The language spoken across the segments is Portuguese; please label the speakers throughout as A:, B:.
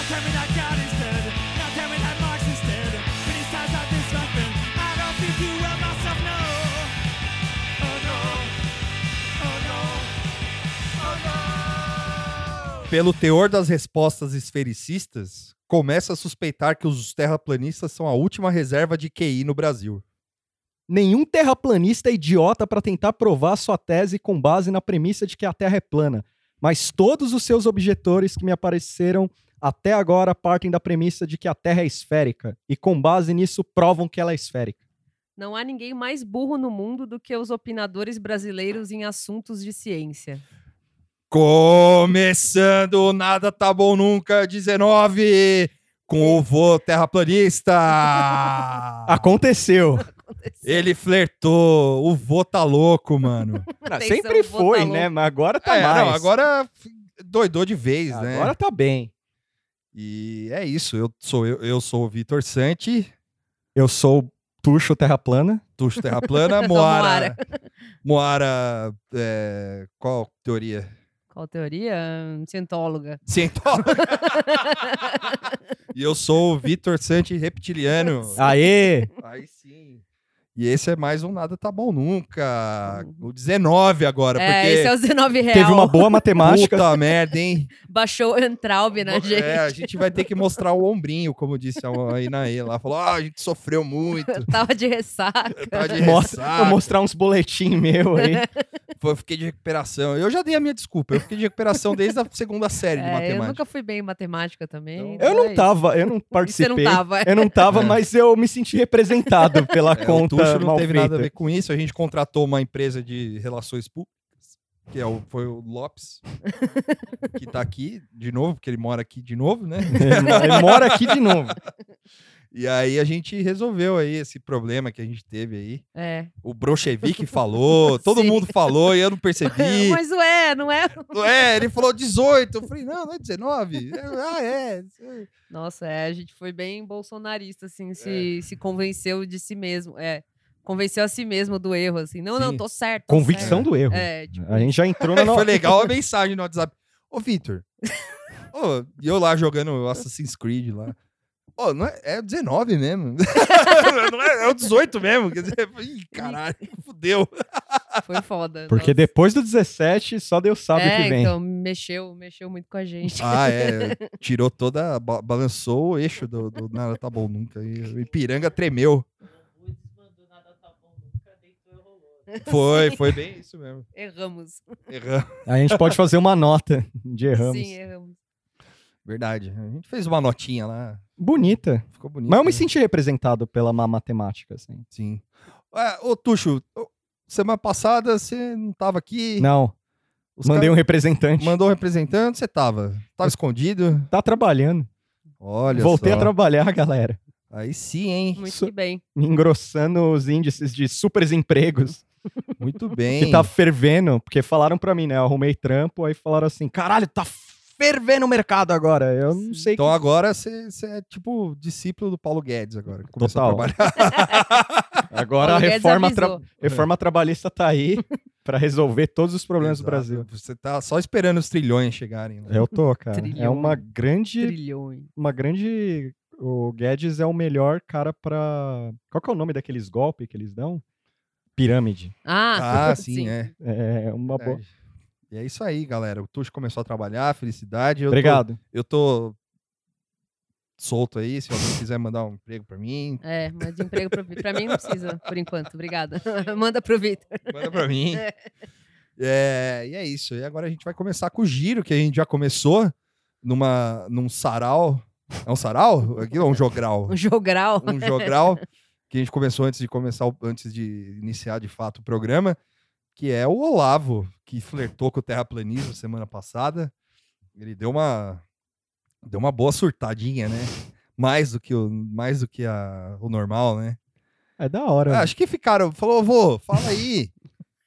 A: out instead. Now tell me that Marx is dead. Criticize how this has been. I don't feel too well myself, no. Oh no. Oh no. Oh no.
B: Pelo teor das respostas esfericistas, começa a suspeitar que os terraplanistas são a última reserva de QI no Brasil.
C: Nenhum terraplanista é idiota para tentar provar sua tese com base na premissa de que a Terra é plana, mas todos os seus objetores que me apareceram até agora partem da premissa de que a Terra é esférica e com base nisso provam que ela é esférica.
D: Não há ninguém mais burro no mundo do que os opinadores brasileiros em assuntos de ciência.
B: Começando o Nada Tá Bom Nunca 19, com o vô terraplanista.
C: Aconteceu.
B: Ele flertou, o vô tá louco, mano.
C: Ah,
D: Atenção,
C: Sempre
D: vou tá
C: foi,
D: louco.
C: né? Mas agora tá
B: é,
C: mais.
B: não, agora doidou de vez, né?
C: Agora tá bem.
B: E é isso, eu sou eu, eu sou o Vitor Santi,
C: Eu sou o Tuxo Terra Plana.
B: Tuxo Terra Plana,
D: Da
B: Moara. Moara, é, qual teoria?
D: Qual teoria? Hum, Cientóloga.
B: Cientóloga. e eu sou o Vitor Santi Reptiliano.
C: Aê!
B: Aí sim. E esse é mais um Nada Tá Bom Nunca. O 19 agora,
D: Uhum. É,
B: porque.
D: esse é o 19 real.
C: Teve uma boa matemática.
B: Puta merda, hein?
D: Baixou o Entraub na gente.
B: É, a gente vai ter que mostrar o ombrinho, como disse a Inaê lá. Falou, ah, a gente sofreu muito.
D: Tava de ressaca.
B: Tá de
C: Mostra,
B: ressaca,
C: vou mostrar uns boletim meu aí.
B: foi- eu fiquei de recuperação. Eu já dei a minha desculpa. Eu fiquei de recuperação desde a segunda série de
D: É, eu
B: matemática.
D: nunca fui bem em matemática também.
B: Então-
C: Eu não
D: é
C: tava, eu não
D: isso. Você
C: participei.
D: não tava.
C: Eu não tava,
B: É.
C: mas eu me senti representado pela
B: É, o
C: conta
B: Tuxo não
C: mal
B: teve
C: feita.
B: nada a ver com isso. A gente contratou uma empresa de relações públicas, que é o, foi o Lopes, que tá aqui de novo, porque ele mora aqui de novo, né?
C: Ele mora aqui de novo.
B: E aí a gente resolveu aí esse problema que a gente teve aí.
D: É.
B: O Brochevique falou, todo
D: Sim.
B: mundo falou e eu não percebi.
D: Mas ué, não é?
B: É, ele falou 18. Eu falei, não, não é 19. Eu, ah, é.
D: Nossa, é, a gente foi bem
B: É.
D: bolsonarista, assim, se, se convenceu de si mesmo. É, convenceu a si mesmo do erro, assim. Não, não,
B: Sim.
D: tô certo. tô
C: Convicção do erro.
D: certo. É, tipo,
C: A gente já entrou na
B: Foi
C: nossa.
B: legal a mensagem no WhatsApp. Ô, Victor. Ô, e eu lá jogando Assassin's Creed lá. Ô, não é, é 19 mesmo. Não é, é o 18 mesmo. Quer dizer, ih, caralho, fudeu.
D: foi foda.
C: Porque
D: nossa.
C: depois do 17, só Deus sabe o
D: é,
C: que vem.
D: então, mexeu, mexeu muito com a gente.
B: Ah, é. Tirou toda. ba- Balançou o eixo do, do Nada Tá Bom Nunca. E o Ipiranga tremeu. Foi, foi bem isso mesmo.
D: Erramos.
B: Erramos.
C: A gente pode fazer uma nota de erramos.
D: Sim, é. erramos.
B: Verdade. A gente fez uma notinha lá.
C: Bonita.
B: Ficou bonito.
C: Mas eu me
B: né?
C: senti representado pela má matemática, assim.
B: Sim. Ah, ô, Tuxo, ô, semana passada você não tava aqui.
C: Não,
B: Os
C: mandei um
B: caras-
C: representante.
B: Mandou um representante, você tava. Tava escondido.
C: Tá trabalhando.
B: Olha
C: Voltei
B: só.
C: a trabalhar, galera.
B: Aí sim, hein?
D: Muito
C: Isso-
D: que bem.
C: Engrossando os índices de super empregos.
B: Muito bem.
C: Que tá fervendo. Porque falaram pra mim, né? Eu arrumei trampo, aí falaram assim: caralho, tá fervendo o mercado agora. Eu não sei.
B: Então agora você você é tipo discípulo do Paulo Guedes agora. que Começou
C: Total.
B: a trabalhar.
C: Agora a
D: Paulo Guedes
C: reforma, tra-
D: avisou.
C: reforma trabalhista tá aí pra resolver todos os problemas
B: É. Exato.
C: do Brasil.
B: Você tá só esperando os trilhões chegarem. Né?
C: Eu tô, cara. É
D: Trilhão.
C: uma grande
D: Trilhões.
C: uma grande. O Guedes é o melhor cara pra. Qual que é o nome daqueles golpes que eles dão? Pirâmide.
D: Ah,
B: Ah, sim, é.
C: É uma boa.
B: Verdade. E é isso aí, galera. O Tuxo começou a trabalhar, felicidade. Eu tô-
C: Obrigado.
B: eu tô solto aí, se alguém quiser mandar um emprego pra mim,
D: É, mas de emprego pro Vitor. Pra mim não precisa, por enquanto. Obrigada. Manda pro Vitor.
B: manda pra mim. É, e é isso. E agora a gente vai começar com o giro, que a gente já começou numa, num sarau. É um sarau? Aquilo é um jogral.
D: Um jogral.
B: Um jogral que a gente começou antes de começar, o- antes de iniciar de fato o programa, que é o Olavo, que flertou com o terraplanismo semana passada. Ele deu uma deu uma boa surtadinha, né? Mais do que o mais do que a, o normal, né?
C: É da hora.
B: Ah, acho que ficaram. Falou, vô, fala aí.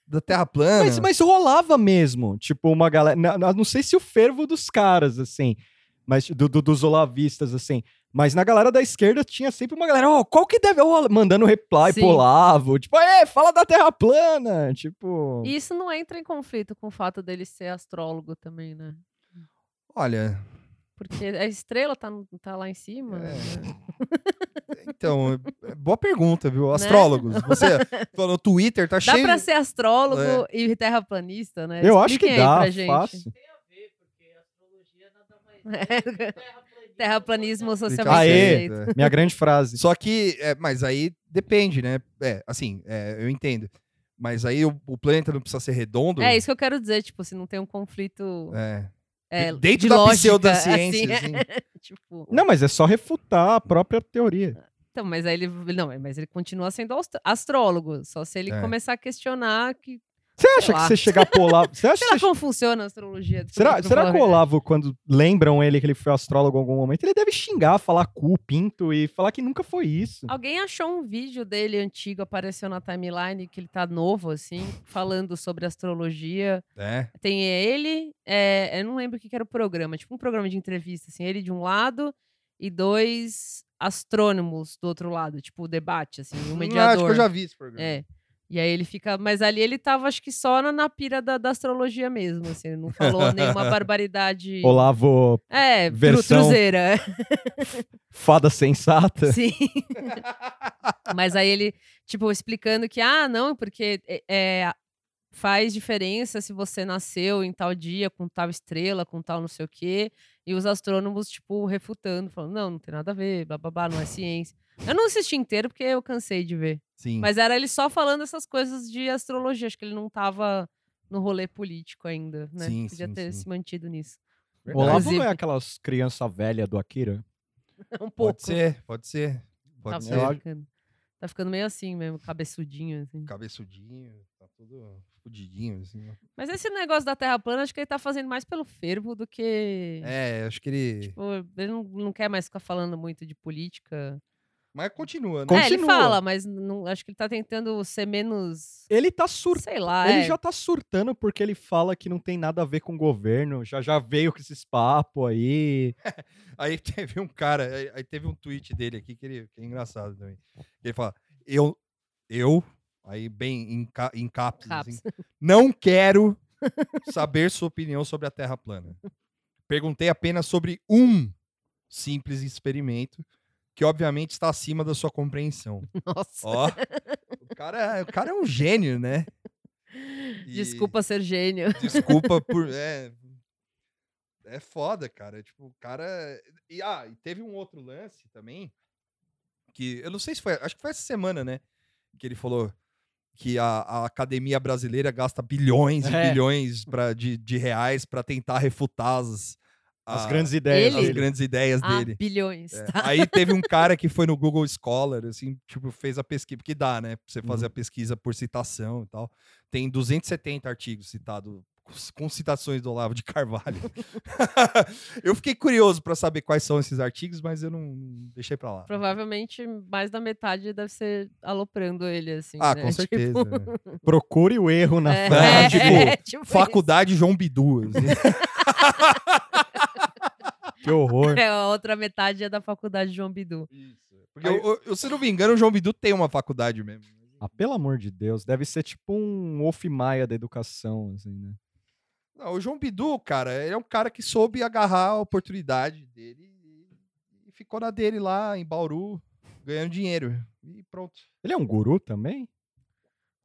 B: da Terra plana.
C: mas, mas rolava mesmo. Tipo, uma galera. na- na- Não, sei se o fervo dos caras, assim. Mas do, do- dos olavistas, assim. Mas na galera da esquerda tinha sempre uma galera, ó, qual que deve. Ó, mandando reply
D: Sim.
C: pro Olavo. Tipo, é, fala da Terra plana. Tipo.
D: E isso não entra em conflito com o fato dele ser astrólogo também, né?
B: Olha,
D: Porque a estrela tá, no- tá lá em cima.
B: É.
D: né?
B: Então, é- é boa pergunta, viu? Astrólogos, você tô no Twitter tá
D: Dá
B: cheio.
D: pra ser astrólogo e terraplanista, né?
C: É. Eu acho que
D: Expliquem aí
C: dá,
D: pra gente.
C: fácil.
D: Terraplanismo socialmente
C: Aê!
D: aceito.
B: É.
C: Minha grande frase.
B: Só que, é, mas aí depende, né? É, assim, é, eu entendo. Mas aí o, o planeta não precisa ser redondo.
D: É isso que eu quero dizer, tipo, se não tem um conflito
B: É.
D: é,
B: Dentro
D: de
B: da
D: lógica,
B: pseudociência,
D: assim,
B: assim.
D: tipo,
C: Não, mas é só refutar a própria teoria.
D: Então, mas aí ele. Não, mas ele continua sendo austro- astrólogo. Só se ele
B: É.
D: começar a questionar que.
C: Você acha que
D: lá.
C: você chegar pro Olavo. Você acha
D: Sei lá
C: que você-
D: como funciona a astrologia. pra-
C: Será,
D: pra
C: será
D: falar
C: que o
D: a verdade.
C: Olavo, quando lembram ele que ele foi astrólogo em algum momento, ele deve xingar, falar cu, pinto e falar que nunca foi isso.
D: Alguém achou um vídeo dele antigo, apareceu na timeline, que ele tá novo, assim, falando sobre astrologia.
B: É.
D: Tem ele, é, eu não lembro o que, que era o programa, tipo um programa de entrevista, assim, ele de um lado e dois astrônomos do outro lado, tipo o debate, assim, o mediador.
B: Ah, acho que eu já vi esse programa.
D: É. E aí ele fica. Mas ali ele tava, acho que só na, na pira da, da astrologia mesmo, assim. Ele não falou nenhuma barbaridade.
C: Olavo,
D: É,
C: Versão-
D: truzeira.
C: fada sensata.
D: Sim. mas aí ele, tipo, explicando que, ah, não, porque é, é, faz diferença se você nasceu em tal dia, com tal estrela, com tal não sei o quê. E os astrônomos, tipo, refutando, falando, não, não tem nada a ver, blá blá blá, não é ciência. Eu não assisti inteiro porque eu cansei de ver.
B: Sim.
D: Mas era ele só falando essas coisas de astrologia. Acho que ele não tava no rolê político ainda, né?
B: Sim,
D: Podia
B: sim,
D: ter
B: sim.
D: se mantido nisso.
C: O
B: Verdade.
C: Olavo não
D: Inclusive.
C: é aquelas criança velha do Akira?
D: Um pouco.
B: Pode ser, pode ser.
D: tá,
B: Pode ser.
D: ficando. tá ficando meio assim mesmo, cabeçudinho. Assim.
B: Cabeçudinho, tá tudo fudidinho, assim. ó.
D: Mas esse negócio da Terra plana, acho que ele tá fazendo mais pelo fervo do que.
B: É, acho que ele.
D: Tipo, ele não, não quer mais ficar falando muito de política.
B: Mas continua, né?
C: Continua.
D: É, ele fala, mas não, acho que ele tá tentando ser menos.
C: Ele tá surtando.
D: Sei lá.
C: Ele
D: é.
C: já tá surtando porque ele fala que não tem nada a ver com o governo. Já já veio com esses papos aí.
B: Aí teve um cara, aí- aí teve um tweet dele aqui que, ele, que é engraçado também. Ele fala: Eu, eu, aí bem em, ca, em caps, assim,
D: Caps.
B: não quero saber sua opinião sobre a Terra plana. Perguntei apenas sobre um simples experimento que, obviamente, está acima da sua compreensão.
D: Nossa.
B: Ó, o cara, o cara é um gênio, né? E-
D: Desculpa ser gênio.
B: Desculpa por. É, é foda, cara. Tipo, o cara. E, ah, e teve um outro lance também. Que eu não sei se foi. Acho que foi essa semana, né? Que ele falou que a, a academia brasileira gasta bilhões e
C: É.
B: bilhões pra, de, de reais pra tentar refutar as,
C: As
B: a-
C: grandes ideias.
B: as
D: Ele?
C: dele.
B: grandes ideias
D: Ah,
B: dele.
D: bilhões.
B: É,
D: Tá.
B: Aí teve um cara que foi no Google Scholar, assim, tipo, fez a pesquisa, porque dá, né? Pra você fazer
D: Uhum.
B: a pesquisa por citação e tal. Tem 270 artigos citados com c- com citações do Olavo de Carvalho. eu fiquei curioso pra saber quais são esses artigos, mas eu não deixei pra lá.
D: Provavelmente mais da metade deve ser aloprando ele, assim.
B: Ah,
D: né?
B: com
D: Tipo,
B: certeza. né?
C: Procure o erro na
D: é,
B: Ah,
D: é,
C: frase.
B: tipo,
D: é, tipo isso.
B: Faculdade João Bidu. assim.
C: Que horror.
D: É, a outra metade é da faculdade João Bidu.
B: Porque, eu- eu- se não me engano, o João Bidu tem uma faculdade mesmo.
C: Ah, pelo amor de Deus, deve ser tipo um Wolf Maia da educação, assim, né?
B: Não, o João Bidu, cara, ele é um cara que soube agarrar a oportunidade dele e- e ficou na dele lá em Bauru, ganhando dinheiro. E pronto.
C: Ele é um guru também?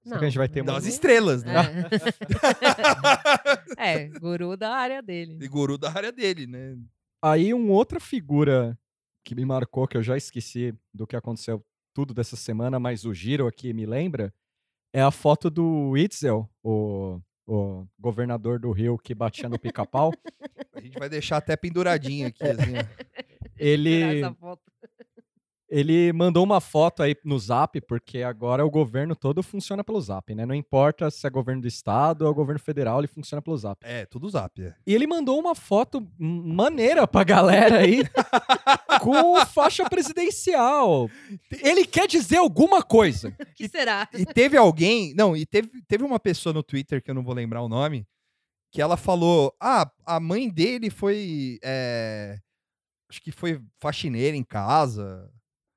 C: Será que a gente vai ter
D: Não,
C: mais
B: Das
D: não.
C: um?
B: estrelas, né?
D: É. é, guru da área dele.
B: E guru da área dele, né?
C: Aí uma outra figura que me marcou, que eu já esqueci do que aconteceu tudo dessa semana, mas o giro aqui me lembra, é a foto do Itzel, o, o governador do Rio que batia no pica-pau.
B: A gente vai deixar até penduradinho
C: É.
B: aqui, assim. ó.
C: ele,
D: Essa foto.
C: ele mandou uma foto aí no Zap, porque agora o governo todo funciona pelo Zap, né? Não importa se é governo do estado ou é governo federal, ele funciona pelo Zap.
B: É, tudo zap. é.
C: E ele mandou uma foto maneira pra galera aí com faixa presidencial. Ele quer dizer alguma coisa.
D: que será?
B: E teve alguém. Não, e teve, teve uma pessoa no Twitter, que eu não vou lembrar o nome, que ela falou: Ah, a mãe dele foi. é, acho que foi faxineira em casa.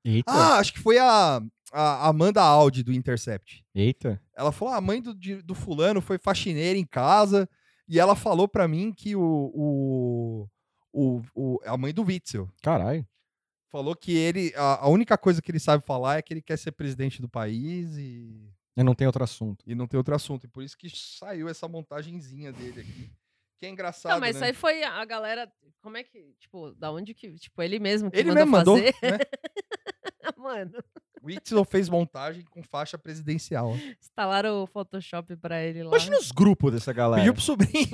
C: Eita.
B: Ah, acho que foi a, a Amanda Audi do Intercept.
C: Eita.
B: Ela falou: ah, a mãe do, de- do fulano foi faxineira em casa e ela falou pra mim que o, o, o, o, a mãe do Witzel.
C: Caralho.
B: Falou que ele. A, a única coisa que ele sabe falar é que ele quer ser presidente do país e,
C: Eu não tenho outro assunto.
B: e não tem outro assunto. E por isso que saiu essa montagenzinha dele aqui. Que é engraçado.
D: Não, mas
B: né?
D: aí foi a galera. Como é que. Tipo, da onde que. Tipo, ele mesmo que
B: Ele
D: mandou
B: mesmo mandou.
D: fazer.
B: Né?
D: Mano,
B: Witzel fez montagem com faixa presidencial.
D: instalaram o Photoshop pra ele lá.
C: Imagina os grupos dessa galera.
B: Pediu pro sobrinho.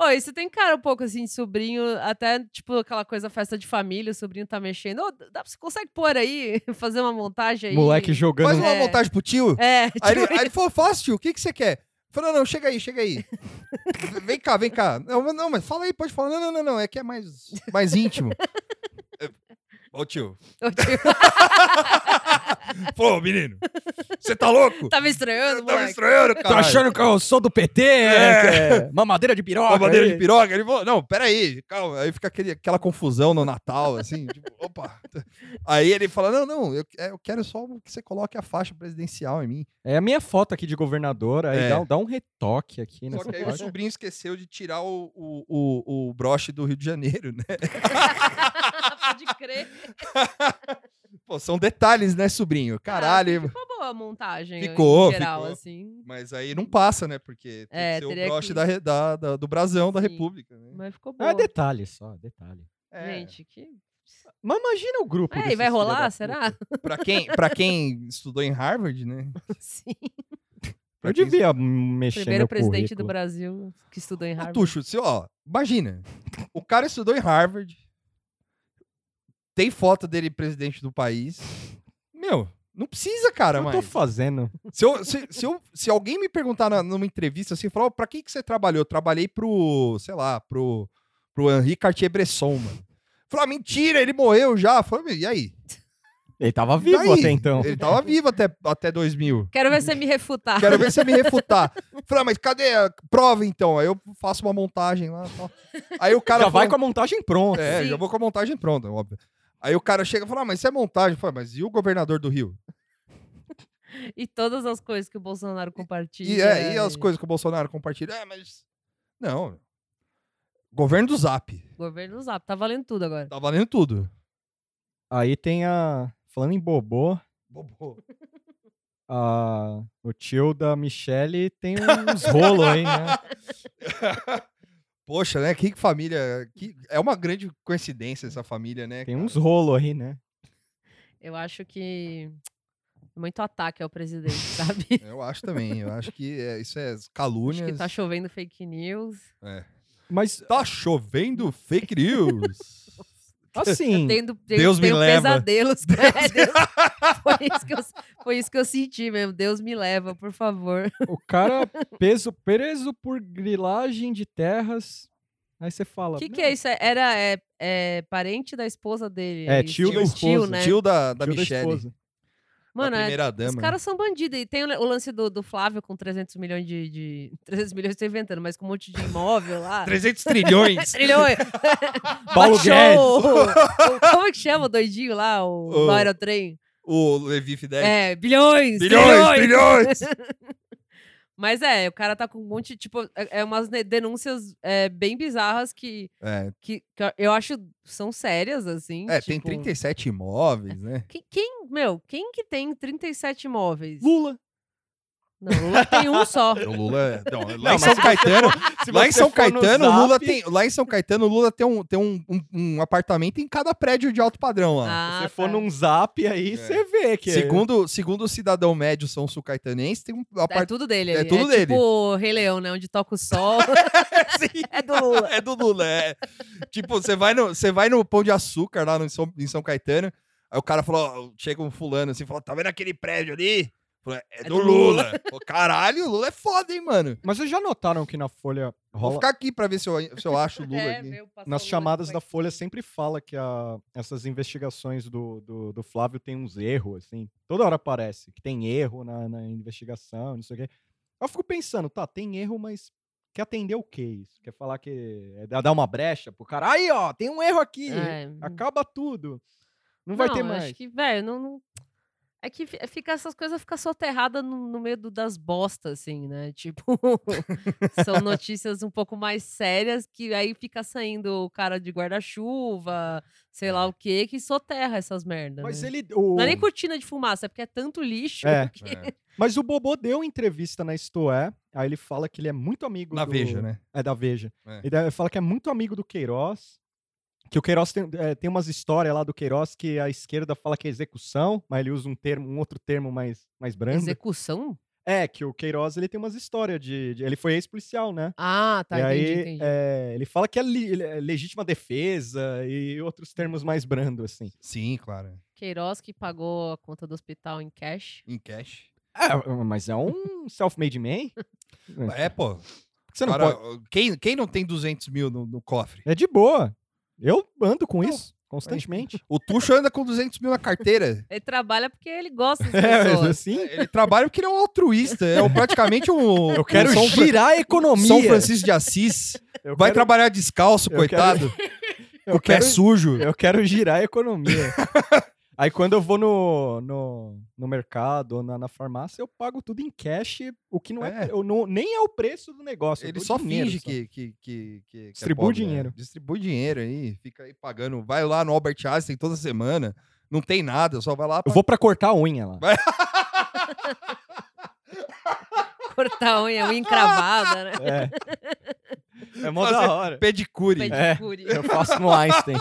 D: Ô, isso tem cara um pouco assim de sobrinho, até tipo aquela coisa festa de família, o sobrinho tá mexendo. Ô, dá, você consegue pôr aí, fazer uma montagem aí?
C: Moleque jogando.
B: Faz uma
D: É.
B: montagem pro tio.
D: É, tipo,
B: Aí ele, aí ele falou, fácil, tio, o que, que você quer? Eu Falei, não, não, chega aí, chega aí. vem cá, vem cá. Não, mas- não, mas fala aí, pode falar. Não, não, não, não, é que é mais, mais íntimo. Eu- Ô tio,
D: ô, tio,
B: pô, menino, você tá louco?
D: tá me estranhando,
B: Eu tava
D: moleque?
B: estranhando, cara.
C: Tá achando que eu sou do PT? É. é. Mamadeira de piroca.
B: Mamadeira de
C: é.
B: piroca? Ele falou, não, peraí, calma. Aí fica aquele, aquela confusão no Natal, assim, tipo, opa. Aí ele fala, não, não, eu, é, eu quero só que você coloque a faixa presidencial em mim.
C: É a minha foto aqui de governador. Aí
B: É.
C: dá, dá um retoque aqui
B: Só
C: nessa
B: que aí o
C: foto.
B: sobrinho esqueceu de tirar o, o, o, o broche do Rio de Janeiro, né?
D: Pode crer.
B: Pô, são detalhes, né, sobrinho? Caralho.
D: Ficou boa a montagem.
B: Ficou,
D: em geral,
B: ficou.
D: assim.
B: Mas aí não passa, né? Porque tem
D: É,
B: que ser
D: teria
B: o broche
D: que-
B: da, re- da- da- do brasão da
D: Sim.
B: República. Né?
D: Mas ficou boa.
C: Ah, detalhe só, detalhe.
B: É,
D: Gente, que.
C: Mas imagina o grupo.
D: É, e
C: desses
D: vai
C: filha da
D: rolar,
C: puta.
D: será?
B: pra, quem, pra quem estudou em Harvard, né?
D: Sim.
B: Pra
C: Eu
B: quem
C: devia mexer
D: Primeiro
C: meu
D: presidente do
C: currículo.
D: Brasil que estudou em Harvard.
B: Tuxo, se, ó, imagina. o cara estudou em Harvard. Tem foto dele presidente do país. Meu, não precisa, cara,
C: Eu
B: mas.
C: tô fazendo.
B: Se, eu- se, se, eu- se alguém me perguntar na- numa entrevista assim, falar, "Ô, pra que, que você trabalhou? Eu trabalhei pro, sei lá, pro, pro Henri Cartier-Bresson, mano. Falar, mentira, ele morreu já. Falei, "Meu, e aí?
C: Ele tava
B: E
C: vivo
B: daí?
C: até então.
B: Ele tava vivo até, até 2000.
D: Quero ver você me refutar.
B: Quero ver você me refutar. Falei, "Ah, mas cadê a prova então? Aí eu faço uma montagem lá e tal. Aí o cara.
C: Já vai
B: falou-
C: com a montagem pronta.
B: É,
D: Sim.
B: já vou com a montagem pronta, óbvio. Aí o cara chega e fala, ah, mas isso é montagem. Fala, mas e o governador do Rio?
D: E todas as coisas que o Bolsonaro compartilha.
B: E, é, e as coisas que o Bolsonaro compartilha? É, mas... Não. Governo do Zap.
D: Governo do Zap, tá valendo tudo agora.
B: Tá valendo tudo.
C: Aí tem a. Falando em bobô,
B: Bobo.
C: a... o tio da Michelle tem uns rolos aí, né?
B: Poxa, né? Que família... Que... É uma grande coincidência essa família, né?
C: Tem
B: cara?
C: uns rolos aí, né?
D: Eu acho que muito ataque ao presidente, sabe?
B: Eu acho também. Eu acho que é- isso é
D: acho
B: calúnias.
D: que tá chovendo fake news.
B: É.
C: Mas,
B: Tá chovendo fake news.
C: assim.
D: Tendo,
B: Deus me
D: tenho
B: leva.
D: pesadelos. É, Deus- foi, isso que eu, foi isso que eu senti mesmo. Deus me leva, por favor.
C: O cara peso, preso por grilagem de terras. Aí você fala.
D: O que, que é isso? Era é, é parente da esposa dele.
C: É,
D: isso?
C: tio da esposa,
D: Tio, né?
B: Tio da, da
C: Da
B: Michelle.
C: esposa.
D: Mano,
B: da
D: é-
B: primeira
D: os
B: dama.
D: caras são bandidos. E tem o, le- o lance do, do Flávio com 300 milhões de, de... 300 milhões, tô inventando, mas com um monte de imóvel lá.
B: 300 trilhões.
D: Trilhões.
C: Paulo
D: Baixou
C: Guedes.
D: o- o- Como que chama o doidinho lá, o
B: O-
D: do aerotrem?
B: o Levi Fidel.
D: É, bilhões!
B: Bilhões, bilhões!
D: Mas é, o cara tá com um monte, tipo, é, é umas ne- denúncias é, bem bizarras que,
B: É,
D: que, que eu- eu acho são sérias, assim.
B: é, tem
D: tipo,
B: 37 imóveis, né?
D: Quem, quem- meu, quem que tem 37 imóveis?
C: Lula.
D: Não, Lula tem um só.
B: O Lula é- não, lá em
C: mas
B: São
C: se
B: Caetano, lá em
C: você
B: São
C: for no
B: Caetano, o Lula
C: Zap-
B: tem, lá em São Caetano, o Lula tem um, tem um, um- um apartamento em cada prédio de alto padrão lá.
D: Ah,
C: você for
D: tá.
C: num zap aí,
B: É.
C: você vê que.
B: Segundo, segundo o cidadão médio são sul caetanense, tem um
D: É
B: apartamento
D: tudo dele.
B: É
D: ali.
B: tudo dele.
D: Tipo o Rei Leão, né? Onde toca o sol. é do Lula.
B: é do Lula, é. tipo, você vai no, você vai no Pão de Açúcar lá no, em, São, em São Caetano, aí o cara falou, ó, chega um fulano assim, fala, tá vendo aquele prédio ali? Falou, é, do,
D: do
B: Lula.
D: Lula."
B: Pô, caralho, o Lula é foda, hein, mano.
C: Mas vocês já notaram que na Folha
B: Vou
C: rola.
B: ficar aqui pra ver se eu, se eu acho o Lula
D: É,
B: aqui.
D: meu, passou o Lula é
C: Nas
D: aqui,
C: chamadas
D: foi-
C: da Folha sempre fala que a- essas investigações do, do, do Flávio tem uns erros, assim. Toda hora aparece que tem erro na, na investigação, não sei o quê. Eu fico pensando, tá, tem erro, mas quer atender o quê isso? Quer falar que é dar dar uma brecha pro cara? Aí, ó, tem um erro aqui.
D: É.
C: Acaba tudo. Não vai ter
D: eu
C: mais.
D: Acho que, velho, não, não- É que fi- fica, essas coisas ficam soterradas no, no meio do- das bostas, assim, né? Tipo, são notícias um pouco mais sérias que aí fica saindo o cara de guarda-chuva, sei lá o quê, que soterra essas merdas.
C: É. Mas
D: né?
C: ele. O...
D: Não é nem cortina de fumaça, é porque é tanto lixo.
C: É.
D: que-
B: É,
C: Mas o Bobô deu entrevista na Istoé. Aí ele fala que ele é muito amigo
B: Na
C: do...
B: Veja, né?
C: É, da Veja.
B: É.
C: Ele deve- fala que é muito amigo do Queiroz. Que o Queiroz tem, é, tem umas histórias lá do Queiroz que a esquerda fala que é execução, mas ele usa um termo, um outro termo mais, mais brando.
D: Execução?
C: É, que o Queiroz ele tem umas histórias de, de- Ele foi ex-policial, né?
D: Ah, tá,
C: e
D: entendi,
C: aí
D: entendi.
C: é, ele fala que é, li- ele é legítima defesa e outros termos mais brando, assim.
B: Sim, claro.
D: Queiroz que pagou a conta do hospital em cash.
B: Em cash.
C: É, mas é um self-made man.
B: É, pô.
C: Você não
B: Cara,
C: pode...
B: quem, quem não tem 200 mil no, no cofre?
C: É de boa. Eu ando com
B: Não,
C: isso constantemente.
B: O Tuxo anda com 200 mil na carteira.
D: Ele trabalha porque ele gosta das
C: É, mas
D: pessoas.
C: assim,
B: Ele trabalha porque ele é um altruísta. É um- praticamente um.
C: eu quero
B: um São, Fra-
C: girar a economia.
B: São Francisco de Assis.
C: Eu
B: Vai
C: quero-
B: trabalhar descalço,
C: eu
B: coitado. é
C: eu
B: o pé
C: quero,
B: sujo.
C: eu quero girar a economia. Aí quando eu vou no, no, no mercado ou na, na farmácia, eu pago tudo em cash, o que não é,
B: É.
C: eu não- nem é o preço do negócio. eu
B: Ele
C: dou
B: só
C: dinheiro
B: finge
C: só.
B: que, que, que, que- que é
C: Distribui
B: pobre, né?
C: dinheiro.
B: Distribui dinheiro aí, fica aí pagando. Vai lá no Albert Einstein toda semana. Não tem nada, só vai lá.
C: Eu vou pra cortar a unha lá.
D: Cortar a unha, unha encravada, né?
C: É. É mó
B: Fazer-
C: da hora.
B: pedicure.
C: É.
D: Pedicure.
C: Eu faço no Einstein.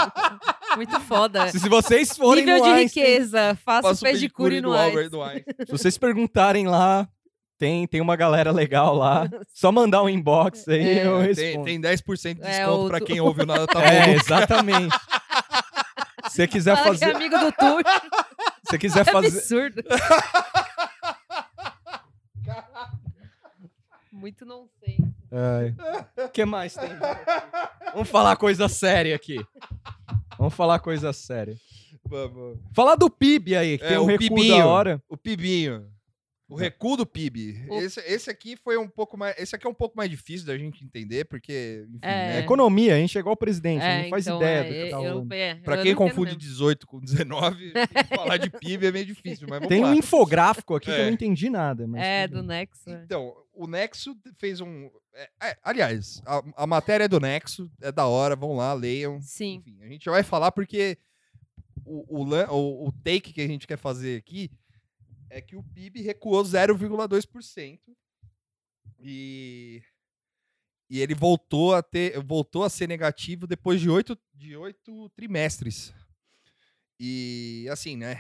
D: Muito foda.
C: Se, se vocês forem
D: Nível
C: no
D: de
C: Einstein,
D: riqueza. Faço,
B: Faço
D: pedicure, no ar.
B: Albert Einstein.
C: se vocês perguntarem lá, tem, tem uma galera legal lá. Só mandar um inbox aí,
D: É.
C: eu
B: Tem,
C: respondo.
B: tem 10% de
D: É,
B: desconto
D: o
B: pra
D: Tu-
B: quem ouve o nada tá bom.
C: É, exatamente. Se você quiser
D: Fala que é
C: fazer,
D: amigo do Tuxo.
C: se você quiser
D: É
C: fazer,
D: absurdo. Muito não sei.
C: O que mais tem? Vamos falar coisa séria aqui. Vamos falar coisa séria.
B: Vamos.
C: Falar do PIB aí, que
B: É,
C: tem um
B: o
C: recuo
B: PIBinho.
C: da hora.
B: O Pibinho. O recuo do PIB.
D: O-
B: Esse, esse aqui foi um pouco mais. Esse aqui é um pouco mais difícil da gente entender, porque, enfim,
D: É.
C: É.
B: né?
C: Economia, a gente chegou ao presidente, a gente não faz
D: então,
C: ideia
D: é,
C: do que tá
D: eu-
C: rolando.
D: é, eu
B: Pra
D: não
B: quem
D: entendo
B: confunde
D: mesmo.
B: 18 com 19, falar de PIB é meio difícil, mas vamos
C: Tem
B: lá.
C: um infográfico aqui que eu
B: É.
C: não entendi nada. Mas
D: É,
C: tudo
D: do Nexo. é.
B: Então, o Nexo fez um. é, é, aliás, a, a matéria é do Nexo, é da hora, vão lá, leiam.
D: Sim.
B: Enfim, a gente vai falar porque o, o, lan- o- o take que a gente quer fazer aqui é que o PIB recuou 0,2%. E. E ele voltou a, ter, voltou a ser negativo depois de oito, de oito trimestres. E assim, né?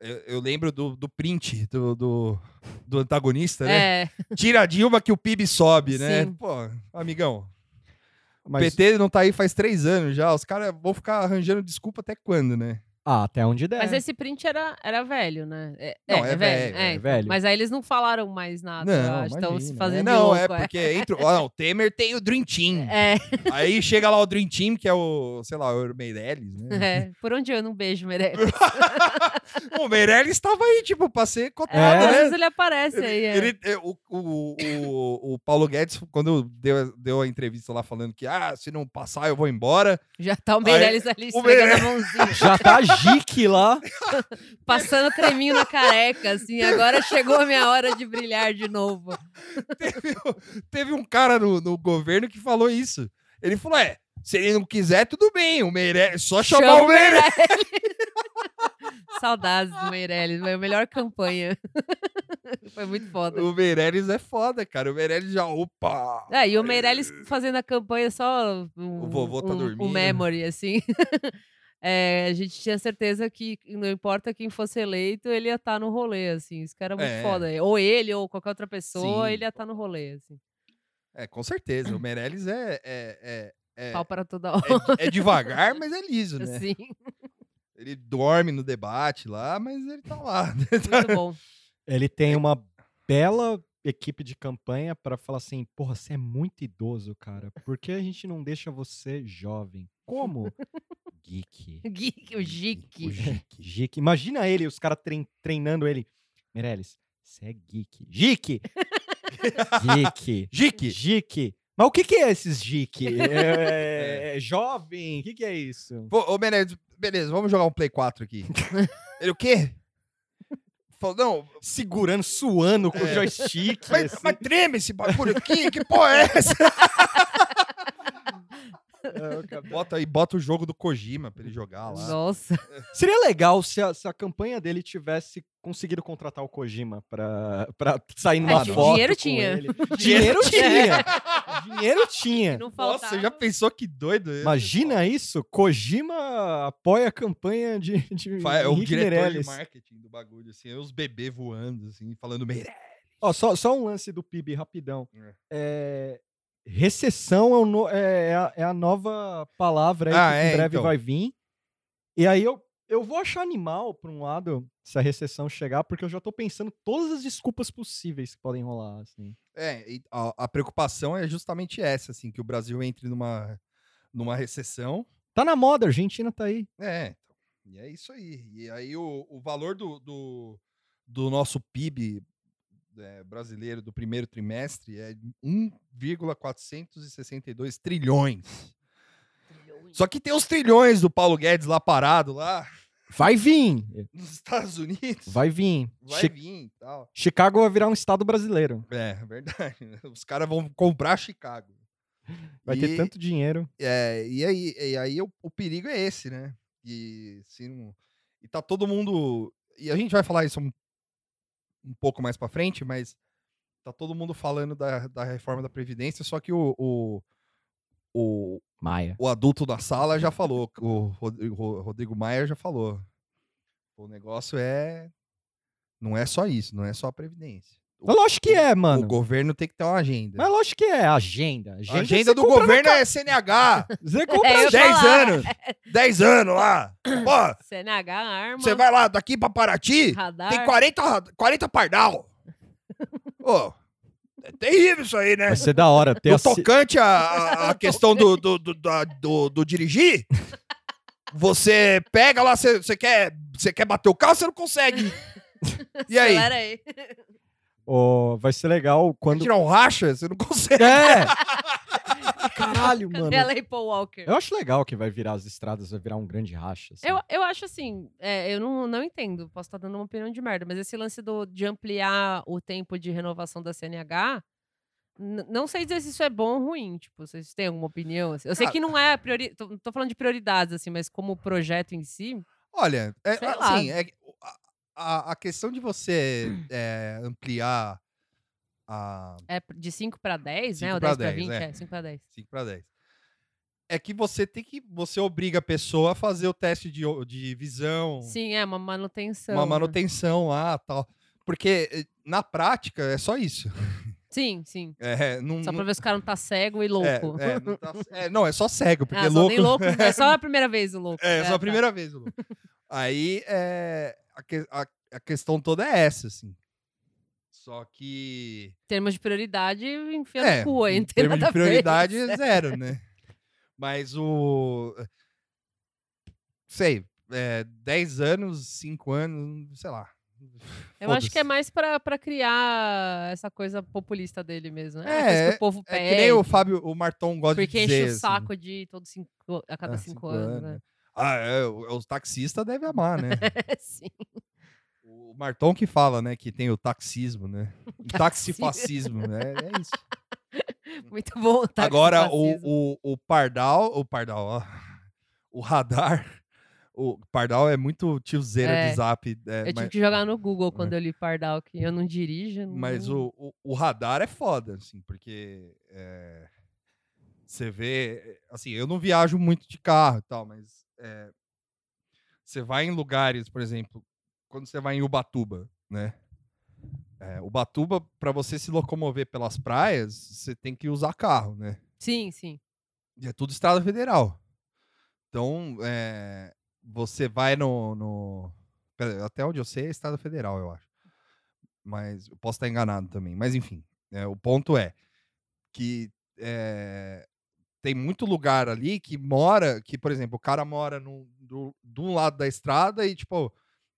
B: Eu, eu lembro do, do print do, do, do antagonista, né?
D: É,
B: Tira a Dilma que o PIB sobe, né?
D: Sim.
B: Pô, amigão,
C: bem.
B: o
C: Mas-
B: PT não tá aí faz três anos já. Os caras vão ficar arranjando desculpa até quando, né?
C: Ah, até onde der.
D: mas esse print era, era velho, né? É,
B: É. Não, é velho,
D: é.
C: é velho.
D: Mas aí eles não falaram mais nada.
B: Não,
D: estão
C: imagina,
D: se
B: É,
D: fazendo de
B: não,
D: louco,
B: é porque entra. Ó, não, o Temer tem o Dream Team.
D: É,
B: Aí chega lá o Dream Team, que é o, sei lá, o Meirelles, né?
D: é. Por onde eu não beijo, merece.
B: É. o Meirelles tava aí, tipo, pra ser
D: É,
B: cotado,
D: pelo
B: né?
D: menos ele aparece aí. é.
B: Ele, é, o, o, o, o Paulo Guedes, quando deu, deu a entrevista lá falando que, ah, se não passar eu vou embora,
D: Já tá o Meirelles ali esfregando a mãozinha,
C: Já tá jique lá.
D: passando creminho na careca, assim. Agora chegou a minha hora de brilhar de novo.
B: teve um cara no, no governo que falou isso. Ele falou, é, se ele não quiser, tudo bem, o Meirelles, só chamar
D: Chama
B: o Meirelles.
D: Saudades do Meirelles, foi a melhor campanha. foi muito foda.
B: O Meirelles é foda, cara. O Meirelles já, opa!
D: É, e o Meirelles fazendo a campanha só. Um,
B: O vovô tá
D: um-
B: dormindo.
D: Um memory, assim. É, a gente tinha certeza que não importa quem fosse eleito, ele ia estar no rolê, assim. Isso que era muito
B: É.
D: foda. Ou ele, ou qualquer outra pessoa,
B: Sim.
D: ele ia estar no rolê, assim.
B: É, com certeza. O Meirelles é, é, é, é,
D: Pau para toda hora,
B: é, é devagar, mas é liso, né?
D: assim.
B: Ele dorme no debate lá, mas ele tá lá.
D: Muito bom.
C: Ele tem uma bela equipe de campanha pra falar assim: porra, você é muito idoso, cara. Por que a gente não deixa você jovem? Como? Geek.
D: Geek, o
B: O
D: Jique.
B: Jique.
C: Geek. Imagina ele, os caras trein- treinando ele. Meirelles, você é geek. Geek! geek.
B: Jique.
C: Geek. Mas o que, que é esses geek? É, é jovem? O que, que é isso?
B: Pô, Ô, Meirelles, beleza, vamos jogar um Play 4 aqui. ele, o quê? Falou, não,
C: Segurando, suando com o
B: É.
C: joystick.
B: mas,
C: assim.
B: mas treme esse bagulho aqui, que porra é essa?
C: é
B: bota aí, bota o jogo do Kojima pra ele jogar tá lá.
D: Nossa.
C: Seria legal se a, se a campanha dele tivesse conseguido contratar o Kojima pra, pra sair numa
D: É, di-
C: foto
D: dinheiro
C: com
D: tinha.
C: ele. Dinheiro tinha. dinheiro tinha.
D: Não faltava.
B: É. Nossa, já pensou que doido? é?
C: Imagina isso. Kojima apoia a campanha de, de
B: Fa- É o
C: Henrique
B: diretor
C: Meirelles.
B: de marketing do bagulho, assim, aí os bebês voando, assim, falando Meirelles.
C: Ó, só, só um lance do PIB rapidão. É, recessão é, o no- é- é a, é a nova palavra aí
B: Ah,
C: que em
B: é,
C: breve
B: então.
C: vai vir. E aí eu, eu vou achar animal, por um lado, se a recessão chegar, porque eu já tô pensando todas as desculpas possíveis que podem rolar. Assim.
B: É, e a, a preocupação é justamente essa, assim, que o Brasil entre numa, numa recessão.
C: Tá na moda, a Argentina tá aí.
B: É, então, e é isso aí. E aí o, o valor do, do, do nosso PIB é, brasileiro do primeiro trimestre é 1,462 trilhões. Só que tem os trilhões do Paulo Guedes lá parado, lá
C: Vai vir!
B: nos Estados Unidos.
C: Vai vir.
B: Vai
C: Chi-
B: vir e tal.
C: Chicago vai virar um estado brasileiro.
B: É, verdade. né? Os caras vão comprar Chicago.
C: Vai
B: E-
C: ter tanto dinheiro.
B: É, e aí, e aí o, o perigo é esse, né? E, se não- e tá todo mundo. E a gente vai falar isso um, um pouco mais pra frente, mas tá todo mundo falando da, da reforma da Previdência, só que o, o, o,
C: Maia.
B: o adulto da sala já falou, o Rodrigo, Ro- Rodrigo Maia já falou. O negócio é. Não é só isso, não é só a Previdência. O-
C: Mas lógico que é,
B: O
C: mano.
B: governo tem que ter uma agenda.
C: Mas lógico que é. Agenda.
B: A
C: Agenda,
B: agenda
C: você
B: do
C: compra na
B: governo
C: ca-
B: é CNH.
C: Você compra
D: É, eu ia
B: 10
D: falar.
B: anos. 10 anos lá. Pô,
D: CNH, arma,
B: você vai lá daqui pra Paraty,
D: radar.
B: tem 40, ra- 40 pardal. Ô, é terrível isso aí, né?
C: Vai ser da hora ter
B: No
C: a ci-
B: tocante a, a- a questão do, do, do, da- do- do dirigir, você pega lá, você você quer, você quer bater o carro, você não consegue. E aí?
D: Acelera aí.
C: Ó, vai ser legal
B: Quando...
C: quando.
B: Tirar um racha, você não consegue.
C: É! Caralho, mano.
D: Ela e Paul Walker.
C: É! Eu acho legal que vai virar as estradas, vai virar um grande racha. assim.
D: Eu, eu acho assim, é, eu não, não entendo, posso estar dando uma opinião de merda, mas esse lance do, de ampliar o tempo de renovação da CNH, n- não sei dizer se isso é bom ou ruim, tipo, vocês têm alguma opinião? assim? Eu sei
B: Cara-
D: que não é prioridade, tô, tô falando de prioridades, assim, mas como projeto em si,
B: Olha, é,
D: Sei lá.
B: assim, é que o- a- a, a questão de você é, ampliar a
D: é p- de 5 para 10, né?
B: Cinco
D: Ou
B: pra
D: 10 para
B: 10,
D: 20,
B: é.
D: é, 5 para 10.
B: 5 para 10 é que você tem que. Você obriga a pessoa a fazer o teste de, o- de visão,
D: Sim, é uma manutenção.
B: uma
D: né?
B: manutenção lá tal. Porque eh, na prática é só isso.
D: Sim, sim.
B: É, não,
D: Só
B: não-
D: pra ver se o cara não tá cego e
B: é,
D: louco.
B: é, não, tá- é, não, é só cego, porque
D: ah, só
B: louco.
D: tem louco. É só a primeira vez o louco.
B: É, só a
D: tá.
B: primeira vez, Lu. Aí é, a, que- a- a questão toda é essa, assim. Só que.
D: Em termos de prioridade, enfia
B: é,
D: no cu aí.
B: em
D: não tem
B: termos
D: nada
B: de
D: a ver. tá
B: prioridade é zero, né? Mas o. Sei, é, 10 anos, 5 anos, sei lá.
D: Eu acho que
B: Foda-se.
D: é mais pra, pra criar essa coisa populista dele mesmo. né?
B: É,
D: Uma coisa que o povo
B: É
D: pede.
B: que nem o Fábio, o Marton gosta de
D: porque enche
B: dizer.
D: o
B: assim,
D: saco de todos cinco, a cada
B: ah,
D: cinco, anos, né? É,
B: Ah, é, o, o taxista deve amar, né?
D: Sim.
B: O Marton que fala, né, que tem o taxismo, né? O taxifascismo, né? É isso.
D: Muito bom. tá,
B: Agora,
D: esse fascismo.
B: o, o, o Pardal, o Pardal, ó, o Radar, o Pardal é muito tiozeira
D: É.
B: de zap, é,
D: Eu tive
B: mas,
D: que jogar no Google quando eu li Pardal, que eu não dirijo. não-
B: mas o, o, o Radar é foda, assim, porque é, você vê, é, assim, eu não viajo muito de carro e tal, mas é, você vai em lugares, por exemplo, quando você vai em Ubatuba, né? É, Ubatuba, para você se locomover pelas praias, você tem que usar carro, né?
D: Sim, sim.
B: E é tudo Estrada Federal. Então, é, você vai no. no- pera, até onde eu sei é Estrada Federal, eu acho. Mas eu posso estar enganado também. Mas enfim, é, o ponto é que é, tem muito lugar ali que mora, que, por exemplo, o cara mora no, do, de um lado da estrada e, tipo,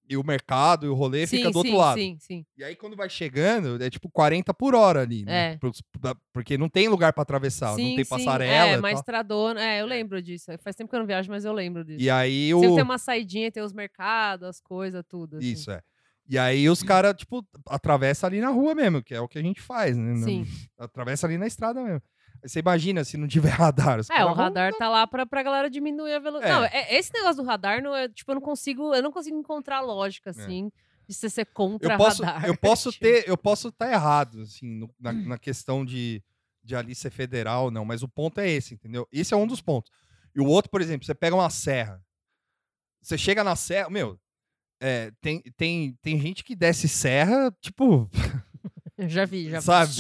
B: e o mercado e o rolê
D: sim,
B: fica do outro
D: sim,
B: lado.
D: Sim, sim.
B: E aí, quando vai chegando, é tipo 40 por hora ali, né?
D: É.
B: Pros- pra- Porque não tem lugar pra atravessar,
D: sim,
B: não tem
D: sim.
B: passarela.
D: É,
B: e
D: uma
B: tal.
D: estradona. É, eu lembro disso. Faz tempo que eu não viajo, mas eu lembro disso.
B: E aí
D: Sempre
B: o.
D: tem uma saidinha, tem os mercados, as coisas, tudo. assim.
B: Isso, é. E aí os caras, tipo, atravessa ali na rua mesmo, que é o que a gente faz, né? Não-
D: Sim.
B: Atravessa ali na estrada mesmo. Aí você imagina se não tiver radar. os
D: É,
B: caras
D: o
B: vão-
D: radar tá lá pra, pra galera diminuir a velocidade. Não, é- esse negócio do radar, não é, tipo, eu não consigo, eu não consigo encontrar lógica, assim, de você ser
B: É.
D: contra
B: eu posso,
D: radar. Hum.
B: eu posso
D: Tipo,
B: ter, eu posso estar errado, assim, no- na, na questão de, de ali ser federal, não, mas o ponto é esse, entendeu? Esse é um dos pontos. E o outro, por exemplo, você pega uma serra. Você chega na serra, meu, é, tem, tem, tem gente que desce serra, tipo,
D: Já vi, já vi.
B: sabe?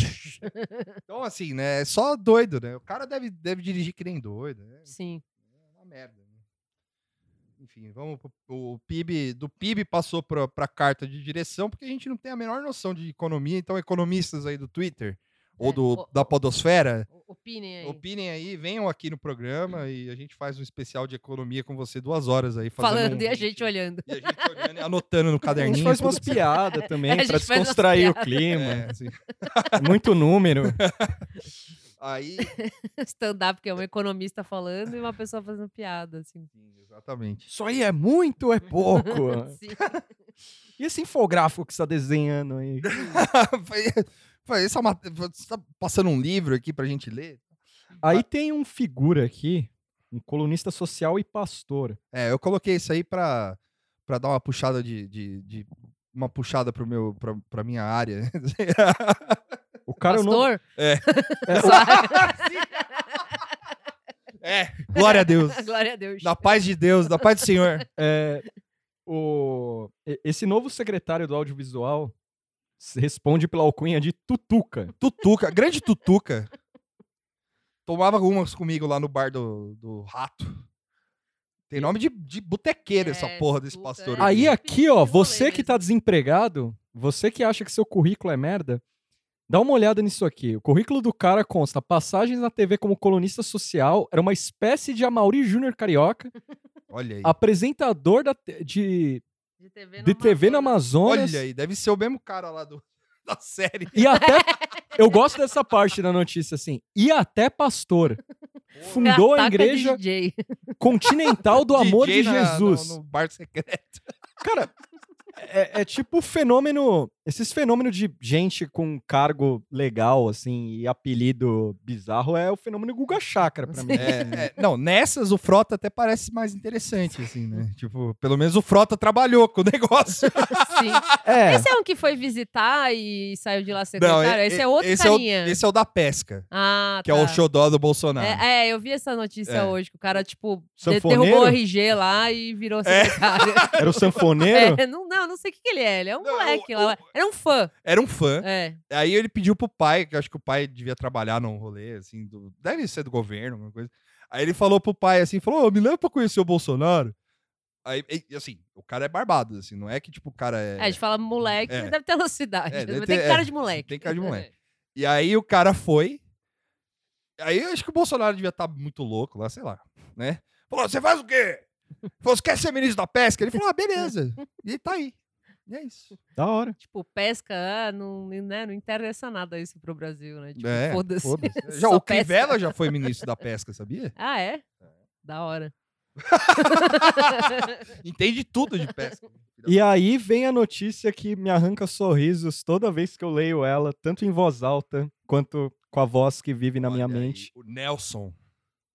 B: então, assim, né? É só doido, né? O cara deve, deve dirigir que nem doido, né?
D: Sim.
B: É uma merda. né? Enfim, vamos pro, o PIB do PIB passou para a carta de direção, porque a gente não tem a menor noção de economia, então economistas aí do Twitter ou
D: É,
B: do,
D: o- É.
B: da podosfera,
D: O- Opinem aí.
B: opinem aí, venham aqui no programa e a gente faz um especial de economia com você duas horas aí fazendo
D: Falando
B: um-
D: e a gente olhando.
B: e a gente olhando e anotando no
C: A
B: caderninho.
C: gente faz
B: tudo
C: umas
B: que você-
C: piadas
D: É,
C: também
D: a
C: pra
D: gente faz umas
C: descontrair o
D: piadas.
C: clima.
B: É, assim.
C: Muito número.
B: Aí,
D: Stand-up, que é um economista falando e uma pessoa fazendo piada, assim.
B: sim, exatamente.
C: Isso aí é muito ou é pouco?
D: Sim.
C: E esse infográfico que você tá desenhando aí?
B: Foi- foi essa mate- você tá passando um livro aqui pra gente ler?
C: Aí tem um figura aqui, um colunista social e pastor.
B: É, eu coloquei isso aí pra, pra dar uma puxada de, de, de- uma puxada pro meu, pra, pra minha área.
C: O cara eu não.
D: Pastor?
C: É,
B: é, glória a Deus.
D: Glória a Deus.
B: Da paz de Deus, da paz do Senhor.
C: É, o, e- esse novo secretário do audiovisual se responde pela alcunha de Tutuca.
B: Tutuca, grande Tutuca. Tomava umas comigo lá no bar do, do Rato. Tem nome de, de botequeiro essa
D: É,
B: porra desse
D: Tutuca
B: pastor.
D: é-
B: aqui.
C: Aí aqui, ó,
D: Que rolê
C: você que
D: mesmo.
C: tá desempregado, você que acha que seu currículo é merda, dá uma olhada nisso aqui. O currículo do cara consta: passagens na TV como colunista social, era uma espécie de Amaury Júnior carioca,
B: Olha aí.
C: apresentador da te- de,
D: De TV na
C: de TV na
D: Amazônia.
C: Amazonas.
B: Olha aí, deve ser o mesmo cara lá do, da série.
C: E até. Eu gosto dessa parte da notícia, assim. E até pastor. Fundou a
D: Ataca de
C: igreja
D: DJ.
C: continental do amor
B: DJ
C: de
B: na-
C: Jesus.
B: no- no bar secreto.
C: Cara, é, é tipo o fenômeno. Esses fenômenos de gente com cargo legal, assim, e apelido bizarro é o fenômeno Guga Chakra pra mim.
B: É, é, não, nessas o Frota até parece mais interessante, assim, né? Tipo, pelo menos o Frota trabalhou com o negócio.
D: Sim.
C: É,
D: Esse é um que foi visitar e saiu de lá secretário?
B: é-
D: esse
B: é-
D: é outro
B: esse
D: carinha.
B: É o, esse é o da pesca,
D: Ah,
B: que é o
D: tá.
B: xodó do Bolsonaro.
D: É, é, eu vi essa notícia
B: É.
D: hoje, que o cara, tipo, de-
C: Sanfoneiro?
D: derrubou o RG lá e
B: É.
D: virou secretário.
C: era o sanfoneiro.
D: É, não, não, não sei o que, que ele é. Ele é um
B: Não,
D: moleque
B: o-
D: lá. Era um fã.
B: Era um fã.
D: É.
B: Aí ele pediu pro pai, que eu acho que o pai devia trabalhar num rolê, assim, do- deve ser do governo, alguma coisa. Aí ele falou pro pai, assim, falou, "Ô, me leva pra conhecer o Bolsonaro. Aí, e- e, assim, o cara é barbado, assim, não é que, tipo, o cara é...
D: É, a gente fala moleque,
B: É.
D: ele deve ter lucidez.
B: É, deve
D: mas
B: ter-
D: tem
B: é,
D: cara de moleque.
B: tem cara de moleque. E aí o cara foi. Aí eu acho que o Bolsonaro devia estar muito louco lá, sei lá, né? Falou, você faz o quê? Falou, você quer ser ministro da pesca? Ele falou, ah, beleza. E tá aí. E é isso.
C: Da hora.
D: Tipo, pesca, ah, não, né, não interessa nada isso pro Brasil, né? Tipo,
B: É,
D: foda-se.
B: Foda-se. Já,
D: Só
B: o
D: pesca.
B: Crivella já foi ministro da pesca, sabia?
D: Ah, é? Da hora.
B: Entende tudo de pesca.
C: E aí vem a notícia que me arranca sorrisos toda vez que eu leio ela, tanto em voz alta quanto com a voz que vive na minha
B: Olha aí,
C: mente,
B: o Nelson,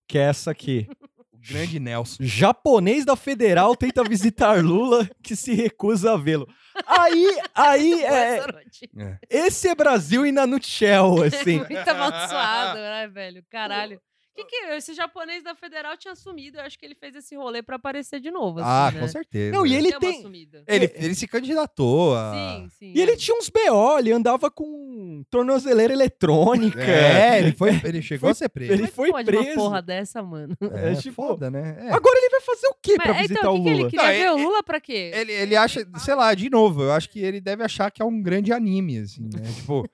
C: que é essa aqui.
B: o grande Nelson.
C: Japonês da Federal tenta visitar Lula, que se recusa a vê-lo. Aí, aí,
D: Boa
C: é,
D: essa notícia.
B: É.
C: Esse é Brasil e na nutshell, assim.
D: Muito amaldiçoado, né, velho? Caralho. Que que, esse japonês da Federal tinha sumido. Eu acho que ele fez esse rolê pra aparecer de novo.
B: Ah,
D: assim,
B: com
D: né?
B: certeza.
C: Não, e ele
D: Deu uma
C: tem-
D: sumida.
B: ele, ele se candidatou a...
D: Sim, sim. é.
C: E ele tinha uns BO, ele andava com tornozeleira eletrônica.
B: É, ele, foi, ele chegou
C: Foi-
B: a ser preso.
C: ele
D: Como é que
C: foi
D: pode uma
C: preso.
D: porra dessa, mano?
B: É,
C: é, tipo-
B: foda, né? É.
C: Agora ele vai fazer o quê pra
D: Mas,
C: visitar
D: então,
C: o
D: o que, que ele
C: Lula?
D: queria
B: Não, é,
D: ver?
B: ele-
D: o Lula pra quê?
B: Ele, ele acha, sei lá, de novo, eu acho que ele deve achar que é um grande anime, assim, né? Tipo,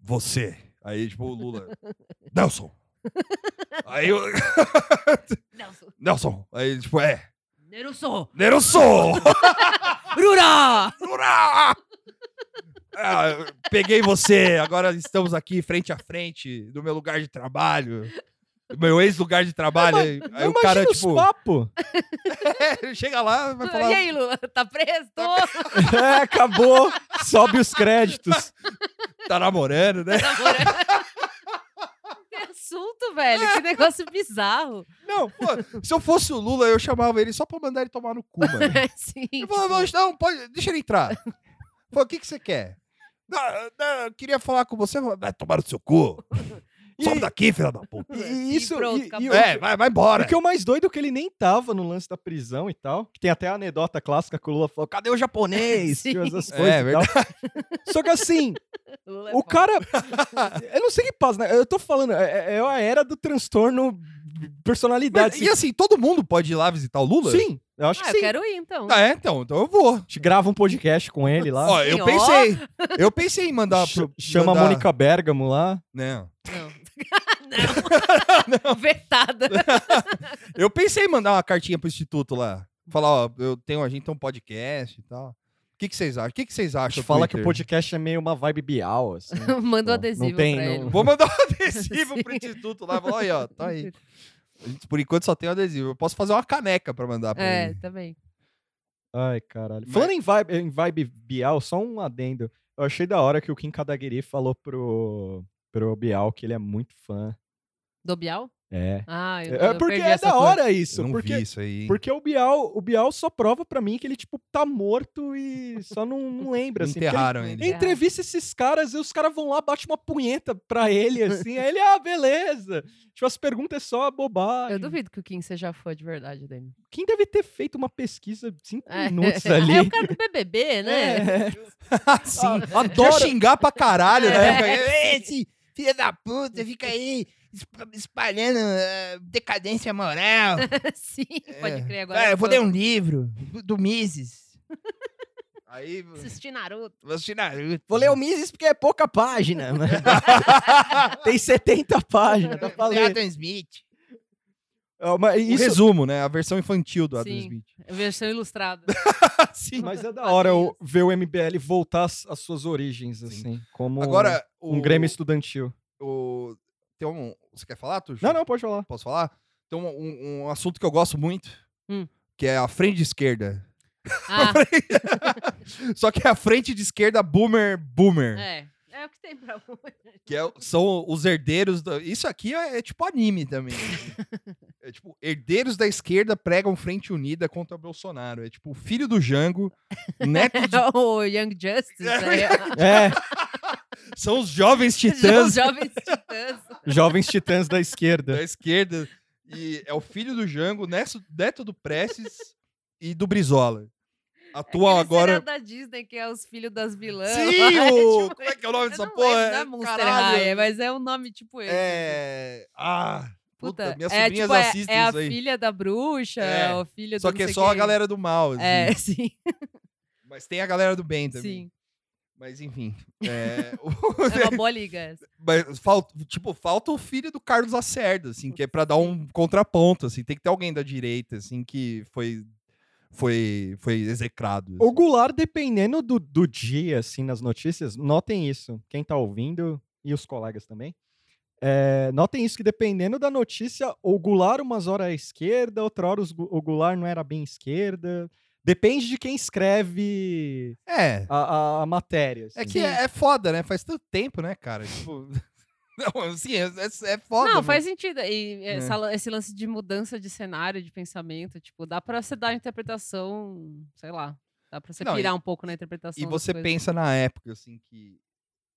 B: você. Aí, tipo, o Lula. Nelson! Aí o.
D: Nelson.
B: Nelson! Aí, tipo, é.
D: Nerusson.
B: Nelson!
D: Rura!
B: Ura! Ah, peguei você, agora estamos aqui frente a frente do meu lugar de trabalho. Meu ex-lugar de trabalho. aí aí
C: Eu
B: o cara,
C: imagino os
B: tipo,
C: papo.
B: ele chega lá e vai falar.
D: E aí, Lula? Tá preso? Tô,
C: É, acabou. Sobe os créditos.
B: Tá namorando, né?
D: namorando. Que assunto, velho. Que negócio bizarro.
B: Não, pô, se eu fosse o Lula, eu chamava ele só pra mandar ele tomar no cu, mano.
D: É, Sim.
B: Eu falava, "Não, não, pode, deixa ele entrar. Pô, o que, que você quer? "Não, não, eu queria falar com você. Eu falava, Vai tomar no seu cu. Sobe daqui, filha da puta.
C: E
D: E
C: isso.
D: pronto,
C: e- e
D: acabou.
C: o-
B: É, vai, vai embora.
C: O que é o mais doido é que ele nem tava no lance da prisão e tal. Que tem até a anedota clássica que o Lula falou: cadê o japonês?
D: Sim.
C: Tinha essas
B: É,
C: coisas e tal. Só que assim,
D: Lula é
C: o
D: foda.
C: cara. Eu não sei que passa, né? Eu tô falando, é, é a era do transtorno de personalidade.
B: Mas, e assim, todo mundo pode ir lá visitar o Lula?
C: assim. Sim, eu acho
D: Ah,
C: que
D: eu
C: sim. Tá.
D: quero ir, então.
B: Ah, é, então, então eu vou.
C: A gente grava um podcast com ele lá.
B: Ó, eu
D: Sim, ó.
B: pensei. Eu pensei em mandar.
C: ch-
B: pro-
C: chama
B: mandar- né?
C: a Mônica Bergamo lá.
B: Não.
D: Não. não. Vetada.
B: Eu pensei em mandar uma cartinha pro instituto lá. Falar, ó, eu tenho, a gente tem um podcast e tal. O que, que vocês acham? O que, que vocês
C: A gente
B: acham?
C: fala que o
B: Twitter?
C: podcast é meio uma vibe bial, assim.
D: Manda um
C: Não
D: adesivo
C: tem,
D: pra ele.
C: não-
B: Vou mandar um adesivo pro
D: Sim.
B: instituto lá. Falar, aí, ó, tá aí. A gente, por enquanto só tem um adesivo. Eu posso fazer uma caneca pra mandar pra
D: É,
B: ele.
D: também.
C: Ai, caralho.
B: Mas-
C: Falando em vibe, em vibe Bial, só um adendo. Eu achei da hora que o Kim Kadaguiri falou pro, pro Bial que ele é muito fã.
D: Do Bial?
C: É.
D: Ah, eu,
C: É
D: eu
C: porque
D: perdi
C: é
D: essa
C: da
D: cor.
C: hora
B: Eu
C: isso.
B: não
C: porque
B: vi isso aí. hein?
C: porque o, Bial, o Bial só prova pra mim que ele, tipo, tá morto e só não, não lembra. Assim, porque ele-
B: Enterraram
D: ele-
B: ele.
C: ele entrevista esses caras e os caras vão lá, bate uma punheta pra ele, assim. aí ele, ah, beleza. Tipo, as perguntas é só bobagem.
D: Eu duvido que o Kim seja fã de verdade dele.
C: Quem deve ter feito uma pesquisa de cinco
D: É.
C: minutos
D: É
C: ali?
D: o cara do BBB, né?
C: É.
B: Ah, Sim.
C: adoro.
B: Já xingar pra caralho, né?
D: É.
B: Esse filho da puta fica aí esp- espalhando eh, decadência moral.
D: Sim, pode
B: É.
D: crer agora.
B: Ah, eu vou ler
D: tô
B: um livro do, do Mises. Aí, vou
D: Assistir Naruto.
B: assistir Naruto.
C: Vou ler o Mises porque é pouca página. mano. Tem 70 páginas, dá pra
B: Vou ler
C: ler.
B: Adam Smith.
C: Ah, mas
B: O
C: Isso,
B: resumo, né? A versão infantil do Adam
D: Sim.
B: Smith.
D: É Versão ilustrada.
B: Sim.
C: mas é da hora eu ver o MBL voltar às às suas origens, assim. Como
B: Agora,
C: um
B: o-
C: Grêmio estudantil.
B: o- tem um- Você quer falar, Tuxo?
C: Não, não, pode falar.
B: Posso falar? Tem um, um- um assunto que eu gosto muito,
D: Hum.
B: que é a frente de esquerda.
D: Ah,
B: Só que é a frente de esquerda boomer boomer.
D: é. É o que tem pra hoje.
B: Que é- são os herdeiros. do- Isso aqui é, é tipo anime também. assim. é tipo, herdeiros da esquerda pregam frente unida contra Bolsonaro. É tipo, o filho do Jango, neto É de-
D: o Young Justice. né?
C: É,
B: são os jovens
D: Os
B: titãs
D: jovens titãs.
C: jovens titãs da esquerda.
B: da esquerda. E é o filho do Jango, neto, neto do Prestes e do Brizola. Atuam
D: Aquele seriado
B: agora.
D: da Disney, que é os filhos das vilãs.
B: Sim,
D: lá,
B: o...
D: tipo,
B: como é que é o nome
D: eu
B: dessa
D: não
B: porra?
D: lembro,
B: É,
D: não é Monster
B: caralho.
D: High, mas é um nome tipo esse.
B: É. Ah. Puta, minhas
D: é,
B: sobrinhas
D: tipo, é-
B: assistem
D: é,
B: isso aí.
D: a filha da bruxa,
B: É,
D: é o filho
B: Só
D: do
B: que
D: não
B: é
D: sei
B: só a
D: quem.
B: galera do mal. assim.
D: É, sim,
B: Mas tem a galera do bem também.
D: sim.
B: Mas enfim. é, o-
D: É uma boa liga. essa.
B: mas falta, tipo, falta o filho do Carlos Lacerda, assim, que é pra dar um contraponto, assim. Tem que ter alguém da direita, assim, que foi foi foi execrado.
C: O
B: assim.
C: Goulart, dependendo do, do dia, assim, nas notícias, notem isso. Quem tá ouvindo e os colegas também. é, notem isso, que dependendo da notícia, o Goulart umas horas é esquerda, outra hora os Gu- o Goulart não era bem esquerda. Depende de quem escreve
B: É.
C: a, a- a matéria.
B: É
C: assim.
B: que é, é foda, né? Faz tanto tempo, né, cara? Tipo, não, assim, é, é- é foda.
D: Não,
B: mano.
D: faz sentido. E
B: É.
D: essa lan- esse lance de mudança de cenário, de pensamento, tipo, dá pra você dar interpretação, sei lá. Dá pra você
B: Não, e-
D: pirar um pouco na interpretação.
B: E
D: das
B: você
D: coisas.
B: pensa na época, assim, que.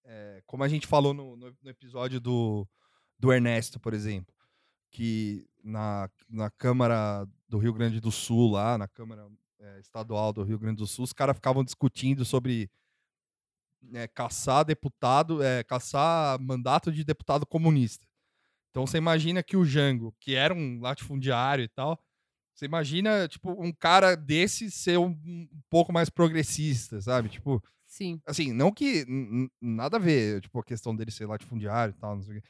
B: é, como a gente falou no, no- no episódio do, do Ernesto, por exemplo, que na, na Câmara do Rio Grande do Sul, lá, na Câmara é, Estadual do Rio Grande do Sul, os caras ficavam discutindo sobre né, caçar deputado, é, caçar mandato de deputado comunista. Então você imagina que o Jango, que era um latifundiário e tal, você imagina, tipo, um cara desse ser um, um pouco mais progressista, sabe? Tipo,
D: Sim.
B: assim, não que n- n- nada a ver, tipo, a questão dele ser latifundiário e tal, não sei o quê.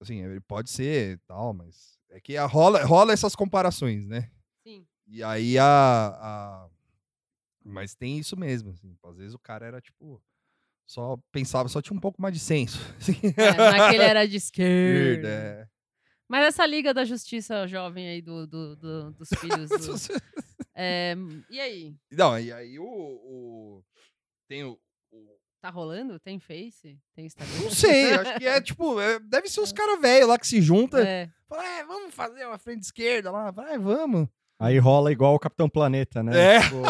B: Assim, ele pode ser e tal, mas é que a- rola, rola essas comparações, né?
D: Sim.
B: E aí a, a- Mas tem isso mesmo, assim. Às vezes o cara era, tipo, só pensava, só tinha um pouco mais de senso. assim.
D: É, não é que ele era de esquerda.
B: É.
D: Mas essa Liga da Justiça Jovem aí do, do- do- dos filhos. do- É, e aí?
B: Não, e aí o. o- Tem o. o-
D: Tá rolando? Tem Face? Tem Instagram?
B: Não sei, acho que é tipo. é- deve ser os caras velhos lá que se juntam.
D: É.
B: Fala, é, vamos fazer uma frente esquerda lá. Vai, "É, vamos.
C: Aí rola igual o Capitão Planeta, né?
B: É.
C: Tipo,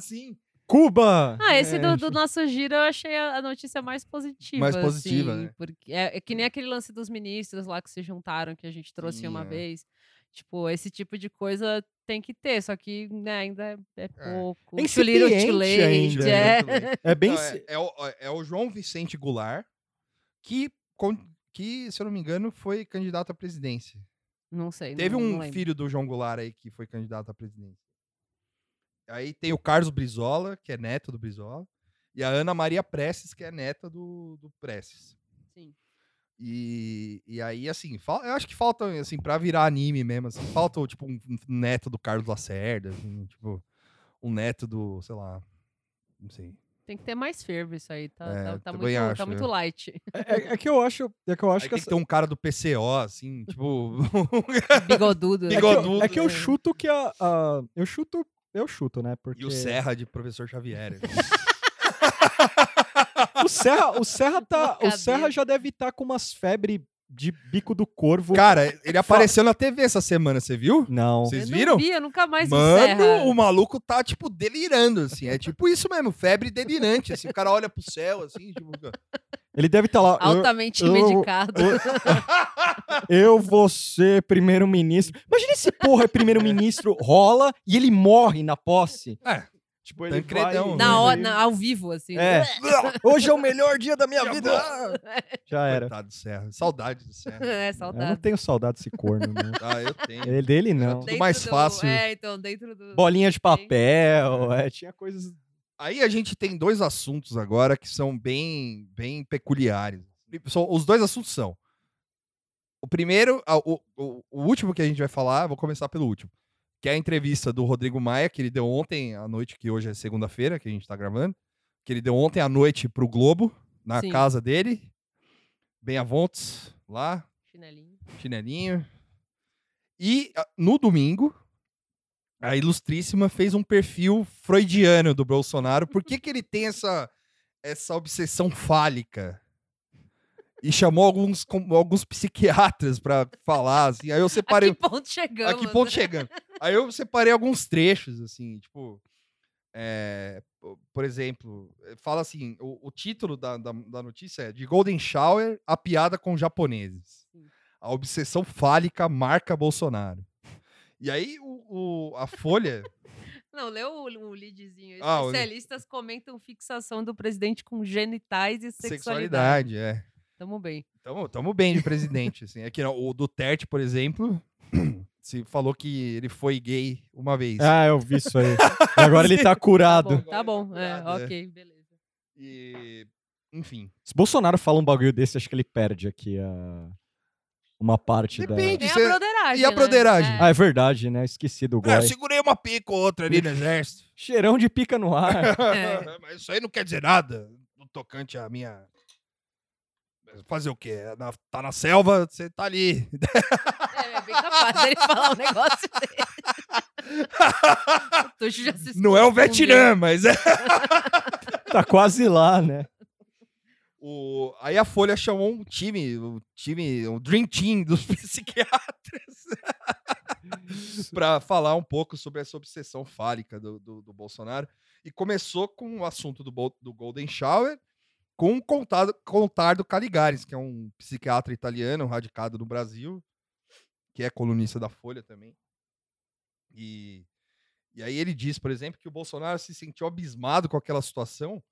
B: Sim.
C: Cuba!
D: Ah, esse
B: É,
D: do, do nosso giro eu achei a a notícia mais positiva.
B: Mais positiva,
D: assim,
B: né?
D: Porque é, é que nem aquele lance dos ministros lá que se juntaram, que a gente trouxe
B: Sim,
D: uma
B: é.
D: vez. Tipo, esse tipo de coisa tem que ter, só que né, ainda é, é pouco. Too little, too
C: Incipiente
D: late,
C: ainda,
B: né?
D: é.
C: É bem.
B: Não,
C: se-
B: é, é o, é o João Vicente Goulart, que, con- que, se eu não me engano, foi candidato à presidência.
D: Não sei.
B: Teve
D: não- não
B: um
D: lembro.
B: filho do João Goulart aí que foi candidato à presidência. Aí tem o Carlos Brizola, que é neto do Brizola, e a Ana Maria Prestes, que é neta do, do Prestes.
D: Sim.
B: E, e aí, assim, fal- eu acho que falta, assim, pra virar anime mesmo, assim, falta, tipo, um, um neto do Carlos Lacerda, assim, tipo, um neto do, sei lá, não sei.
D: Tem que ter mais fervo isso aí. Tá,
B: É,
D: tá-
B: eu
D: tá
B: também
D: muito, tá
B: acho,
D: muito
B: é.
D: light.
C: É, é que eu acho. É que eu acho
B: Acho
C: que
B: tem
C: essa-
B: que ter um cara do PCO, assim, tipo.
D: Bigodudo. né?
C: É que, eu,
B: Bigodudo,
C: é que eu
D: né?
C: chuto que a, a- Eu chuto. Eu chuto, né? Porque.
B: e o Serra de Professor Xavier. assim.
C: O Serra, o Serra tá. O
D: Nunca
C: Serra
D: vi.
C: já deve estar com umas febres de bico do corvo.
B: Cara, ele apareceu na TV essa semana, você viu?
C: Não.
B: Vocês
D: Eu
B: viram?
D: Não vi, eu nunca mais vi Serra.
B: Mano, o maluco tá, tipo, delirando, assim. É tipo isso mesmo, febre delirante, assim. O cara olha pro céu, assim, tipo...
C: Ele deve estar lá. eu-
D: Altamente
C: eu-
D: medicado.
C: Eu vou ser primeiro-ministro. Imagina esse porra é primeiro-ministro, rola e ele morre na posse.
B: É.
C: Tipo,
B: Tancredão, né?
D: Na hora, na- ao vivo, assim.
C: É. Hoje é o melhor dia da minha vida. Já era.
B: Coitado do Serra. Saudade do Serra.
D: É,
C: Eu não
D: saudade.
C: tenho saudade desse corno, né?
B: Ah, eu tenho.
C: É Dele não.
B: tudo mais fácil.
D: É, então, dentro do.
C: Bolinha de papel, é, tinha coisas.
B: Aí a gente tem dois assuntos agora que são bem, bem peculiares. assim. São- os dois assuntos são. O primeiro, ah, o, o- o último que a gente vai falar, vou começar pelo último. Que é a entrevista do Rodrigo Maia, que ele deu ontem à noite, que hoje é segunda-feira, que a gente tá gravando. Que ele deu ontem à noite pro Globo, na
D: Sim.
B: casa dele. Bem avontes, lá,
D: Chinelinho.
B: chinelinho. E ah, no domingo, a Ilustríssima fez um perfil freudiano do Bolsonaro. Por que, que ele tem essa, essa obsessão fálica? E chamou alguns, com- alguns psiquiatras para falar, assim. Aí eu
D: A
B: separei.
D: que ponto chegamos? né?
B: A que ponto chegamos? Aí eu separei alguns trechos, assim, tipo. é, po- por exemplo, eh, fala assim: o, o título da, da, da notícia é De Golden Shower, a piada com japoneses.
D: Sim.
B: A obsessão fálica marca Bolsonaro. E aí o, o- a Folha.
D: Não, leu o, o leadzinho. aí.
B: Ah, o-
D: Especialistas comentam fixação do presidente com genitais e sexualidade.
B: sexualidade, é.
D: Tamo bem.
B: Tamo, tamo bem de presidente, assim. É que não, o Duterte, por exemplo, se falou que ele foi gay uma vez.
C: Ah, eu vi isso aí. E agora ele tá
D: Tá
C: curado.
D: bom, tá bom. É,
B: Curado, é.
D: ok, beleza.
B: E, enfim.
C: Se Bolsonaro fala um bagulho desse, acho que ele perde aqui a... uma parte
B: Depende.
C: da.
D: Tem a
B: Cê-
D: broderagem.
B: e a
D: né?
B: broderagem?
D: É.
C: Ah, é verdade, né? Esqueci do
B: Ah, eu
C: goi.
B: segurei uma pica ou outra ali no exército.
C: Cheirão de pica no ar.
D: É.
B: Mas isso aí não quer dizer nada no tocante à minha. Fazer o quê? É na- Tá na selva, você tá ali.
D: É, é bem capaz dele falar um negócio dele. O Tuxo já se
B: Não é o
D: confundiu.
B: Vietnã, mas é.
C: Tá quase lá, né?
B: O... Aí a Folha chamou um time, um time, um Dream Team dos psiquiatras, pra falar um pouco sobre essa obsessão fálica do, do, do Bolsonaro. E começou com o assunto do, Bol- do Golden Shower, com o contado, Contardo Caligares, que é um psiquiatra italiano radicado no Brasil, que é colunista da Folha também. E, e aí ele diz, por exemplo, que o Bolsonaro se sentiu abismado com aquela situação,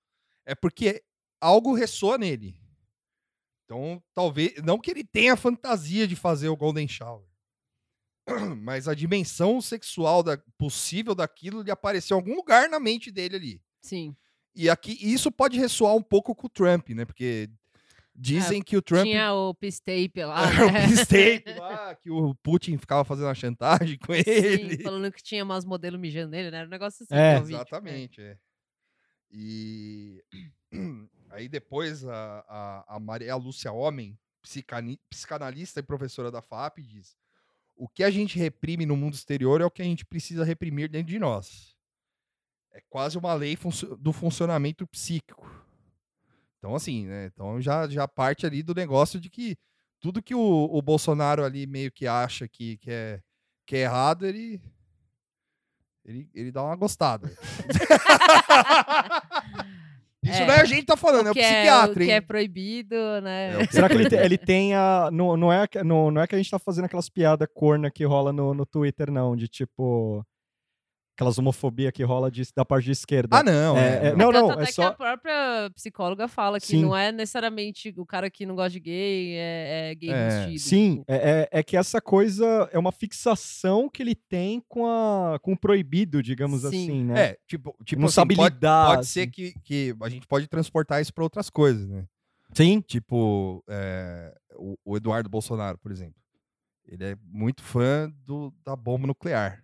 B: é porque algo ressoa nele. Então, talvez. Não que ele tenha a fantasia de fazer o Golden Shower. Mas a dimensão sexual da, possível daquilo lhe apareceu em algum lugar na mente dele ali.
D: Sim.
B: E aqui e isso pode ressoar um pouco com o Trump, né? Porque dizem que o Trump
D: É, Tinha o pistape lá.
B: era
D: né?
B: um mistake lá, que o Putin ficava fazendo a chantagem com ele.
D: Sim, falando que tinha umas modelos mijando nele, né? Era um negócio assim.
C: É.
D: que eu vi, tipo,
B: Exatamente, é. E aí depois a, a, a Maria é Lúcia Homem, psicani- psicanalista e professora da FAP, diz: o que a gente reprime no mundo exterior é o que a gente precisa reprimir dentro de nós. É quase uma lei funcio- do funcionamento psíquico. Então, assim, né? Então já, já parte ali do negócio de que tudo que o, o Bolsonaro ali meio que acha que, que, é, que é errado, ele. Ele, ele dá uma gostada. Isso
D: É.
B: não é a gente que tá falando, é o
D: que é-
B: psiquiatra,
D: o que
B: hein?
D: é proibido, né?
B: É, o que
C: Será que ele, te- ele tem a. Não, não, é, que- não, não é que a gente tá fazendo aquelas piadas corna que rola no, no Twitter, não, de tipo. Aquelas homofobia que rola de- da parte de esquerda.
B: Ah, não.
C: É,
B: é,
C: é, não,
D: Tanto
C: não,
D: até
C: é
D: que
C: só.
D: a própria psicóloga fala que
C: Sim.
D: não é necessariamente o cara que não gosta de gay é, é gay
B: É.
D: vestido.
C: Sim,
D: tipo.
C: é, é, é que essa coisa é uma fixação que ele tem com, a, com o proibido, digamos
D: Sim.
C: assim, né?
B: É, tipo, tipo
C: não
B: assim,
C: sabe
B: pode,
C: lidar.
B: pode ser
C: assim.
B: que, que a gente pode transportar isso para outras coisas, né?
C: Sim.
B: Tipo, é, o, o Eduardo Bolsonaro, por exemplo. Ele é muito fã do, da bomba nuclear.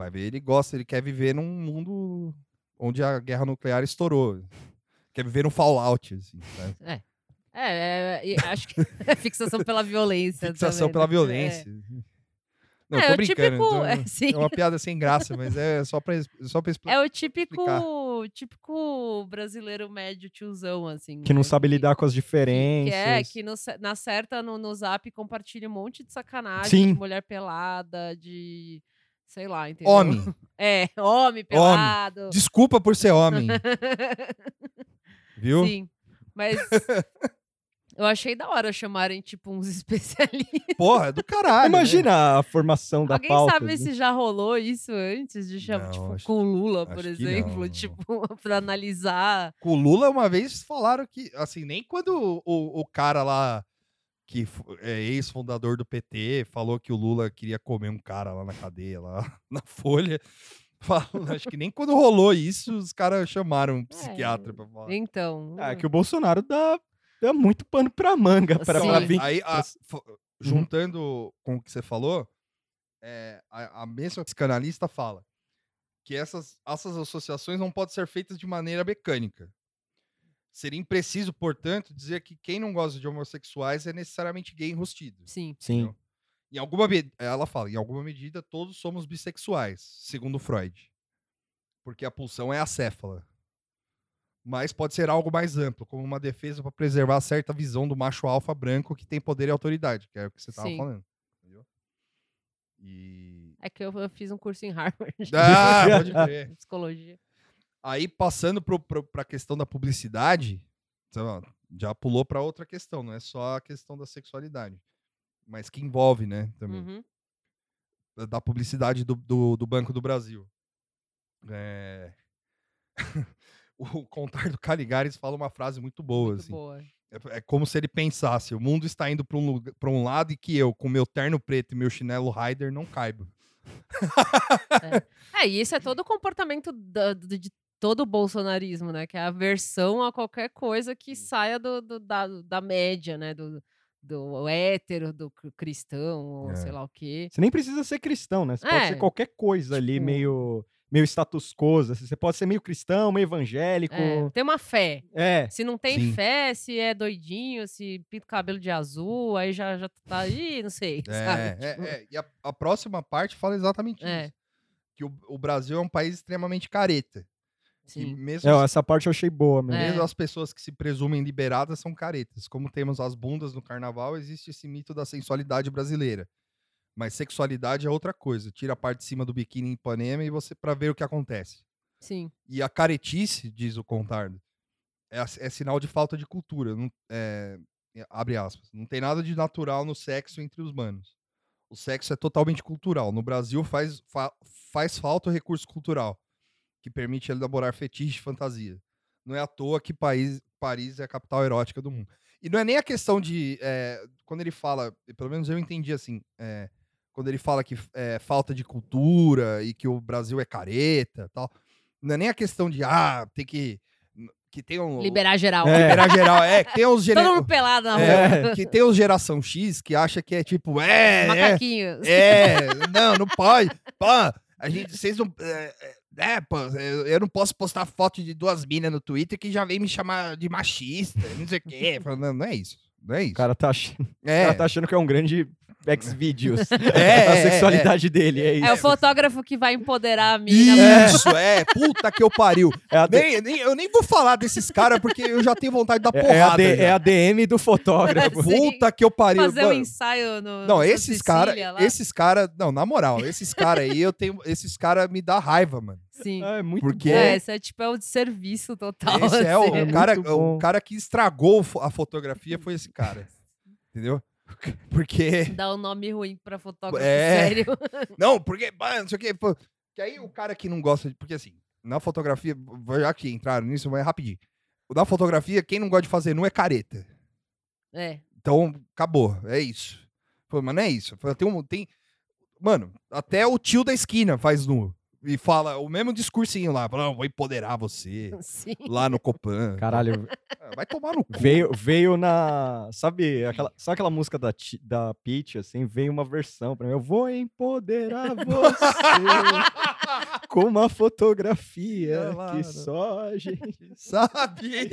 B: Vai ver, ele gosta, ele quer viver num mundo onde a guerra nuclear estourou. Quer viver num Fallout, assim, sabe?
D: É, é, e acho que é fixação pela violência.
B: Fixação
D: também,
B: pela
D: né?
B: violência. assim. Não,
D: É,
B: tô
D: é o
B: brincando.
D: típico.
C: então,
B: tô-
D: É, sim.
B: É uma piada sem graça, mas é só pra, es- só pra explicar.
D: É o típico, típico brasileiro médio tiozão, assim.
C: Que não
D: né?
C: sabe lidar com as diferenças.
D: Que é, que no, ce- na certa, no, no zap, compartilha um monte de sacanagem.
C: Sim.
D: De mulher pelada, de... Sei lá, entendeu?
B: Homem,
D: É, homem pelado.
B: desculpa por ser homem, viu?
D: Sim, mas... Eu achei da hora chamarem, tipo, uns especialistas.
B: Porra, é do caralho. né?
C: Imagina a formação da
D: Alguém
C: pauta.
D: sabe
C: né?
D: se já rolou isso antes de chamar,
B: Não,
D: tipo,
B: acho-
D: com o Lula, por
B: acho que não,
D: exemplo,
B: não.
D: tipo, pra analisar.
B: Com o Lula, uma vez falaram que, assim, nem quando o, o- o cara lá, que fo- é ex-fundador do PT, falou que o Lula queria comer um cara lá na cadeia, lá na Folha. falam- acho que nem quando rolou isso, os caras chamaram um psiquiatra pra falar.
D: Então...
C: Ah, é que o Bolsonaro dá, dá muito pano pra manga pra, pra
D: Sim.
C: vir.
B: Aí, a-
C: pra- Uhum.
B: fo- juntando com o que você falou, é, a, a mesma psicanalista fala que essas, essas associações não podem ser feitas de maneira mecânica. Seria impreciso, portanto, dizer que quem não gosta de homossexuais é necessariamente gay enrustido.
D: Sim.
C: Sim.
B: Em alguma me- ela fala, em alguma medida todos somos bissexuais, segundo Freud. Porque a pulsão é acéfala. Mas pode ser algo mais amplo, como uma defesa para preservar certa visão do macho alfa branco que tem poder e autoridade, que é o que você estava
D: Sim.
B: falando. Entendeu? E.
D: É que eu, eu fiz um curso em Harvard.
B: Ah, pode crer.
D: de Psicologia.
B: Aí, passando para a questão da publicidade, sei lá, já pulou para outra questão, não é só a questão da sexualidade, mas que envolve, né, também.
D: Uhum.
B: da- da publicidade do, do, do Banco do Brasil. É, o Contar do Caligares fala uma frase muito boa.
D: Muito
B: assim.
D: boa.
B: É, é como se ele pensasse: o mundo está indo para um, lugar- pra um lado e que eu, com meu terno preto e meu chinelo Raider, não caibo.
D: É, e isso é todo o comportamento da- do- de todo o bolsonarismo, né? Que é a aversão a qualquer coisa que saia do, do- da, da média, né? Do, do hétero, do cr- cristão, ou
B: É.
D: sei lá o quê.
C: Você nem precisa ser cristão, né? Você pode
D: É.
C: ser qualquer coisa ali,
D: Tipo-
C: meio, meio status quo. assim, Você pode ser meio cristão, meio evangélico.
D: É, tem uma fé.
C: É.
D: Se não tem
B: Sim.
D: fé, se é doidinho, se pinta o cabelo de azul, aí já, já tá aí, não sei.
B: É,
D: sabe?
B: é,
D: Tipo,
B: é, E a, a próxima parte fala exatamente
D: É.
B: isso: que o, o Brasil é um país extremamente careta. E
D: sim.
B: mesmo
C: É, ó, essa parte eu achei boa mesmo.
D: É.
B: Mesmo as pessoas que se presumem liberadas são caretas. Como temos as bundas no carnaval, existe esse mito da sensualidade brasileira. Mas sexualidade é outra coisa. Tira a parte de cima do biquíni em Ipanema e você para ver o que acontece.
D: Sim.
B: E a caretice, diz o Contardo, é, a- é sinal de falta de cultura. Não, é, é, abre aspas. Não tem nada de natural no sexo entre os manos. O sexo é totalmente cultural. No Brasil faz, fa- faz falta o recurso cultural, que permite elaborar fetiche e fantasia. Não é à toa que país, Paris é a capital erótica do mundo. E não é nem a questão de. é, quando ele fala, pelo menos eu entendi assim, é, quando ele fala que é, falta de cultura e que o Brasil é careta tal não é nem a questão de, ah, tem que. Que tem um.
D: Liberar geral.
C: É.
B: Liberar geral, é. Que tem os gene-
D: Todo mundo pelado na rua.
B: é, que tem os geração X que acha que é tipo, é. é,
D: Macaquinhos.
B: É, não, não pode. Pô, a gente, vocês não. É, é, é, pô, eu eu não posso postar foto de duas minas no Twitter que já vem me chamar de machista, não sei o quê. Fala, Não, não é isso. Não é isso.
C: O cara tá, ach- o
B: é.
C: cara tá achando que é um grande ex-vídeos.
B: É,
C: a
B: é, é,
C: sexualidade dele, é isso.
D: É o fotógrafo que vai empoderar a mina.
B: Isso, é. Puta que eu pariu.
C: É a, D-
B: Nem, nem- eu nem vou falar desses caras porque eu já tenho vontade da
C: é- é
B: porrada.
C: a D-
B: já.
C: é a DM do fotógrafo.
D: Sim.
B: Puta que eu pariu.
D: fazer um
B: mano.
D: ensaio no.
B: Não,
D: na
B: esses
D: Sicília
B: caras,
D: lá.
B: esses caras, não, na moral, esses caras aí, eu tenho, esses caras me dá raiva, mano.
D: Sim.
C: É muito
B: Porque-
C: bom.
D: É, esse é tipo é o de serviço total.
B: Esse é o,
D: assim.
B: o
C: É
B: cara,
C: muito
B: o
C: bom.
B: cara que estragou fo- a fotografia foi esse cara. Entendeu? Porque
D: Dá um nome ruim pra fotógrafo
B: É.
D: sério.
B: não, porque bah, não sei o que, pô. que aí o cara que não gosta de, porque assim, na fotografia, já que entraram nisso, mas é rapidinho. Na fotografia, quem não gosta de fazer nu é careta.
D: É.
B: Então, acabou. É isso. Falei, mas não é isso. Falei, tem um, tem... Mano, até o tio da esquina faz nu. E fala o mesmo discursinho lá. Fala, "Não, vou empoderar você
D: Sim.
B: lá no Copan.
C: Caralho,
B: Ah, Vai tomar no cu.
C: veio, veio na. Sabe aquela, sabe aquela música da, Ti- da Peach, assim? Veio uma versão pra mim. Eu vou empoderar você com uma fotografia
B: Claro.
C: que só a gente.
B: Sabe?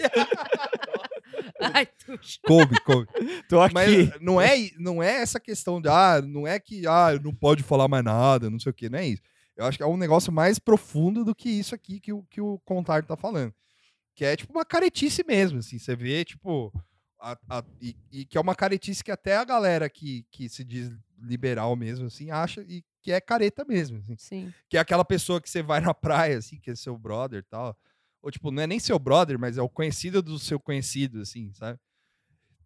D: Ai, tuxa.
B: Coube, coube.
C: Tô aqui.
B: Mas não é, i- não é essa questão de, ah, não é que, ah, não pode falar mais nada, não sei o que, não é isso. Eu acho que é um negócio mais profundo do que isso aqui que o, que o Contar tá falando. Que é tipo uma caretice mesmo, assim, você vê, tipo, a- a- e, e que é uma caretice que até a galera que, que se diz liberal mesmo, assim, acha e que é careta mesmo, assim.
D: Sim.
B: Que é aquela pessoa que você vai na praia, assim, que é seu brother e tal. Ou, tipo, não é nem seu brother, mas é o conhecido do seu conhecido, assim, sabe?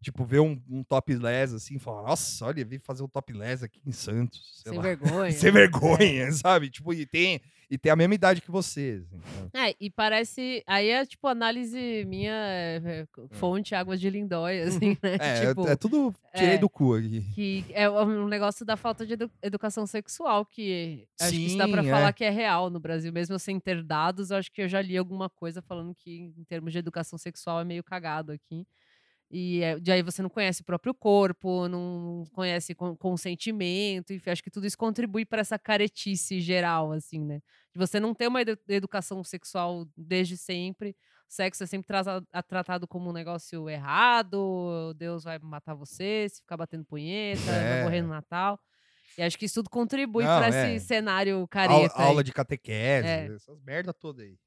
B: Tipo, ver um, um topless, assim, e falar, nossa, olha, vim fazer um topless aqui em Santos, sei
D: Sem
B: lá.
D: vergonha. É.
B: Sem vergonha, sabe? Tipo, e tem, e tem a mesma idade que você. assim, sabe?
D: É, e parece. Aí é tipo análise minha é, é, fonte águas de lindóia, assim, né?
B: Hum. É,
D: tipo,
B: é tudo tirei
D: é.
B: do cu aqui.
D: que é um negócio da falta de edu- educação sexual, que acho que isso dá pra
B: Sim, é.
D: falar que é real no Brasil, mesmo eu sem ter dados, eu acho que eu já li alguma coisa falando que em termos de educação sexual é meio cagado aqui. E é, de aí você não conhece o próprio corpo, não conhece con- consentimento, enfim, acho que tudo isso contribui para essa caretice geral, assim, né? De você não ter uma edu- educação sexual desde sempre, sexo é sempre traza- a- tratado como um negócio errado, Deus vai matar você, se ficar batendo punheta, vai
B: É.
D: morrer no Natal. E acho que isso tudo contribui
B: Não,
D: para
B: é.
D: esse cenário
B: Aula,
D: careta. aí.
B: aula de catequese,
D: É.
B: essas merda toda aí.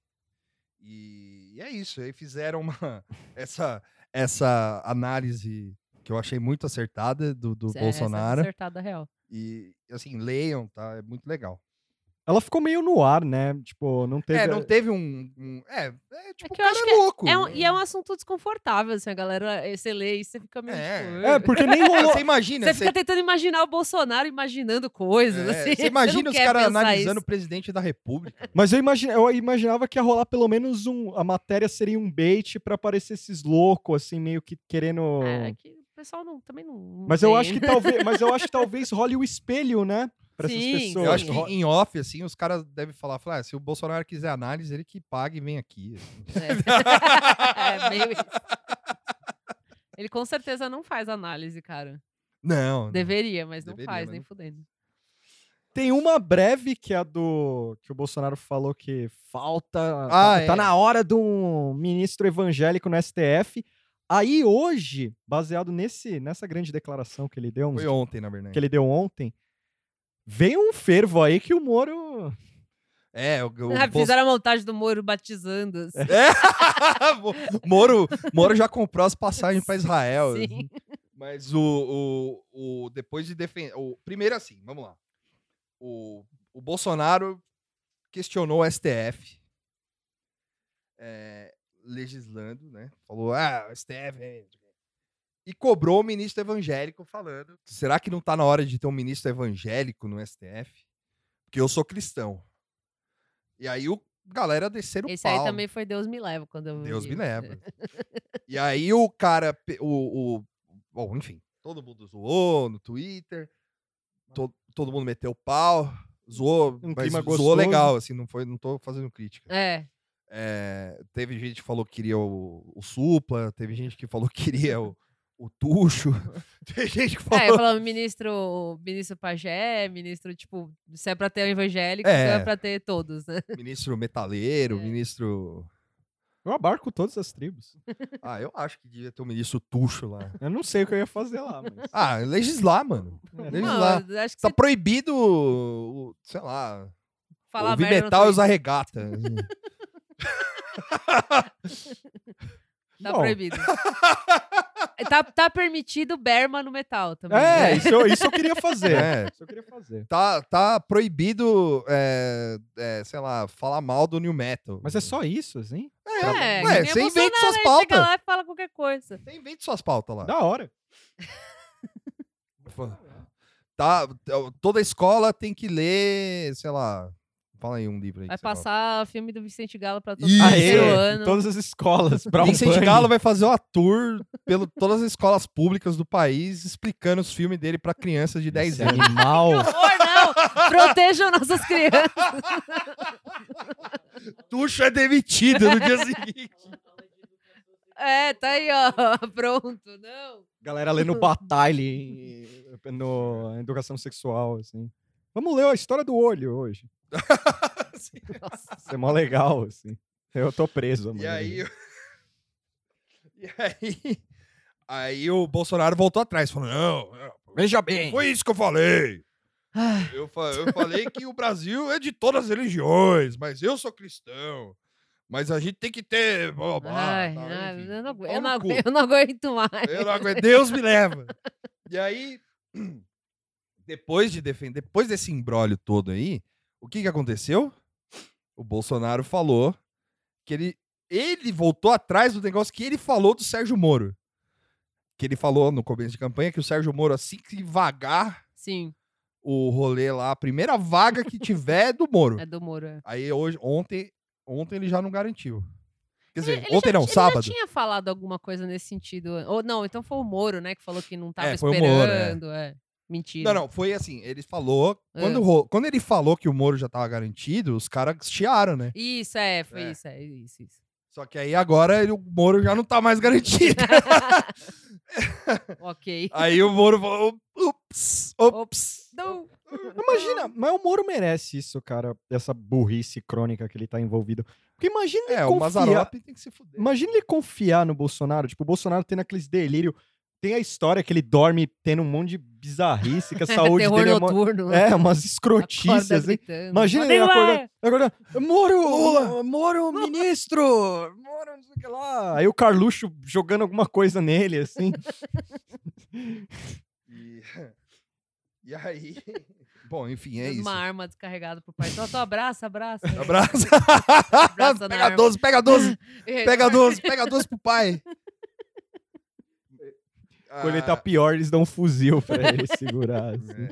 B: E, e é isso, aí fizeram uma, essa, essa análise que eu achei muito acertada do, do
D: Essa é
B: Bolsonaro.
D: acertada real.
B: E, assim, leiam, tá? É muito legal.
C: Ela ficou meio no ar, né? Tipo, não teve.
B: É, não teve um... um- é, é, tipo, o
D: que eu
B: cara
D: acho
B: é
D: que
B: louco.
D: É um- e é um assunto desconfortável, assim, a galera, eh, você lê e você fica meio
B: É.
D: tipo...
C: É, porque nem
B: Ah,
C: rolou.
B: Você imagina,
D: Você fica tentando imaginar o Bolsonaro imaginando coisas,
B: é,
D: assim.
B: você imagina
D: não
B: os
D: quer
B: caras
D: pensar
B: analisando o
D: isso.
B: presidente da república.
C: Mas eu, imagi- eu imaginava que ia rolar pelo menos um. A matéria seria um bait pra aparecer esses loucos, assim, meio que querendo.
D: É, é que o pessoal não, também não... não
C: Mas eu
D: tem,
C: acho que
D: né?
C: talvez. Mas eu acho que talvez role o espelho, né? Pra
D: Sim,
C: essas pessoas.
B: Eu acho que
D: Ro-
B: em off, assim, os caras devem falar, falar, "Ah, se o Bolsonaro quiser análise, ele que pague e vem aqui.
D: É. É meio isso. Ele com certeza não faz análise, cara.
B: Não. não.
D: Deveria, mas não
B: Deveria, né?
D: faz,
B: mas
D: nem
B: não
D: fudendo.
C: Tem uma breve que é a do. que o Bolsonaro falou que falta.
B: Ah,
C: tá, tá
B: é.
C: na hora de um ministro evangélico no STF. Aí hoje, baseado nesse, nessa grande declaração que ele deu, uns
B: Foi ontem, na verdade.
C: que ele deu ontem, veio um fervo aí que o Moro.
B: É, o, o
D: Ah,
B: Bolso-
D: fizeram a montagem do Moro batizando. assim.
B: É. Moro, Moro já comprou as passagens para Israel.
D: Sim.
B: Mas o, o, o- depois de defender. Primeiro, assim, vamos lá. O, o Bolsonaro questionou o STF, é, legislando, né? Falou, ah, o STF. né?" E cobrou o ministro evangélico falando: será que não tá na hora de ter um ministro evangélico no STF? Porque eu sou cristão. E aí o galera desceram o
D: Esse
B: um pau.
D: aí também foi Deus me leva quando eu
B: Deus
D: vi.
B: me leva. e aí o cara, pe- o, o- bom, enfim, todo mundo zoou no Twitter, to- todo mundo meteu pau, zoou,
C: Um
B: mas
C: clima
B: zoou
C: gostoso.
B: legal, assim, não foi, não tô fazendo crítica.
D: É,
B: É, teve gente que falou que queria o, o Supla, teve gente que falou que queria o, o Tuxo, teve gente que
D: é
B: falou...
D: falando ministro, ministro pajé, ministro, tipo, se é pra ter o evangélico,
B: É.
D: então é pra ter todos, né?
B: Ministro metaleiro,
D: É.
B: ministro
C: Eu abarco todas as tribos.
B: Ah, eu acho que devia ter um ministro tucho lá.
C: Eu não sei o que eu ia fazer lá, mas. é.
B: Ah, legislar, mano. Legislar.
D: Não, eu acho que
B: Tá
D: você
B: proibido, o- sei lá,
D: falar
B: ouvir
D: merda na
B: metal e
D: tua-
B: usar regata.
D: Tá
C: Bom.
D: proibido. tá, tá permitido berma no metal também.
C: É,
D: né?
C: isso eu, isso eu queria fazer.
B: É.
C: Isso eu queria fazer.
B: Tá, tá proibido, é, é, sei lá, falar mal do New Metal.
C: Mas é só isso, assim?
D: É,
B: Ué,
D: que nem o
B: você inventa
D: Bolsonaro,
B: suas
D: ele
B: pautas.
D: Chega lá e fala qualquer coisa.
B: Você inventa suas pautas lá.
C: Da hora.
B: Tá, toda escola tem que ler, sei lá, fala aí um livro aí.
D: Vai
B: que você gosta.
D: passar o filme do Vicente Galo pra todo
B: Ih,
D: mundo
B: Aê,
D: terceiro
B: é.
D: ano.
C: todas as escolas. um Brown
B: Vicente
C: Bunny.
B: Galo vai fazer uma tour pelo todas as escolas públicas do país explicando os filmes dele pra crianças de 10
C: Esse
B: anos.
C: Animal.
D: Horror, não! Protejam nossas crianças.
B: Tuxo é demitido no dia seguinte.
D: É, tá aí, ó. Pronto, não.
C: Galera lendo Bataille em- no educação sexual, assim. Vamos ler a história do olho hoje. Isso é mó legal, assim. Eu tô preso, mano.
B: E aí. E aí. Aí o Bolsonaro voltou atrás, falou: não,
C: Veja bem.
B: foi isso que eu falei.
D: Ah,
B: Eu, fa- eu falei que o Brasil é de todas as religiões, mas eu sou cristão. Mas a gente tem que ter. Blá, blá, blá,
D: ai,
B: tal,
D: ai,
B: enfim.
D: eu, não, agu-
B: Pau
D: eu, não,
B: no cu.
D: agu- eu não aguento mais.
B: Eu não aguento, Deus me leva. E aí, depois de defender, depois desse embrólio todo aí, o que que aconteceu? O Bolsonaro falou que ele ele voltou atrás do negócio que ele falou do Sérgio Moro. Que ele falou no começo de campanha que o Sérgio Moro assim que vagar
D: Sim,
B: o rolê lá, a primeira vaga que tiver é do Moro.
D: é do Moro. é.
B: Aí hoje ontem, ontem ele já não garantiu. Quer dizer,
D: Ele- ele
B: ontem
D: já
B: não,
D: ti-
B: sábado.
D: Ele já tinha falado alguma coisa nesse sentido. an- Ou não, então foi o Moro, né, que falou que não tava
B: É, foi o
D: esperando.
B: Moro, é.
D: é. Mentira.
B: Não, não, foi assim, ele falou.
D: Ah.
B: Quando, ro- quando ele falou que o Moro já tava garantido, os caras chiaram, né?
D: Isso, é, foi
B: É.
D: isso, é isso, isso.
B: Só que aí agora ele- o Moro já não tá mais garantido.
D: ok.
B: aí o Moro falou: ups, ups.
D: Não.
C: Imagina, mas o Moro merece isso, cara. Essa burrice crônica que ele tá envolvido. Porque imagina ele
B: É, o
C: confiar...
B: Mazarop tem que se fuder.
C: Imagina ele confiar no Bolsonaro. Tipo, o Bolsonaro tendo aqueles delírio. Tem a história que ele dorme tendo um monte de bizarrice, que a saúde
D: Terror
C: dele é, uma...
D: noturno.
C: é umas
D: Acorda
C: escrotices. hein?
D: gritando.
C: Imagina ele
D: Odeio
C: acordando.
D: ar!
C: acordando Moro, eh,
B: Lula!
C: Moro, ministro! Moro, não sei o que lá. Aí o Carluxo jogando alguma coisa nele, assim.
B: E, e aí. Bom, enfim, é isso.
D: Uma arma descarregada pro pai. Só, só abraça, abraça.
B: Abraça.
D: Abraça na
B: pega
D: arma.
B: 12, pega 12,
D: E aí, é
B: pega 12, pega 12 pro pai.
C: Quando ele
B: Ah,
C: tá pior, eles dão um fuzil pra ele segurar. assim.
B: É.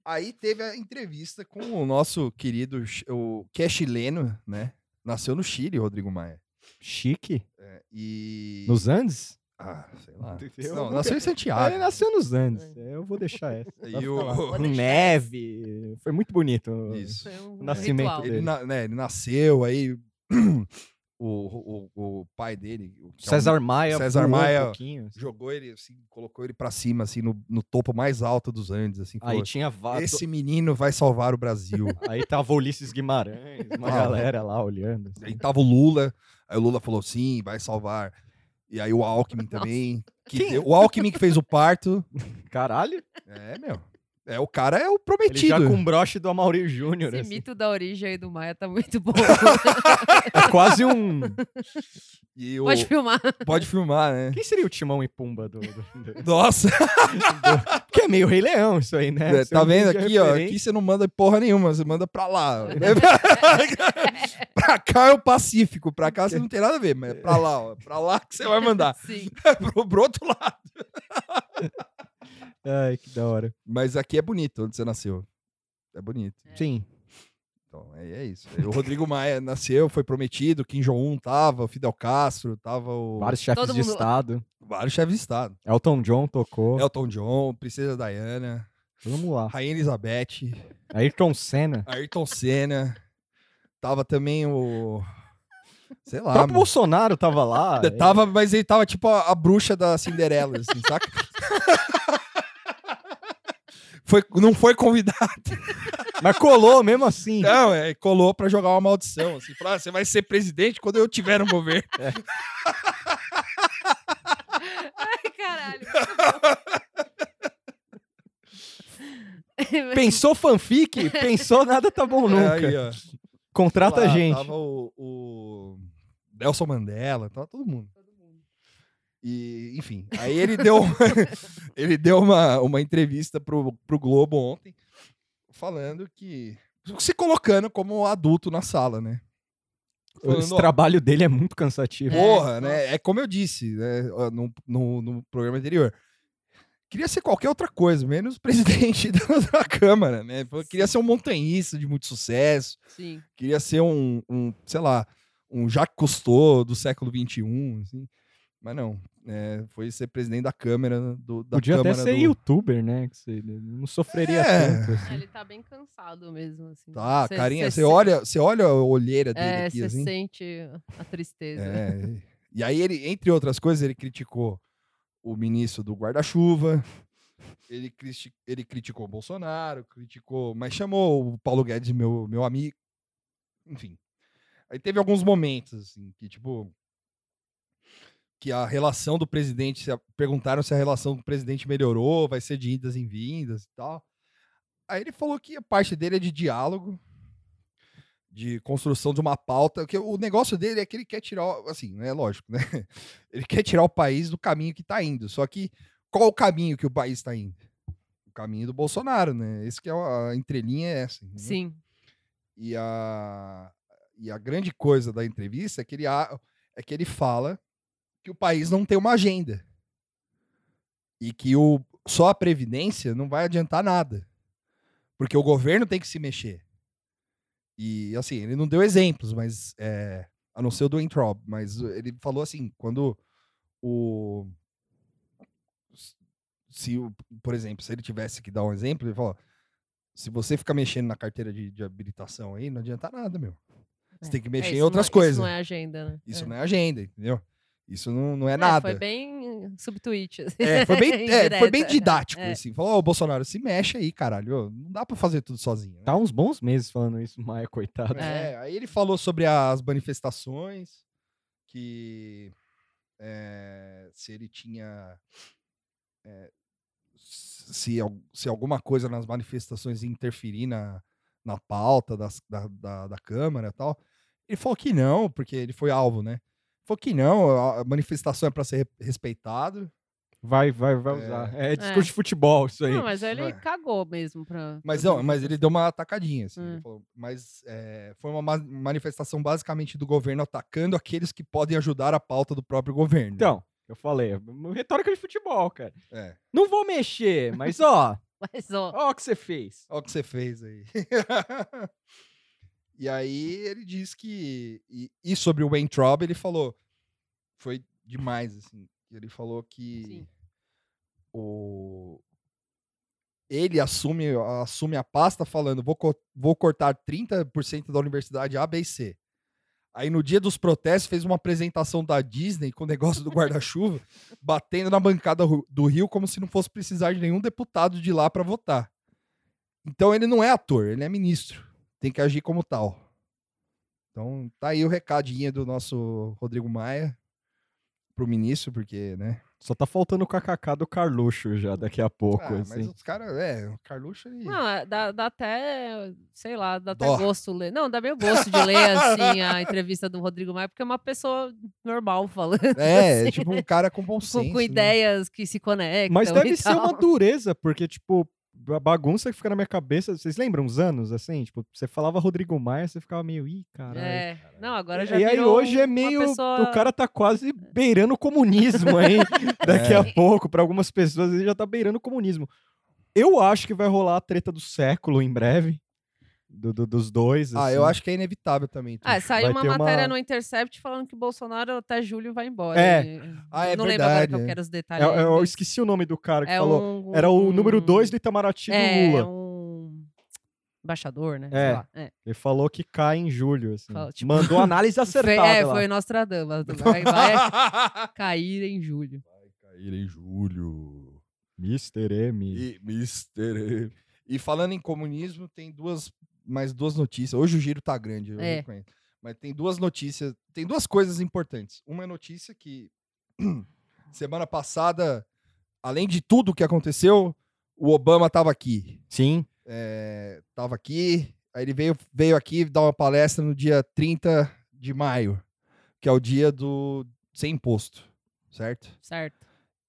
B: Aí teve a entrevista com o nosso querido, chi- o que é chileno, né? Nasceu no Chile, Rodrigo Maia.
C: Chique.
B: É, E.
C: Nos Andes?
B: Ah, sei lá.
C: Entendeu?
B: Não, nasceu em
C: Ah, ele
B: Santiago.
C: nasceu nos Andes. É, Eu vou deixar essa.
B: E
D: Vou
B: o...
C: Com
D: deixar.
C: neve. Foi muito bonito.
B: Isso.
D: Foi um
C: Nascimento
D: ritual.
C: dele.
B: Ele, na- né, ele nasceu, aí o, o, o pai dele, o que é um-
C: César Maia.
B: César
C: voou
B: Maia
C: Um pouquinho.
B: jogou ele, assim, colocou ele pra cima, assim, no, no topo mais alto dos Andes, assim,
C: Aí
B: falou,
C: tinha vato.
B: esse menino vai salvar o Brasil.
C: Aí tava Ulisses Guimarães, uma
B: Ah.
C: galera lá olhando. assim.
B: Aí tava o Lula, aí o Lula falou sim, vai salvar. E aí o Alckmin também. que
C: Quem?
B: deu- o Alckmin que fez o parto.
C: Caralho.
B: É, meu. É, o cara é o
C: Ele já
B: prometido.
C: com o broche do Amaury Júnior.
D: Esse
C: assim.
D: mito da origem aí do Maia tá muito bom.
C: É quase um.
B: E o-
D: Pode
B: pode...
D: filmar.
B: filmar, né?
C: Quem seria o Timão e Pumba do. do- do-
B: Nossa,
C: Que é meio Rei Leão, isso aí, né? Você
B: tá
C: não
B: vendo
C: tem
B: aqui, ó? Aqui
C: referência.
B: você não manda porra nenhuma, você manda pra lá. Né? pra cá é o Pacífico, pra cá você não tem nada a ver, mas é pra lá, ó. Pra lá que você vai mandar.
D: Sim.
B: pro, pro outro lado.
C: Ai, que da hora.
B: Mas aqui é bonito onde você nasceu. É bonito.
C: Sim.
B: Então, é, é isso. O Rodrigo Maia nasceu, foi prometido, Kim Jong-un tava, o Fidel Castro, tava o...
C: Vários chefes
D: Todo
C: de
D: mundo-
C: Estado.
B: vários chefes de Estado.
C: Elton John tocou.
B: Elton John, Princesa Diana,
C: Vamos lá.
B: Rainha Elizabeth,
C: Ayrton Senna.
B: Ayrton Senna, tava também o... Sei
C: O
B: lá,
C: próprio
B: Ah, mano.
C: Bolsonaro tava lá.
B: Ainda Tava, mas ele tava tipo a, a bruxa da Cinderela, assim, saca? foi, não foi convidado.
C: é. Mas colou mesmo assim.
B: Não, é, colou pra jogar uma maldição. Assim, falou, "Ah, você vai ser presidente quando eu tiver no governo.
D: Ai, caralho.
C: Pensou fanfic? Pensou nada tá bom nunca.
B: É, Aí, ó.
C: Contrata
B: Lá
C: a gente.
B: Tava o, o Nelson Mandela, tava todo mundo. E, enfim, aí ele deu, ele deu uma, uma entrevista pro, pro Globo ontem, falando que. se colocando como adulto na sala, né?
C: Esse
B: Falando, ó,
C: trabalho dele é muito cansativo.
B: Porra, né? É como eu disse né, ó, no, no, no programa anterior. Queria ser qualquer outra coisa, menos presidente da, da Câmara, né? Eu Queria ser um montanhista de muito sucesso,
D: Sim.
B: queria ser um, um, sei lá, um Jacques Cousteau do século XXI, assim. Mas não, é, foi ser presidente da Câmara, do, da
C: Podia até
B: Câmara
C: ser
B: do-
C: youtuber, né? Que você não sofreria
B: É.
C: tanto. Assim.
D: Ele tá bem cansado mesmo, assim.
B: Tá,
D: Cê-
B: carinha,
D: cê-
B: você olha, você olha a olheira dele
D: É,
B: aqui,
D: você
B: assim.
D: sente a tristeza.
B: É, e aí ele, entre outras coisas, ele criticou o ministro do guarda-chuva, ele, cristi- ele criticou o Bolsonaro, criticou, mas chamou o Paulo Guedes, de meu, meu amigo, enfim. Aí teve alguns momentos, assim, que tipo, que a relação do presidente, se a- perguntaram se a relação do presidente melhorou, vai ser de idas em vindas e tal. Aí ele falou que a parte dele é de diálogo, de construção de uma pauta, porque o negócio dele é que ele quer tirar, o- assim, é lógico, né? Ele quer tirar o país do caminho que tá indo. Só que qual o caminho que o país tá indo? O caminho do Bolsonaro, né? Esse que é a a entrelinha é essa. entendeu?
D: Sim.
B: E a, e a grande coisa da entrevista é que, ele, a- é que ele fala que o país não tem uma agenda. E que o, só a Previdência não vai adiantar nada. Porque o governo tem que se mexer. E assim, ele não deu exemplos, mas é, a não ser o do Entrop, mas ele falou assim, quando o. Se, o- por exemplo, se ele tivesse que dar um exemplo, ele falou: se você ficar mexendo na carteira de, de habilitação aí, não adianta nada, meu. Você
D: É.
B: tem que mexer
D: É,
B: em
D: isso
B: outras
D: não-
B: coisas.
D: Isso não é agenda, né?
B: Isso
D: É.
B: não é agenda, entendeu? Isso não, não é, nada.
D: Foi bem subtweet. assim.
B: É, foi bem, é, foi bem
D: Indireta.
B: didático,
D: É.
B: assim. Falou, ô, Bolsonaro, se mexe aí, caralho. ô, Não dá pra fazer tudo sozinho. né?"
C: Tá uns bons meses falando isso, Maia, coitado.
D: É.
B: É, aí ele falou sobre as manifestações, que é, se ele tinha. é, se, al- se alguma coisa nas manifestações ia interferir na, na pauta das- da, da, da Câmara e tal. Ele falou que não, porque ele foi alvo, né? Falou que não, a a manifestação é para ser re- respeitado.
C: Vai, vai, vai
B: É.
C: usar. É, discurso de futebol, isso aí.
D: Não, mas ele
B: É.
D: cagou mesmo pra.
B: Mas,
D: pra
B: não, mas ele deu uma atacadinha, assim. ele
D: Hum.
B: falou, mas é, foi uma ma- manifestação basicamente do governo atacando aqueles que podem ajudar a pauta do próprio governo.
C: Então, eu falei, é uma retórica de futebol, cara.
B: É.
C: Não vou mexer, mas ó,
D: Mas, ó,
C: ó o que você fez.
B: Olha o que você fez aí. e aí ele diz que. E, e sobre o Wayne Traub, ele falou. Foi demais, assim. Ele falou que
D: Sim.
B: o. Ele assume, assume a pasta falando: vou, co- vou cortar 30% da universidade A, B e C. Aí no dia dos protestos fez uma apresentação da Disney com o negócio do guarda-chuva, batendo na bancada ru- do Rio como se não fosse precisar de nenhum deputado de lá para votar. Então ele não é ator, ele é ministro. Tem que agir como tal. Então tá aí o recadinho do nosso Rodrigo Maia pro ministro, porque, né?
C: Só tá faltando o kkk do Carluxo já daqui a pouco,
B: Ah, mas
C: assim.
B: os caras, é, o Carluxo ele...
D: Não, é, dá, dá até, sei lá, dá até
B: Dó.
D: gosto ler. Não, dá meio gosto de ler, assim, a entrevista do Rodrigo Maia, porque é uma pessoa normal falando.
B: É,
D: assim,
B: é tipo um cara com bom
D: com-
B: senso.
D: com
B: né?
D: ideias É que tá se conectam.
C: Mas deve
D: e
C: ser uma
D: tal.
C: dureza, porque, tipo, a bagunça que fica na minha cabeça. Vocês lembram uns anos, assim? Tipo, você falava Rodrigo Maia, você ficava meio, ih, caralho.
D: É. Não, agora já
C: né, E aí
D: virou um,
C: hoje é
D: uma
C: meio.
D: pessoa-
C: O cara tá quase beirando o comunismo aí. daqui a
D: É.
C: pouco, pra algumas pessoas, ele já tá beirando o comunismo. Eu acho que vai rolar a treta do século em breve. do- do- dos dois.
B: Ah,
C: assim.
B: eu acho que é inevitável também. então.
D: Ah, saiu
C: Vai
D: uma
C: ter uma-
D: matéria no Intercept falando que Bolsonaro até julho vai embora.
C: É.
D: E-
B: Ah, é
D: não lembro agora que
B: verdade,
D: eu
B: é.
D: quero os
C: É,
D: detalhes.
C: Eu, eu
D: ainda.
C: esqueci o nome do cara que
D: É
C: falou.
D: um-
C: Era o número
D: um-
C: 2 do Itamaraty
D: é,
C: do Lula.
D: É um embaixador, né?
C: É.
D: Sei lá. É.
C: Ele falou que cai em julho. assim.
D: Fala, tipo-
C: Mandou análise acertada.
D: Foi, é,
C: lá.
D: foi é. Nostradamus. Vai, vai cair em julho.
B: Vai cair em julho.
C: Mr. M.
B: E, Mister... e falando em comunismo, tem duas mais duas notícias. Hoje o giro tá grande, eu
D: É.
B: reconheço. Mas tem duas notícias, tem duas coisas importantes. Uma é notícia que semana passada, além de tudo que aconteceu, o Obama tava aqui.
C: Sim.
B: É, tava aqui, aí ele veio, veio aqui dar uma palestra no dia 30 de maio, que é o dia do sem imposto, certo?
D: Certo.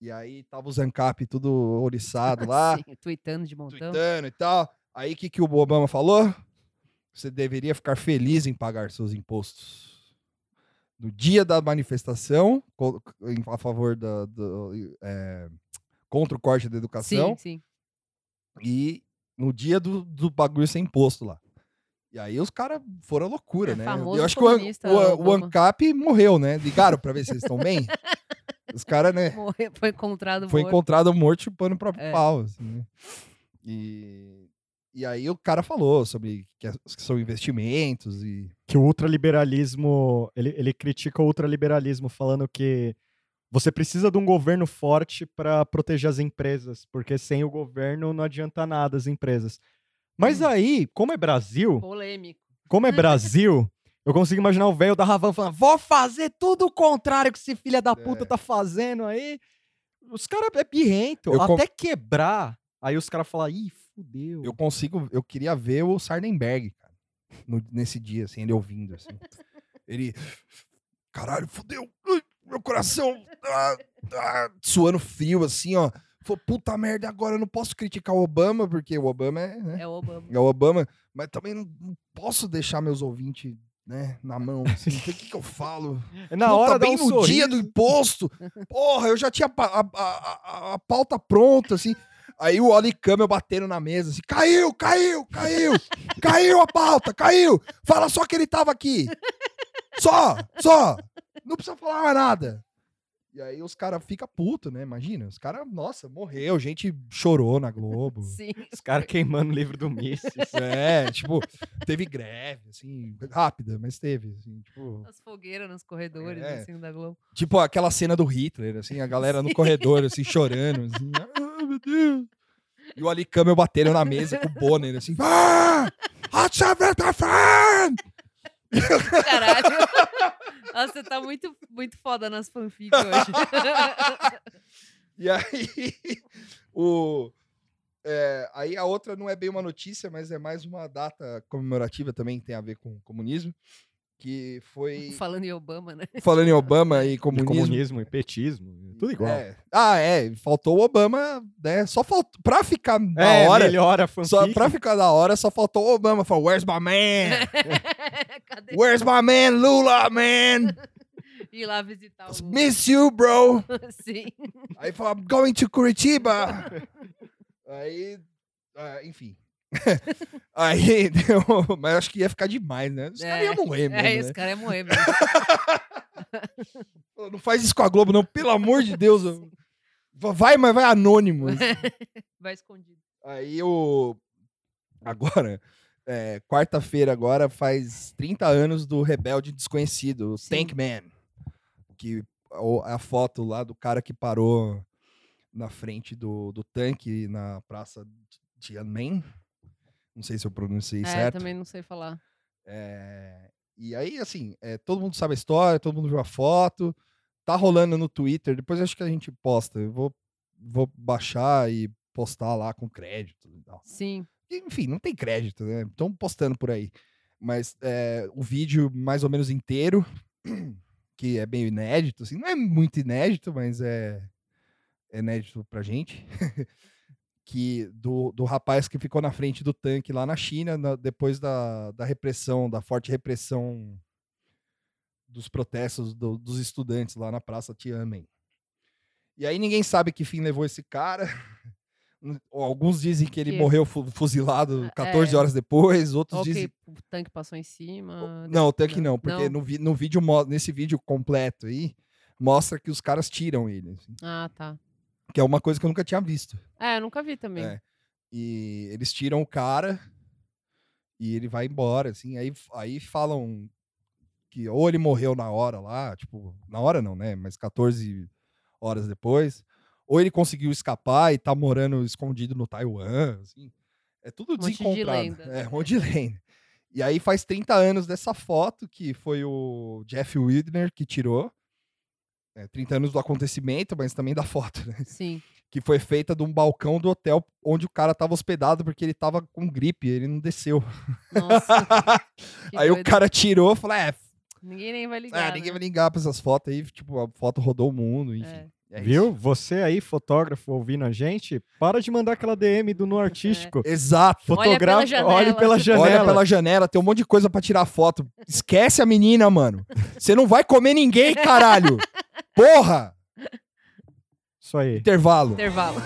B: E aí tava o Zancap tudo oriçado lá
D: Sim, tweetando de montão.
B: tweetando e tal. Aí o que, que o Obama falou? Você deveria ficar feliz em pagar seus impostos. No dia da manifestação, co- em- a favor da. do- é, contra o corte da educação,
D: Sim, sim.
B: e no dia do, do bagulho sem imposto lá. E aí os caras foram à loucura,
D: É,
B: né?
D: famoso
B: Eu acho que o, An-
D: comunista,
B: o, An- o
D: Obama.
B: ANCAP morreu, né? Ligaram pra ver se eles estão bem. Os caras, né?
D: Morreu- foi encontrado
B: foi
D: morto.
B: encontrado morto chupando o próprio
D: É.
B: pau, assim, né? E, e aí o cara falou sobre que, as- que são investimentos e...
C: Que o ultraliberalismo. Ele, ele critica o ultraliberalismo, falando que você precisa de um governo forte para proteger as empresas, porque sem o governo não adianta nada as empresas. Mas
D: Hum.
C: aí, como é Brasil,
D: Polêmico.
C: como é Brasil, eu consigo imaginar o velho da Ravan falando: vou fazer tudo o contrário que esse filho da puta
B: É.
C: tá fazendo aí. Os caras é birrento,
B: Eu con-
C: até quebrar. Aí os caras falam: ih, fudeu.
B: Eu consigo... Eu queria ver o Sardenberg, cara, no- nesse dia, assim, ele ouvindo, assim. Ele... Caralho, fudeu! Ai, Meu coração! ah, ah", suando frio, assim, ó. Falou, puta merda, agora eu não posso criticar o Obama, porque o Obama é... né?
D: É o Obama.
B: é o Obama, mas também não não posso deixar meus ouvintes né, na mão. Assim, o que, que eu falo?
C: Na
B: Puta,
C: hora dá
B: bem
C: um
B: no
C: sorriso.
B: dia do imposto. Porra, eu já tinha pa- a, a- a- a pauta pronta, assim. Aí o Oli Camel batendo na mesa, assim, caiu, caiu, caiu, caiu a pauta, caiu. Fala só que ele tava aqui. Só, só. Não precisa falar mais nada. E aí os caras ficam putos, né? Imagina, os caras, nossa, morreu, gente chorou na Globo.
D: Sim.
C: Os caras queimando o livro do Mises.
B: É, tipo, teve greve, assim, rápida, mas teve, assim, tipo...
D: As fogueiras nos corredores,
B: É.
D: assim, da Globo.
B: Tipo aquela cena do Hitler, assim, a galera no corredor, assim, chorando, assim, ah, meu Deus... E o Ali Camel batendo na mesa com o Bonner, assim, ah, Atchavetafan!
D: Caralho. Nossa, você tá muito, muito foda nas fanfics hoje.
B: E aí, o... é, aí a outra não é bem uma notícia, mas é mais uma data comemorativa também, tem a ver com o comunismo, que foi...
D: Falando em Obama, né?
B: Falando em Obama e
C: E
B: comunismo,
C: comunismo e petismo, tudo igual.
B: É. Ah, é. Faltou o Obama, né? Só faltou. Pra ficar da
C: É,
B: hora.
C: melhora a fanfic.
B: Só, pra ficar da hora, só faltou o Obama. Falou, where's my man?
D: Cadê?
B: Where's my man, Lula, man?
D: Ir lá visitar o Lula.
B: Miss you, bro.
D: Sim.
B: Aí falou, I'm going to Curitiba. Aí, ah, enfim. Aí, deu, mas acho que ia ficar demais, né? Os caras
D: É,
B: iam morrer mesmo,
D: É,
B: né?
D: esse cara é moema.
B: Pô, Não faz isso com a Globo, não. Pelo amor de Deus. eu- Vai, mas vai anônimo.
D: Vai escondido.
B: Aí o. Agora, é, quarta-feira agora faz 30 anos do Rebelde Desconhecido, o
D: Sim.
B: Tankman. Que o- a foto lá do cara que parou na frente do, do tanque na praça Tiananmen. Não sei se eu pronunciei
D: É,
B: certo.
D: também não sei falar.
B: É, e aí, assim, é, todo mundo sabe a história, todo mundo viu a foto. Tá rolando no Twitter, depois acho que a gente posta. Eu vou, vou baixar e postar lá com crédito e tal
D: Sim.
B: enfim, não tem crédito, né? Estão postando por aí. Mas é, o vídeo mais ou menos inteiro, que é meio inédito, assim, não é muito inédito, mas é, é inédito pra gente. que do, do rapaz que ficou na frente do tanque lá na China, na- depois da, da repressão, da forte repressão dos protestos do- dos estudantes lá na Praça Tiananmen. E aí ninguém sabe que fim levou esse cara. N- Alguns dizem que ele
D: Que-
B: morreu fu- fuzilado 14
D: É.
B: horas depois, outros
D: Ou
B: dizem.
D: que o tanque passou em cima.
B: Não, o tanque não,
D: não.
B: porque
D: Não.
B: No, vi- no vídeo, mo- nesse vídeo completo aí, mostra que os caras tiram ele, assim,
D: Ah, tá.
B: que é uma coisa que eu nunca tinha visto.
D: É, eu nunca vi também.
B: É. E eles tiram o cara e ele vai embora, assim. Aí, aí falam que ou ele morreu na hora lá, tipo, na hora não, né? Mas 14 horas depois. ou ele conseguiu escapar e tá morando escondido no Taiwan, assim. É tudo
D: monte de
B: desencontrado.
D: lenda,
B: É,
D: né?
B: um monte de lenda. E aí faz 30 anos dessa foto que foi o Jeff Widner que tirou. É, 30 anos do acontecimento, mas também da foto, né?
D: Sim.
B: Que foi feita de um balcão do hotel onde o cara tava hospedado porque ele tava com gripe, ele não desceu.
D: Nossa. que
B: aí o
D: doido.
B: cara tirou e falou: é, f-
D: Ninguém nem vai
B: ah,
D: ligar.
B: ninguém vai
D: né?
B: ligar pra essas fotos aí. Tipo, a foto rodou o mundo, enfim. É isso.
C: Viu? Você aí, fotógrafo, ouvindo a gente, para de mandar aquela DM do
B: É.
C: No Artístico.
B: Exato.
D: Olha pela
C: Fotografa,
D: janela.
C: olhe pela janela.
B: Olha pela janela, tem um monte de coisa pra tirar foto. Esquece a menina, mano. Você não vai comer ninguém, caralho. Porra!
C: Isso aí.
B: Intervalo.
D: Intervalo.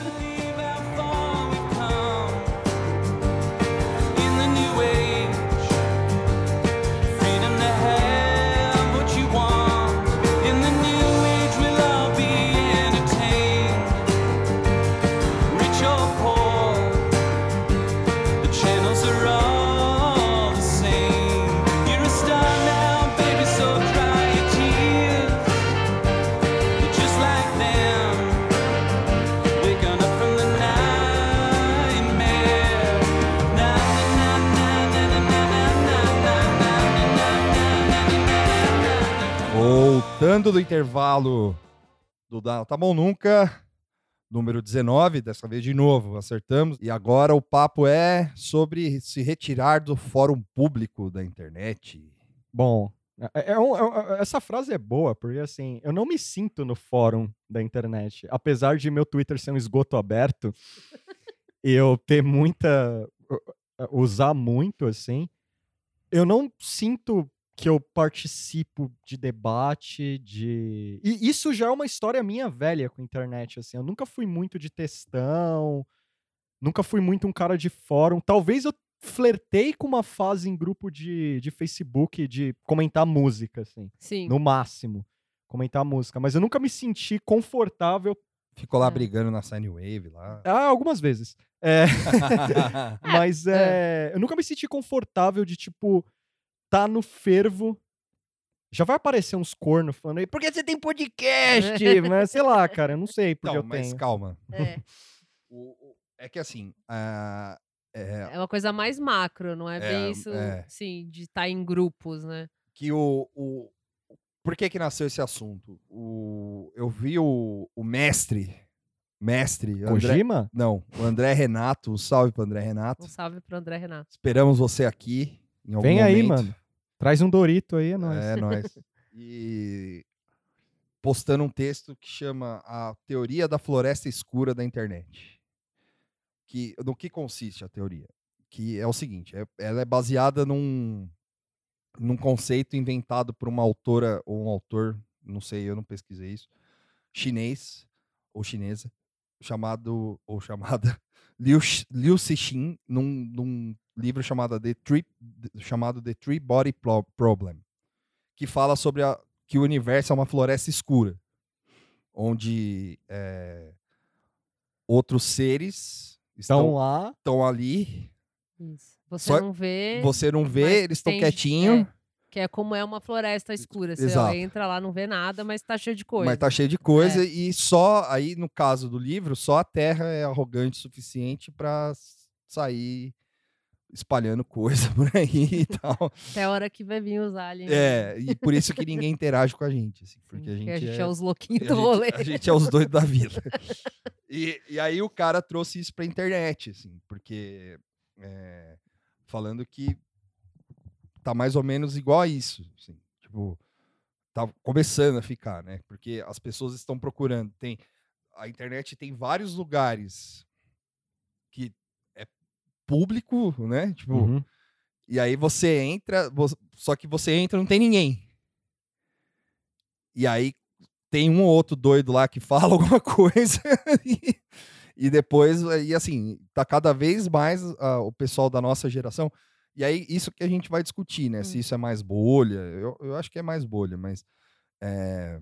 A: Just like them Waking up from the nightmare. Na na na na na na na na na na na.
B: Voltando do intervalo do Dá- Tá Bom Nunca, número 19, dessa vez de novo, acertamos. E agora o papo é sobre se retirar do fórum público da internet.
C: Bom, é- é um- é um- essa frase é boa, porque assim, eu não me sinto no fórum da internet. Apesar de meu Twitter ser um esgoto aberto, eu ter muita. é, usar muito, assim, eu não sinto que eu participo de debate, de. E isso já é uma história minha velha com a internet, assim. Eu nunca fui muito de textão, nunca fui muito um cara de fórum. Talvez eu flertei com uma fase em grupo de, de Facebook de comentar música, assim,
D: Sim.
C: no máximo. Comentar música, mas eu nunca me senti confortável.
B: Ficou lá
D: É.
B: brigando na Sine Wave lá.
C: Ah, algumas vezes. É, mas é, eu nunca me senti confortável de, tipo, tá no fervo. Já vai aparecer uns cornos falando aí, por que você tem podcast? mas sei lá, cara, eu não sei porque
B: Não,
C: eu
B: Então, mas
C: tenho.
B: calma.
D: É.
B: O- o- é que assim, ah, é,
D: É uma coisa mais macro, não é,
B: É,
D: bem isso,
B: é.
D: sim, de estar em grupos, né?
B: que o, o por que que nasceu esse assunto? O, eu vi o, o mestre, mestre André,
C: Kojima?
B: não, o André Renato, um salve para André Renato.
D: Um salve pro André Renato.
B: Esperamos você aqui em algum
C: Vem
B: momento.
C: aí, mano. Traz um Dorito aí, é nóis.
B: É nóis. E postando um texto que chama a teoria da floresta escura da internet. Que no que consiste a teoria? Que é o seguinte, é- ela é baseada num num conceito inventado por uma autora ou um autor, não sei, eu não pesquisei isso, chinês ou chinesa, chamado ou chamada Liu, X- Liu Cixin, num, num livro chamado The Three, chamado The Three Body Pro- Problem, que fala sobre a, que o universo é uma floresta escura, onde eh, outros seres
C: Então
B: estão,
C: lá,
B: estão ali,
D: Isso. Você
B: Só-
D: não vê,
B: você não
D: É, mas
B: vê, eles estão
D: tem-
B: quietinhos.
D: que é como é uma floresta escura. Você
B: Exato.
D: entra lá, não vê nada, mas tá cheio de coisa.
B: Mas tá cheio de coisa e só aí no caso do livro, só a Terra é arrogante o suficiente para sair espalhando coisa por aí e tal.
D: Até a hora que vai vir os aliens.
B: É, e por isso que ninguém interage com a gente, assim,
D: Sim,
B: porque a gente, é,
D: é... os louquinhos
B: a
D: do
B: gente-
D: rolê.
B: a gente é os doidos da vida. E, e aí o cara trouxe isso pra internet, assim, porque é, falando que tá mais ou menos igual a isso, assim, tipo, tá começando a ficar, né? Porque as pessoas estão procurando, tem a internet tem vários lugares que é público, né? Tipo,
C: uhum.
B: e aí você entra, vo- só que você entra e não tem ninguém. E aí tem um ou outro doido lá que fala alguma coisa. e, e depois, e assim, tá cada vez mais ah, o pessoal da nossa geração. E aí, isso que a gente vai discutir, né? Se
D: Hum.
B: isso é mais bolha. Eu, eu acho que é mais bolha, mas. é,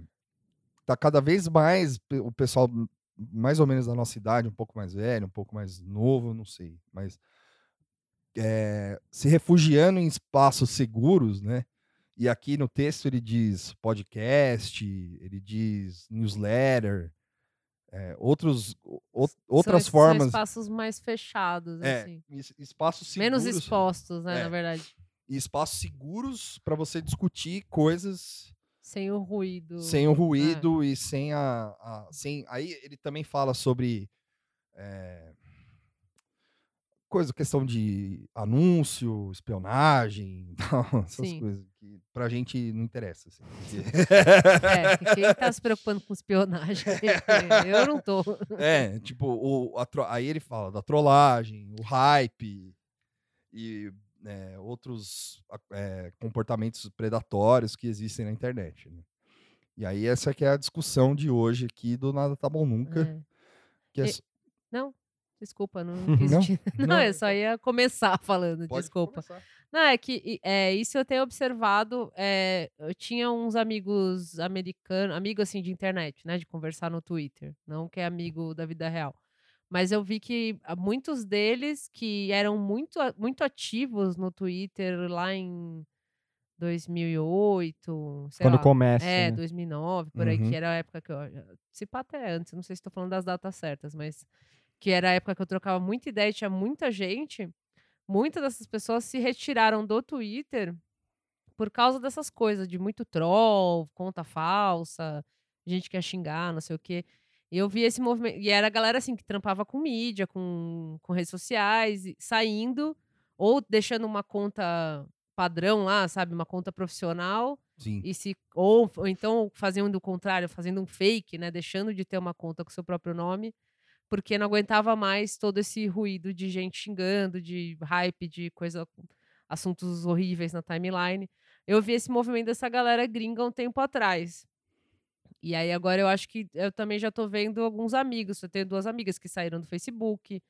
B: tá cada vez mais pe- o pessoal, m- mais ou menos da nossa idade, um pouco mais velho, um pouco mais novo, não sei. Mas é, se refugiando em espaços seguros, né? E aqui no texto ele diz podcast, ele diz newsletter, é, outros, o- o-
D: São
B: outras
D: es- São
B: formas.
D: espaços mais fechados,
B: É,
D: assim.
B: es- espaços seguros.
D: Menos expostos, né,
B: É.
D: na verdade.
B: e espaços seguros para você discutir coisas
D: Sem o ruído.
B: sem o ruído e sem a, a- sem aí ele também fala sobre eh, coisa questão de anúncio espionagem e tal, essas
D: Sim.
B: coisas que pra gente não interessa assim, porque-
D: É, que quem tá se preocupando com espionagem? Eu não tô.
B: é tipo o a tro- aí ele fala da trollagem o hype e né, outros a- eh, comportamentos predatórios que existem na internet né? e aí essa que é a discussão de hoje aqui do nada tá bom nunca
D: É.
B: que é
D: E-
B: s-
D: Desculpa, não quis
B: Não?
D: te- Não,
B: Não,
D: eu só ia começar falando,
B: Pode
D: desculpa.
B: começar.
D: Não, é que e- é, isso eu tenho observado. é, eu tinha uns amigos americanos, amigo assim de internet, né? De conversar no Twitter. Não que é amigo da vida real. Mas eu vi que ah, muitos deles que eram muito, a- muito ativos no Twitter lá em 2008, sei
C: Quando
D: lá.
C: começa.
D: É,
C: né?
D: 2009, por aí,
B: Uhum.
D: que era a época que eu. eh, Se pá até antes, não sei se estou falando das datas certas, mas. Que era a época que eu trocava muita ideia e tinha muita gente. Muitas dessas pessoas se retiraram do Twitter por causa dessas coisas, de muito troll, conta falsa, gente que ia xingar, não sei o quê. E eu vi esse movimento. E era a galera assim que trampava com mídia, com, com redes sociais, e saindo ou deixando uma conta padrão lá, sabe? Uma conta profissional
B: Sim.
D: e se ou, ou então fazendo o contrário, fazendo um fake, né, deixando de ter uma conta com seu próprio nome, porque não aguentava mais todo esse ruído de gente xingando, de hype, de coisa assuntos horríveis na timeline. Eu vi esse movimento dessa galera gringa um tempo atrás. E aí agora eu acho que eu também já tô vendo alguns amigos, eu tenho duas amigas que saíram do Facebook,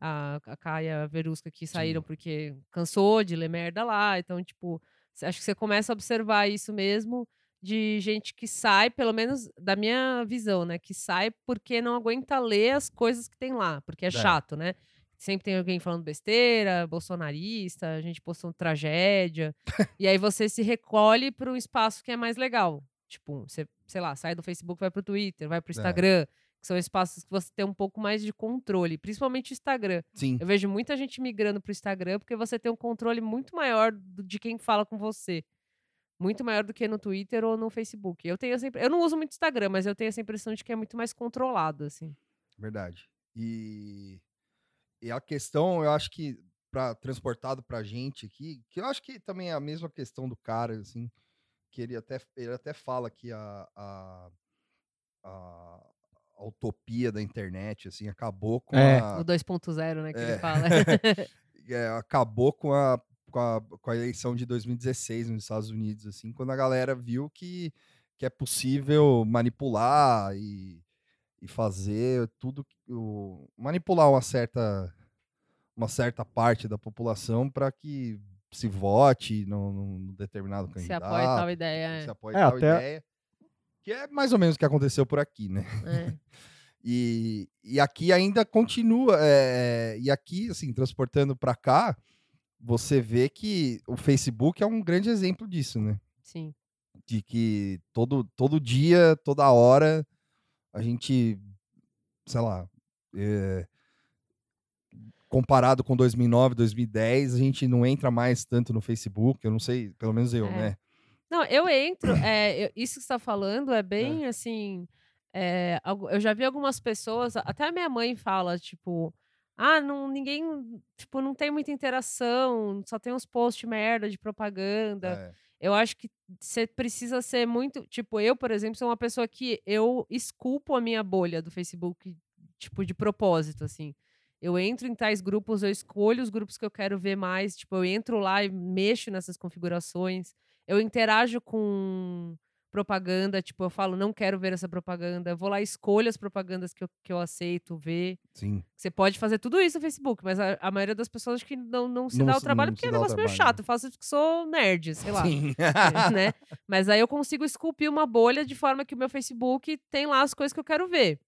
D: a, a Caia e a Verusca que saíram porque cansou de ler merda lá, então tipo, Cê- Acho que você começa a observar isso mesmo de gente que sai, pelo menos da minha visão, né? Que sai porque não aguenta ler as coisas que tem lá, porque é,
B: É.
D: chato, né? Sempre tem alguém falando besteira, bolsonarista, a gente postou tragédia. e aí você se recolhe para um espaço que é mais legal. Tipo, você, sei lá, sai do Facebook, vai pro Twitter, vai pro Instagram, que são espaços que você tem um pouco mais de controle, principalmente o Instagram.
B: Sim.
D: Eu vejo muita gente migrando pro Instagram porque você tem um controle muito maior do- de quem fala com você. Muito maior do que no Twitter ou no Facebook. Eu tenho essa impre- eu não uso muito Instagram, mas eu tenho essa impressão de que é muito mais controlado, assim.
B: Verdade. E, e a questão, eu acho que para transportado pra gente aqui, que eu acho que também é a mesma questão do cara, assim, que ele até ele até fala que a, a, a, a utopia da internet assim acabou com
C: É.
B: a,
D: O 2.0, né, que
B: Ah. É.
D: ele fala.
B: é, acabou com a, com, a, com a eleição de 2016 nos Estados Unidos, assim, quando a galera viu que, que é possível manipular e, e fazer tudo. que o- manipular uma certa, uma certa parte da população para que se vote num, num determinado
D: Você
B: candidato.
D: apoia tal
B: Se
D: ideia.
B: apoia
C: É,
B: tal
C: até-
B: ideia. Que é mais ou menos o que aconteceu por aqui, né?
D: é, é.
B: E, e aqui ainda continua. é, e aqui, assim, transportando para cá, você vê que o Facebook é um grande exemplo disso, né?
D: Sim.
B: De que todo, todo dia, toda hora, a gente, sei lá, é, comparado com 2009, 2010, a gente não entra mais tanto no Facebook. Eu não sei, pelo menos eu,
D: É.
B: né?
D: Não, eu entro. é, eu- isso que você tá falando é bem assim. é, algu- eu já vi algumas pessoas, a- até a minha mãe fala, tipo, ah, não, ninguém, tipo, não tem muita interação, só tem uns posts merda de propaganda.
B: É,
D: Eu acho que você precisa ser muito. Tipo, eu, por exemplo, sou uma pessoa que eu esculpo a minha bolha do Facebook, tipo, de propósito, assim. Eu entro em tais grupos, eu escolho os grupos que eu quero ver mais. Tipo, eu entro lá e mexo nessas configurações. Eu interajo com propaganda, tipo, eu falo, não quero ver essa propaganda. Eu vou lá e escolho as propagandas que eu, que eu aceito ver.
B: sim.
D: Você pode fazer tudo isso no Facebook, mas a, a maioria das pessoas acho que não, não se
B: Não
D: dá o
B: se-
D: trabalho
B: não
D: porque
B: se
D: é um
B: dá o
D: negócio meio
B: trabalho. né?
D: chato. Eu faço isso porque sou nerd, sei lá
B: Sim.
D: né? Mas aí eu consigo esculpir uma bolha de forma que o meu Facebook tem lá as coisas que eu quero ver.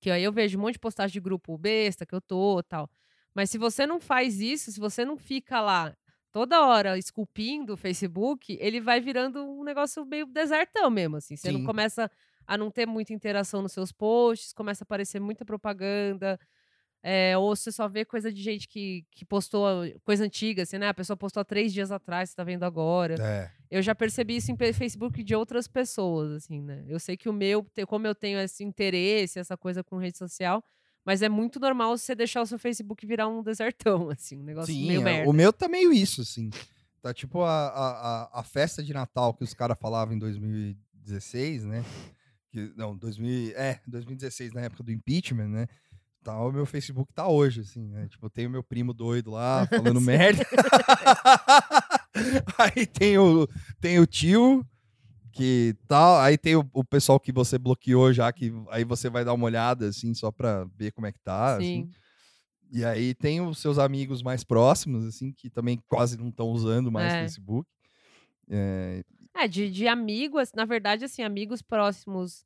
D: Que aí eu vejo um monte de postagem de grupo besta que eu tô tal. Mas se você não faz isso, se você não fica lá toda hora esculpindo o Facebook, ele vai virando um negócio meio desertão mesmo, assim. Você não
B: Sim.
D: começa a não ter muita interação nos seus posts, começa a aparecer muita propaganda. é, ou você só vê coisa de gente que, que postou coisa antiga, assim, né? A pessoa postou há três dias atrás, você tá vendo agora.
B: É.
D: Eu já percebi isso em pe- Facebook de outras pessoas, assim, né? Eu sei que o meu, te- como eu tenho esse interesse, essa coisa com rede social, mas é muito normal você deixar o seu Facebook virar um desertão, assim, um negócio
B: Sim,
D: meio
B: é,
D: merda.
B: o meu tá meio isso, assim. Tá tipo a, a, a- a festa de Natal que os caras falavam em 2016, né? Que, não, 2000, é, 2016, na época do impeachment, né? Tá, o meu Facebook tá hoje, assim, né? Tipo, tem o meu primo doido lá falando merda. aí tem o, tem o tio que tal. aí tem o, o pessoal que você bloqueou já, que aí você vai dar uma olhada, assim, só pra ver como é que tá. assim.
D: Sim.
B: E aí tem os seus amigos mais próximos, assim, que também quase não estão usando mais o
D: É.
B: Facebook.
D: É, de, de amigo, assim, na verdade, assim, amigos próximos,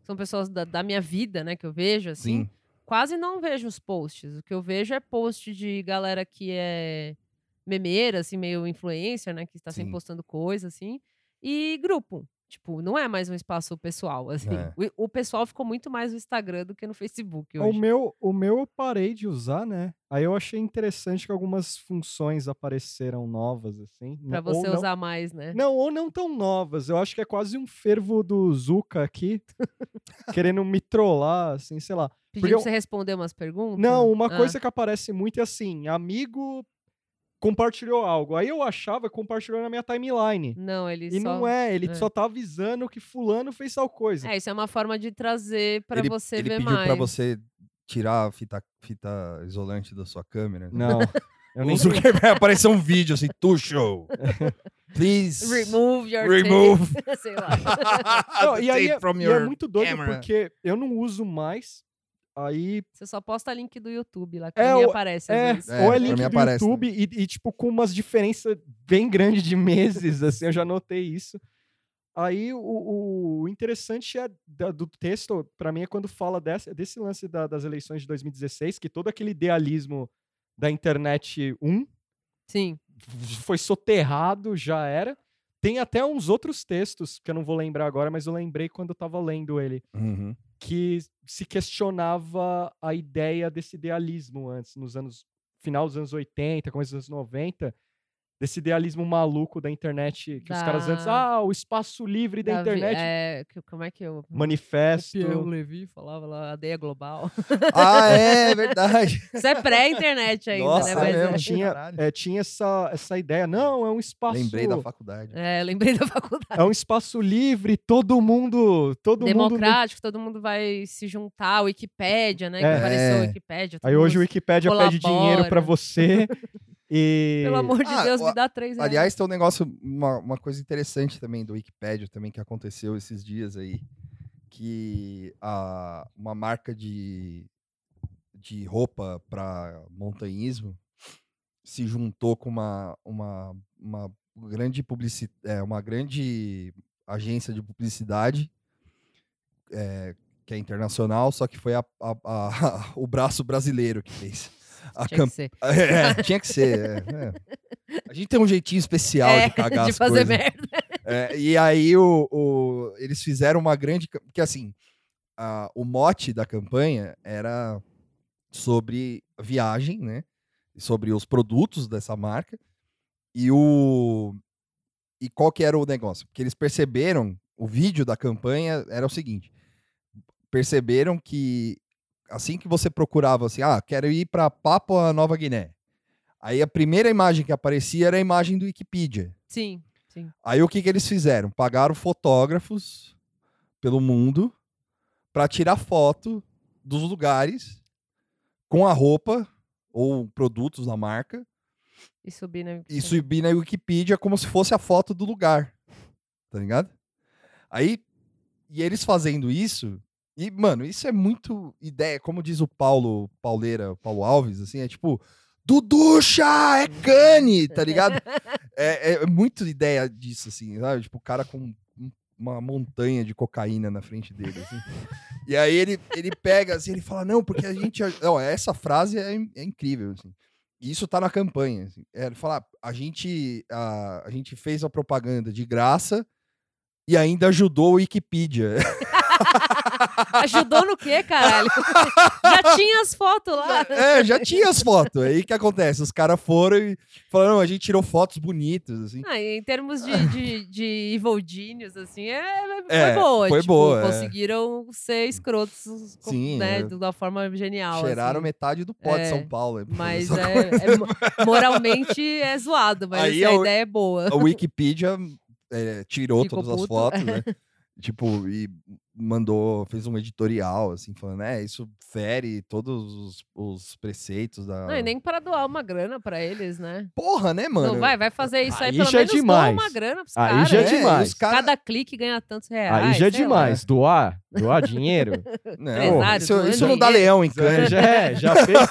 D: que são pessoas da, da minha vida, né, que eu vejo, assim,
B: Sim.
D: quase não vejo os posts. O que eu vejo é post de galera que é memeira, assim, meio influencer, né? Que está sempre
B: Sim.
D: postando coisa, assim. E grupo. Tipo, não é mais um espaço pessoal, assim.
B: É.
D: O, o pessoal ficou muito mais no Instagram do que no Facebook
C: O
D: hoje.
C: meu, o meu eu parei de usar, né? Aí eu achei interessante que algumas funções apareceram novas, assim.
D: Pra
C: n- ou
D: você
C: não-
D: usar mais, né?
C: Não, ou não tão novas. Eu acho que é quase um fervo do Zuka aqui, querendo me trollar, assim, sei lá.
D: Pedindo
C: porque
D: pra
C: eu-
D: você responder umas perguntas.
C: Não, uma
D: Ah,
C: coisa que aparece muito é assim, amigo compartilhou algo. Aí eu achava que compartilhou na minha timeline.
D: Não, ele
C: E
D: Hum, só...
C: não é, ele
D: é.
C: só tá avisando que fulano fez tal coisa.
D: É, isso é uma forma de trazer pra
B: ele
D: você
B: ele
D: ver
B: pediu
D: mais.
B: pra você tirar a fita, fita isolante da sua câmera. né?
C: Não. Eu
B: O
C: nem
B: Zuckerberg apareceu um vídeo assim, tu show. Please.
D: Remove your
B: Remove.
D: tape. Sei lá.
C: Não,
B: the
C: e aí
B: tape
C: é,
B: from
C: e é
B: your
C: muito doido
B: camera.
C: porque eu não uso mais. Aí
D: Você só posta link do YouTube lá, que
C: É,
D: nem
C: o-
D: aparece às
C: é,
D: vezes.
B: É,
C: ou é
B: pra
C: link
B: mim
C: do
B: aparece
C: YouTube e, e, tipo com umas diferenças bem grandes de meses, assim, eu já notei isso. Aí o, o interessante é da- do texto, pra mim, é quando fala dessa- desse lance da- das eleições de 2016, que todo aquele idealismo da internet 1
D: Sim.
C: foi soterrado, já era. Tem até uns outros textos que eu não vou lembrar agora, mas eu lembrei quando eu tava lendo ele
B: Uhum.
C: que se questionava a ideia desse idealismo antes, nos anos final dos anos 80, começo dos anos 90, desse idealismo maluco da internet que os caras antes,
D: Da-
C: ah, o espaço livre da,
D: vi-
C: internet,
D: é, que- como é que eu.
C: manifesto.
D: Levi falava lá, adeia global.
B: Ah, é verdade.
D: Isso é pré-internet ainda,
B: Nossa,
D: né?
B: é
D: Mas
B: mesmo.
C: tinha,
B: Caralho.
C: é, tinha essa, essa ideia, não, é um espaço
B: Lembrei da faculdade.
D: é, é, lembrei da faculdade.
C: é um espaço livre, todo mundo, todo mundo no-
D: Democrático, todo mundo vai se juntar, Wikipédia, né? Que
C: É.
D: apareceu a
B: É.
D: Wikipédia. todo
C: Aí hoje o
D: mundo-
C: Wikipédia pede dinheiro pra
D: colabora.
C: você e
D: Pelo amor de
B: Ah,
D: Deus,
B: o-
D: me dá três reais.
B: Aliás, tem um negócio, uma, uma coisa interessante também do Wikipedia também que aconteceu esses dias aí, que a, uma marca de, de roupa para montanhismo se juntou com uma, uma, uma grande publici, é, uma grande agência de publicidade é, que é internacional, só que foi a- a- a- o braço brasileiro que fez a
D: Tinha
B: campanha.
D: que ser.
B: É, tinha que ser. é, é. A gente tem um jeitinho especial
D: É,
B: de cagar
D: de
B: as
D: fazer
B: coisas.
D: merda.
B: É, e aí o, o- eles fizeram uma grande. cam- Porque assim, a- o mote da campanha era sobre viagem, né? Sobre os produtos dessa marca. E o. E qual que era o negócio? Porque eles perceberam, o vídeo da campanha era o seguinte: perceberam que assim que você procurava assim, ah, quero ir para Papua Nova Guiné. Aí a primeira imagem que aparecia era a imagem do Wikipedia.
D: Sim, sim.
B: Aí o que, que eles fizeram? Pagaram fotógrafos pelo mundo para tirar foto dos lugares com a roupa ou produtos da marca
D: E subir né, na
B: e subir na Wikipedia como se fosse a foto do lugar. Tá ligado? Aí, e eles fazendo isso, e, mano, isso é muito ideia, como diz o Paulo Pauleira, Paulo Alves, assim, é tipo, Duducha, é cane, tá ligado? É, é muito ideia disso, assim, sabe? Tipo, o cara com um- uma montanha de cocaína na frente dele, assim. E aí ele, ele pega, assim, ele fala, não, porque a gente... Não, essa frase é, in- é incrível, assim. E Isso tá na campanha, assim. É, ele fala, a gente, a, a gente fez a propaganda de graça e ainda ajudou o Wikipedia.
D: Ajudou no quê, caralho? Já tinha as fotos lá.
B: É, já tinha as fotos. Aí o que acontece? Os caras foram e falaram, não, a gente tirou fotos bonitas, assim.
D: Ah, e em termos de, de, de Evil Genius, assim, é,
B: É,
D: foi boa.
B: foi
D: tipo,
B: boa, é.
D: Conseguiram ser escrotos com-
B: Sim,
D: né,
B: é.
D: de uma forma genial.
B: Cheiraram
D: assim.
B: metade do pó de
D: É,
B: São Paulo. né? aí, pra fazer
D: Mas
B: essa
D: é, é mo- moralmente é zoado, mas
B: Aí
D: assim, a
B: eu-
D: ideia é boa.
B: a Wikipedia é, tirou
D: Ficou
B: todas as
D: puto.
B: fotos, né? tipo, e mandou, fez um editorial, assim, falando, é, isso fere todos os, os preceitos da...
D: Não, e nem para doar uma grana pra eles, né?
B: Porra, né, mano?
D: Não, vai, vai fazer isso aí,
C: Aí
D: pelo
C: já é
D: menos doa
C: demais.
D: uma grana pros
C: Aí
D: caras.
C: já é
B: e
D: né?
B: os
C: demais.
B: cara-
D: Cada clique ganha tantos reais.
C: Aí já é
D: sei lá.
C: demais. Doar, doar dinheiro.
B: Não,
D: Empresário
B: isso,
D: doando
B: isso não dá
D: dinheiro.
B: leão em
C: É,
B: Cannes.
C: já, é, já fez,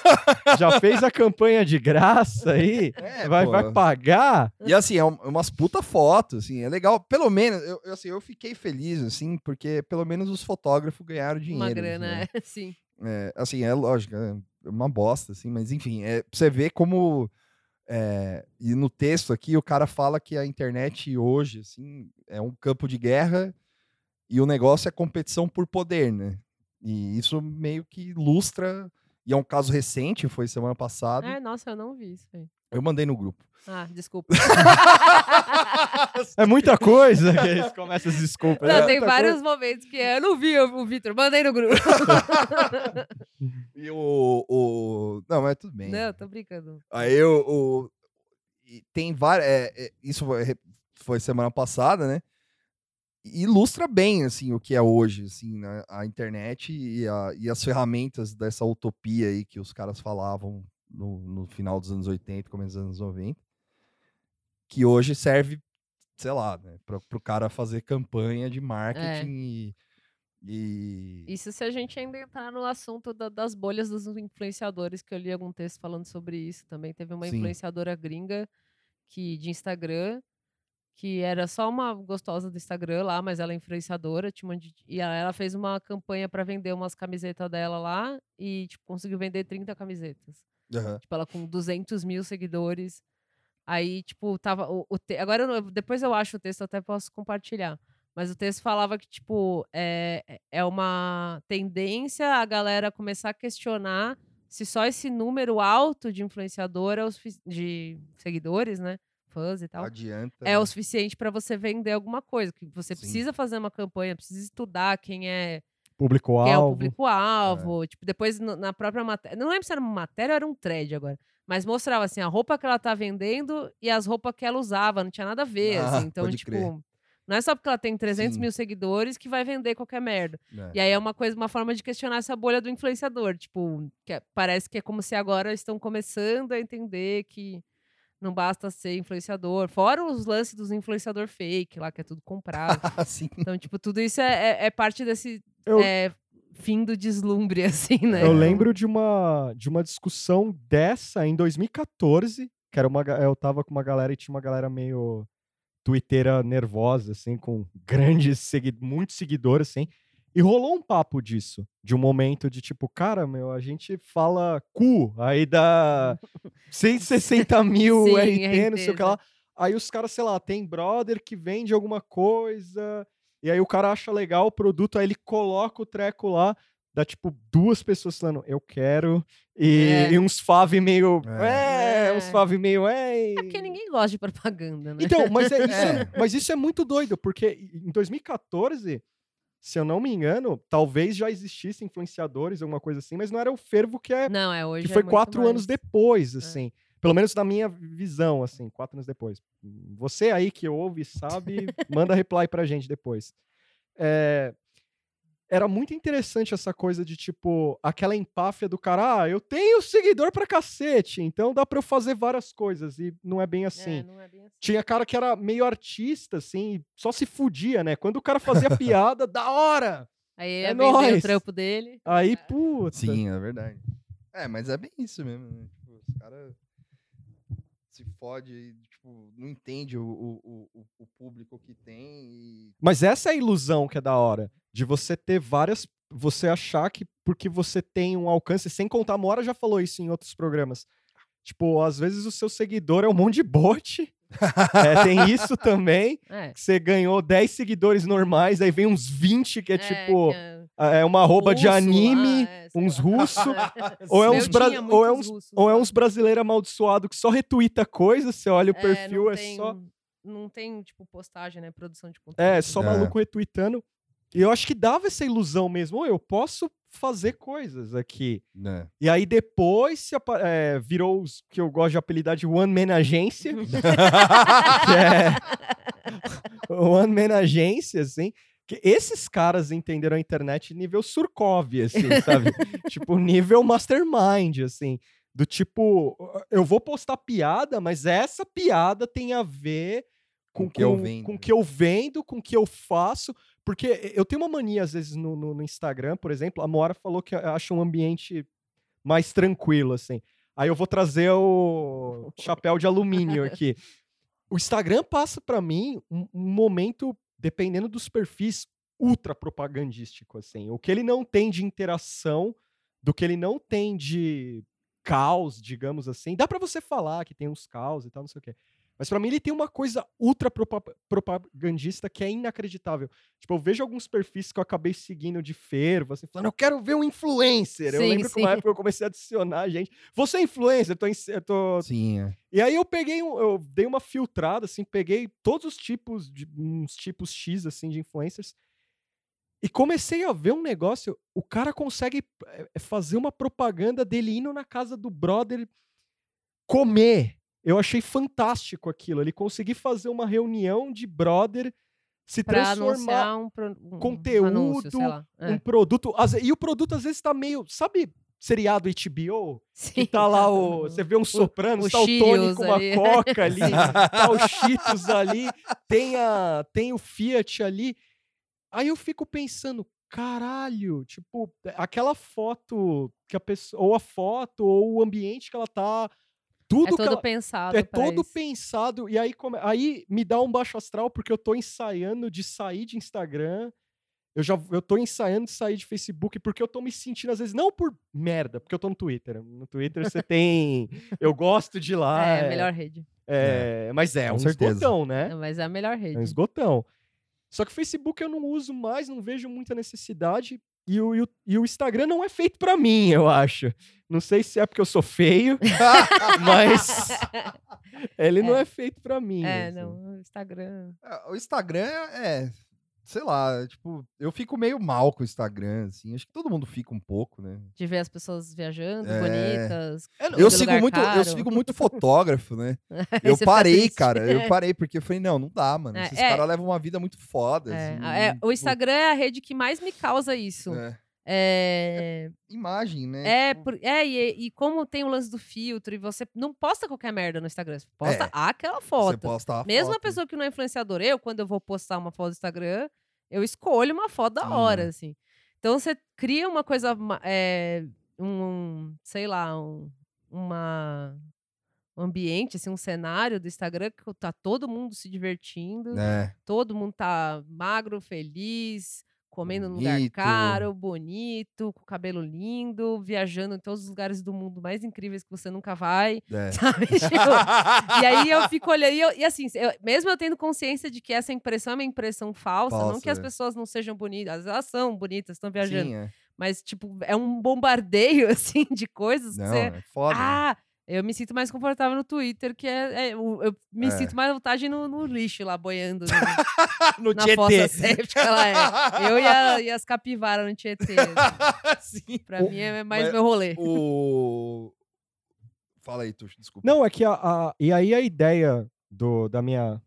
C: já fez a campanha de graça aí.
B: É,
C: vai,
B: pô.
C: vai pagar.
B: E assim, é um- é umas puta fotos, assim, é legal. Pelo menos, eu, eu, assim, eu fiquei feliz, assim, porque pelo menos os fotógrafos ganharam dinheiro.
D: Uma
B: assim,
D: grana,
B: né?
D: é, sim.
B: É, assim, é lógico, é uma bosta, assim, mas enfim, é, pra você ver como. é, e no texto aqui, o cara fala que a internet hoje, assim, é um campo de guerra e o negócio é competição por poder, né? E isso meio que ilustra. E é um caso recente, foi semana passada.
D: Ai, É, nossa, eu não vi isso aí.
B: Eu mandei no grupo.
D: Ah, desculpa.
C: É muita coisa que eles começam as desculpas.
D: Não,
C: É
D: tem
C: muita coisa.
D: vários momentos que é, eu não vi o o Vitor, mandei no grupo.
B: E o. o... Não, mas tudo bem.
D: Não, tô brincando.
B: Aí o. o- e tem várias. isso foi, re- foi semana passada, né? E Ilustra bem assim o que é hoje, assim, né? a internet e, a- e as ferramentas dessa utopia aí que os caras falavam no, no final dos anos 80, começo dos anos 90, que hoje serve, sei lá, né, para o cara fazer campanha
D: É.
B: de marketing e, e-
D: Isso se a gente ainda entrar no assunto da- das bolhas dos influenciadores, que eu li algum texto falando sobre isso também. Teve uma
B: Sim.
D: influenciadora gringa que de Instagram, que era só uma gostosa do Instagram lá, mas ela é influenciadora, tinha uma de- e ela, ela fez uma campanha para vender umas camisetas dela lá e tipo, conseguiu vender 30 camisetas.
B: Aham.
D: Tipo, ela com 200 mil seguidores. Aí, tipo, tava. O, o te- Agora, eu não- depois eu acho o texto, até posso compartilhar. Mas o texto falava que, tipo, é, é- é uma tendência a galera começar a questionar se só esse número alto de influenciador, é o sufici- de seguidores, né? Fãs e tal
B: adianta.
D: é
B: né?
D: o suficiente para você vender alguma coisa. Que você
B: Sim.
D: precisa fazer uma campanha, precisa estudar quem é, quem é o
C: Público-alvo.
D: público-alvo.
B: É.
D: Tipo, depois no- na própria matéria. Não lembro se era uma matéria ou era um thread agora. Mas mostrava assim, a roupa que ela tá vendendo e as roupas que ela usava. Não tinha nada a ver.
B: Ah,
D: assim. Então,
B: pode
D: tipo.
B: crer.
D: Não é só porque ela tem 300
B: Sim.
D: mil seguidores que vai vender qualquer merda.
B: né?
D: E aí é uma coisa, uma forma de questionar essa bolha do influenciador. Tipo, que é- parece que é como se agora estão começando a entender que não basta ser influenciador. Fora os lances dos influenciador fake lá, que é tudo comprado.
B: Assim,
D: então, tipo, tudo isso é, é- é parte desse
C: Eu-
D: é, fim do deslumbre, assim, né?
C: Eu
D: Então,
C: lembro de uma, de uma discussão dessa em 2014, que era uma, ga- eu tava com uma galera e tinha uma galera meio twitteira nervosa, assim, com grandes seguidores, muitos seguidores, assim. E rolou um papo disso, de um momento de tipo, cara, meu, a gente fala cu, aí dá 160 mil
D: Sim,
C: RT, não sei o
D: RT,
C: que lá. Aí os caras, sei lá, tem brother que vende alguma coisa, e aí o cara acha legal o produto, aí ele coloca o treco lá, dá tipo duas pessoas falando, eu quero, e,
D: É.
C: e uns fave meio,
D: É.
C: é, uns fave meio, é.
D: É porque ninguém gosta de propaganda, né?
C: Então, mas, é, isso é-
B: É.
C: mas isso é muito doido, porque em 2014, se eu não me engano, talvez já existisse influenciadores, alguma coisa assim, mas não era o fervo que é
D: Não, é hoje.
C: que
D: é
C: foi
D: muito
C: quatro anos
D: mais. É.
C: depois, assim. Pelo menos na minha visão, assim, quatro anos depois. Você aí que ouve, sabe, manda reply pra gente depois. É, era muito interessante essa coisa de, tipo, aquela empáfia do cara, ah, eu tenho seguidor pra cacete, então dá pra eu fazer várias coisas, e não é bem assim.
D: É, não é bem assim.
C: Tinha cara que era meio artista, assim, e só se fudia, né? Quando o cara fazia piada, da hora!
D: Aí
C: É
D: é vender o
C: nóis.
D: trampo dele.
C: Aí, puta.
B: Sim, é verdade. É, mas é bem isso mesmo, né? Tipo, os caras se fode e, tipo, não entende o, o, o, o público que tem e.
C: Mas essa é a ilusão que é da hora. De você ter várias. Você achar que porque você tem um alcance, sem contar, a Mora já falou isso em outros programas. Tipo, às vezes o seu seguidor é um monte de bot É, tem isso também.
D: É.
C: que Você ganhou 10 seguidores normais, aí vem uns 20 que é, tipo
D: que é
C: é uma arroba de
D: russo
C: anime,
D: lá, é, sei
C: uns
D: lá.
C: russos.
D: É. né?
C: Ou é
D: Eu
C: uns
D: tinha
C: bra-
D: muitos
C: ou é uns-
D: russos
C: Ou é
D: lá.
C: uns brasileiros amaldiçoados que só retuita coisa, você olha o
D: É,
C: perfil,
D: não
C: é
D: tem-
C: só.
D: Não tem, tipo, postagem, né? Produção de conteúdo.
C: É, só
B: É.
C: maluco retuitando. E eu acho que dava essa ilusão mesmo. "Ô, Eu posso fazer coisas aqui.
B: né?
C: E aí depois se apa- é, virou os que eu gosto de apelidar de One Man Agência. que é One Man Agência, assim. Que esses caras entenderam a internet nível Surkov, assim, sabe? tipo, nível Mastermind, assim. Do tipo, eu vou postar piada, mas essa piada tem a ver com
B: Com
C: o
B: o que eu vendo,
C: com o
B: né?
C: que eu vendo, com o que eu faço. Porque eu tenho uma mania, às vezes, no, no- no Instagram, por exemplo, a Moara falou que acha um ambiente mais tranquilo, assim. Aí eu vou trazer o chapéu de alumínio aqui. O Instagram passa pra mim um, um momento, dependendo dos perfis, ultra propagandístico, assim. O que ele não tem de interação, do que ele não tem de caos, digamos assim. Dá pra você falar que tem uns caos e tal, não sei o quê. Mas pra mim ele tem uma coisa ultra propa- propagandista que é inacreditável. Tipo, eu vejo alguns perfis que eu acabei seguindo de fervo, assim, falando, eu quero ver um influencer. eu
D: Sim,
C: lembro que uma
D: sim.
C: época eu comecei a adicionar gente. Você é influencer, eu tô, em- eu tô-
B: Sim, é.
C: E aí eu peguei, um- eu dei uma filtrada, assim, peguei todos os tipos, de, uns tipos X, assim, de influencers. E comecei a ver um negócio, o cara consegue eh, eh, fazer uma propaganda dele indo na casa do brother comer. Eu achei fantástico aquilo. Ele conseguir fazer uma reunião de brother se
D: Pra
C: transformar
D: anunciar um, pro- um
C: conteúdo,
D: anúncio, sei lá. É.
C: um produto. às ve- E o produto às vezes tá meio, sabe, seriado HBO?
D: Sim,
C: Que tá lá o.
D: um-
C: Você vê um soprano,
D: o
C: tá o Tony
D: Cheerios
C: com uma
D: ali.
C: coca ali,
D: Sim.
C: tá o Cheetos ali, tem, a, tem o Fiat ali. Aí eu fico pensando, caralho, tipo, aquela foto que a pessoa. Ou a foto, ou o ambiente que ela tá. Tudo
D: É
C: que
D: todo
C: ela,
D: pensado.
C: é
D: pra
C: todo
D: isso.
C: pensado. E aí, come- aí me dá um baixo astral, porque eu tô ensaiando de sair de Instagram. Eu já eu tô ensaiando de sair de Facebook, porque eu tô me sentindo, às vezes, não por merda, porque eu tô no Twitter. No Twitter você tem. Eu gosto de ir lá.
D: é, a melhor rede.
C: é, Mas é,
B: Com
C: um
B: certeza.
C: esgotão, né?
D: Não, mas é a melhor rede.
C: Ah, É um esgotão. Só que o Facebook eu não uso mais, não vejo muita necessidade. E o, e o- e o Instagram não é feito pra mim, eu acho. Não sei se é porque eu sou feio, mas ele não
D: É.
C: é feito pra mim.
D: É,
C: assim.
D: não, o Instagram.
B: É, O Instagram é, sei lá, tipo, eu fico meio mal com o Instagram, assim. Acho que todo mundo fica um pouco, né?
D: De ver as pessoas viajando,
B: É.
D: bonitas.
C: Eu
B: Eu
D: de
B: sigo
D: lugar
B: muito, eu
D: caro.
B: sigo muito fotógrafo, né?
D: Aí
B: Eu
D: você fica
B: parei,
D: triste.
B: cara. Eu parei porque eu falei, não, não dá, mano.
D: É,
B: Esses
D: é.
B: caras levam uma vida muito foda.
D: É,
B: assim,
D: a- é,
B: muito-
D: o Instagram é a rede que mais me causa isso.
B: é,
D: É,
B: imagem, né?
D: é,
B: Tipo,
D: por- é, e, e como tem o lance do filtro, e você não posta qualquer merda no Instagram, você posta
B: É.
D: aquela
B: você
D: foto.
B: posta a
D: Mesmo a
B: foto. né."
D: pessoa que não é influenciadora, eu, quando eu vou postar uma foto no Instagram, eu escolho uma foto da
B: Sim,
D: hora,
B: é.
D: assim. Então você cria uma coisa, ma- é, um, sei lá, um, uma, um ambiente, assim, um cenário do Instagram que tá todo mundo se divertindo,
B: É,
D: todo mundo tá magro, feliz, comendo num lugar
B: Bonito.
D: caro, bonito, com cabelo lindo, viajando em todos os lugares do mundo mais incríveis que você nunca vai,
B: é.
D: sabe? Tipo, e aí eu fico olhando. E, eu- e assim, eu- mesmo eu tendo consciência de que essa impressão é uma impressão falsa, não
B: Falsa,
D: que as
B: é.
D: pessoas não sejam bonitas, elas são bonitas, estão viajando.
B: Sim, é.
D: Mas, tipo, é um bombardeio, assim, de coisas que
B: Não,
D: você.
B: é foda.
D: Ah! Eu me sinto mais confortável no Twitter, que é. é, o- eu me
B: É.
D: sinto mais à vontade no, no lixo lá, boiando no-
B: no
D: na fossa séptica lá. É. Eu e, a- e as capivaras no Tietê.
B: Sim.
D: Pra
C: O-
D: mim é mais
B: mas
D: meu rolê.
B: O... Fala aí, Tuxo, desculpa.
C: Não, é que a, a- E aí a ideia do, da minha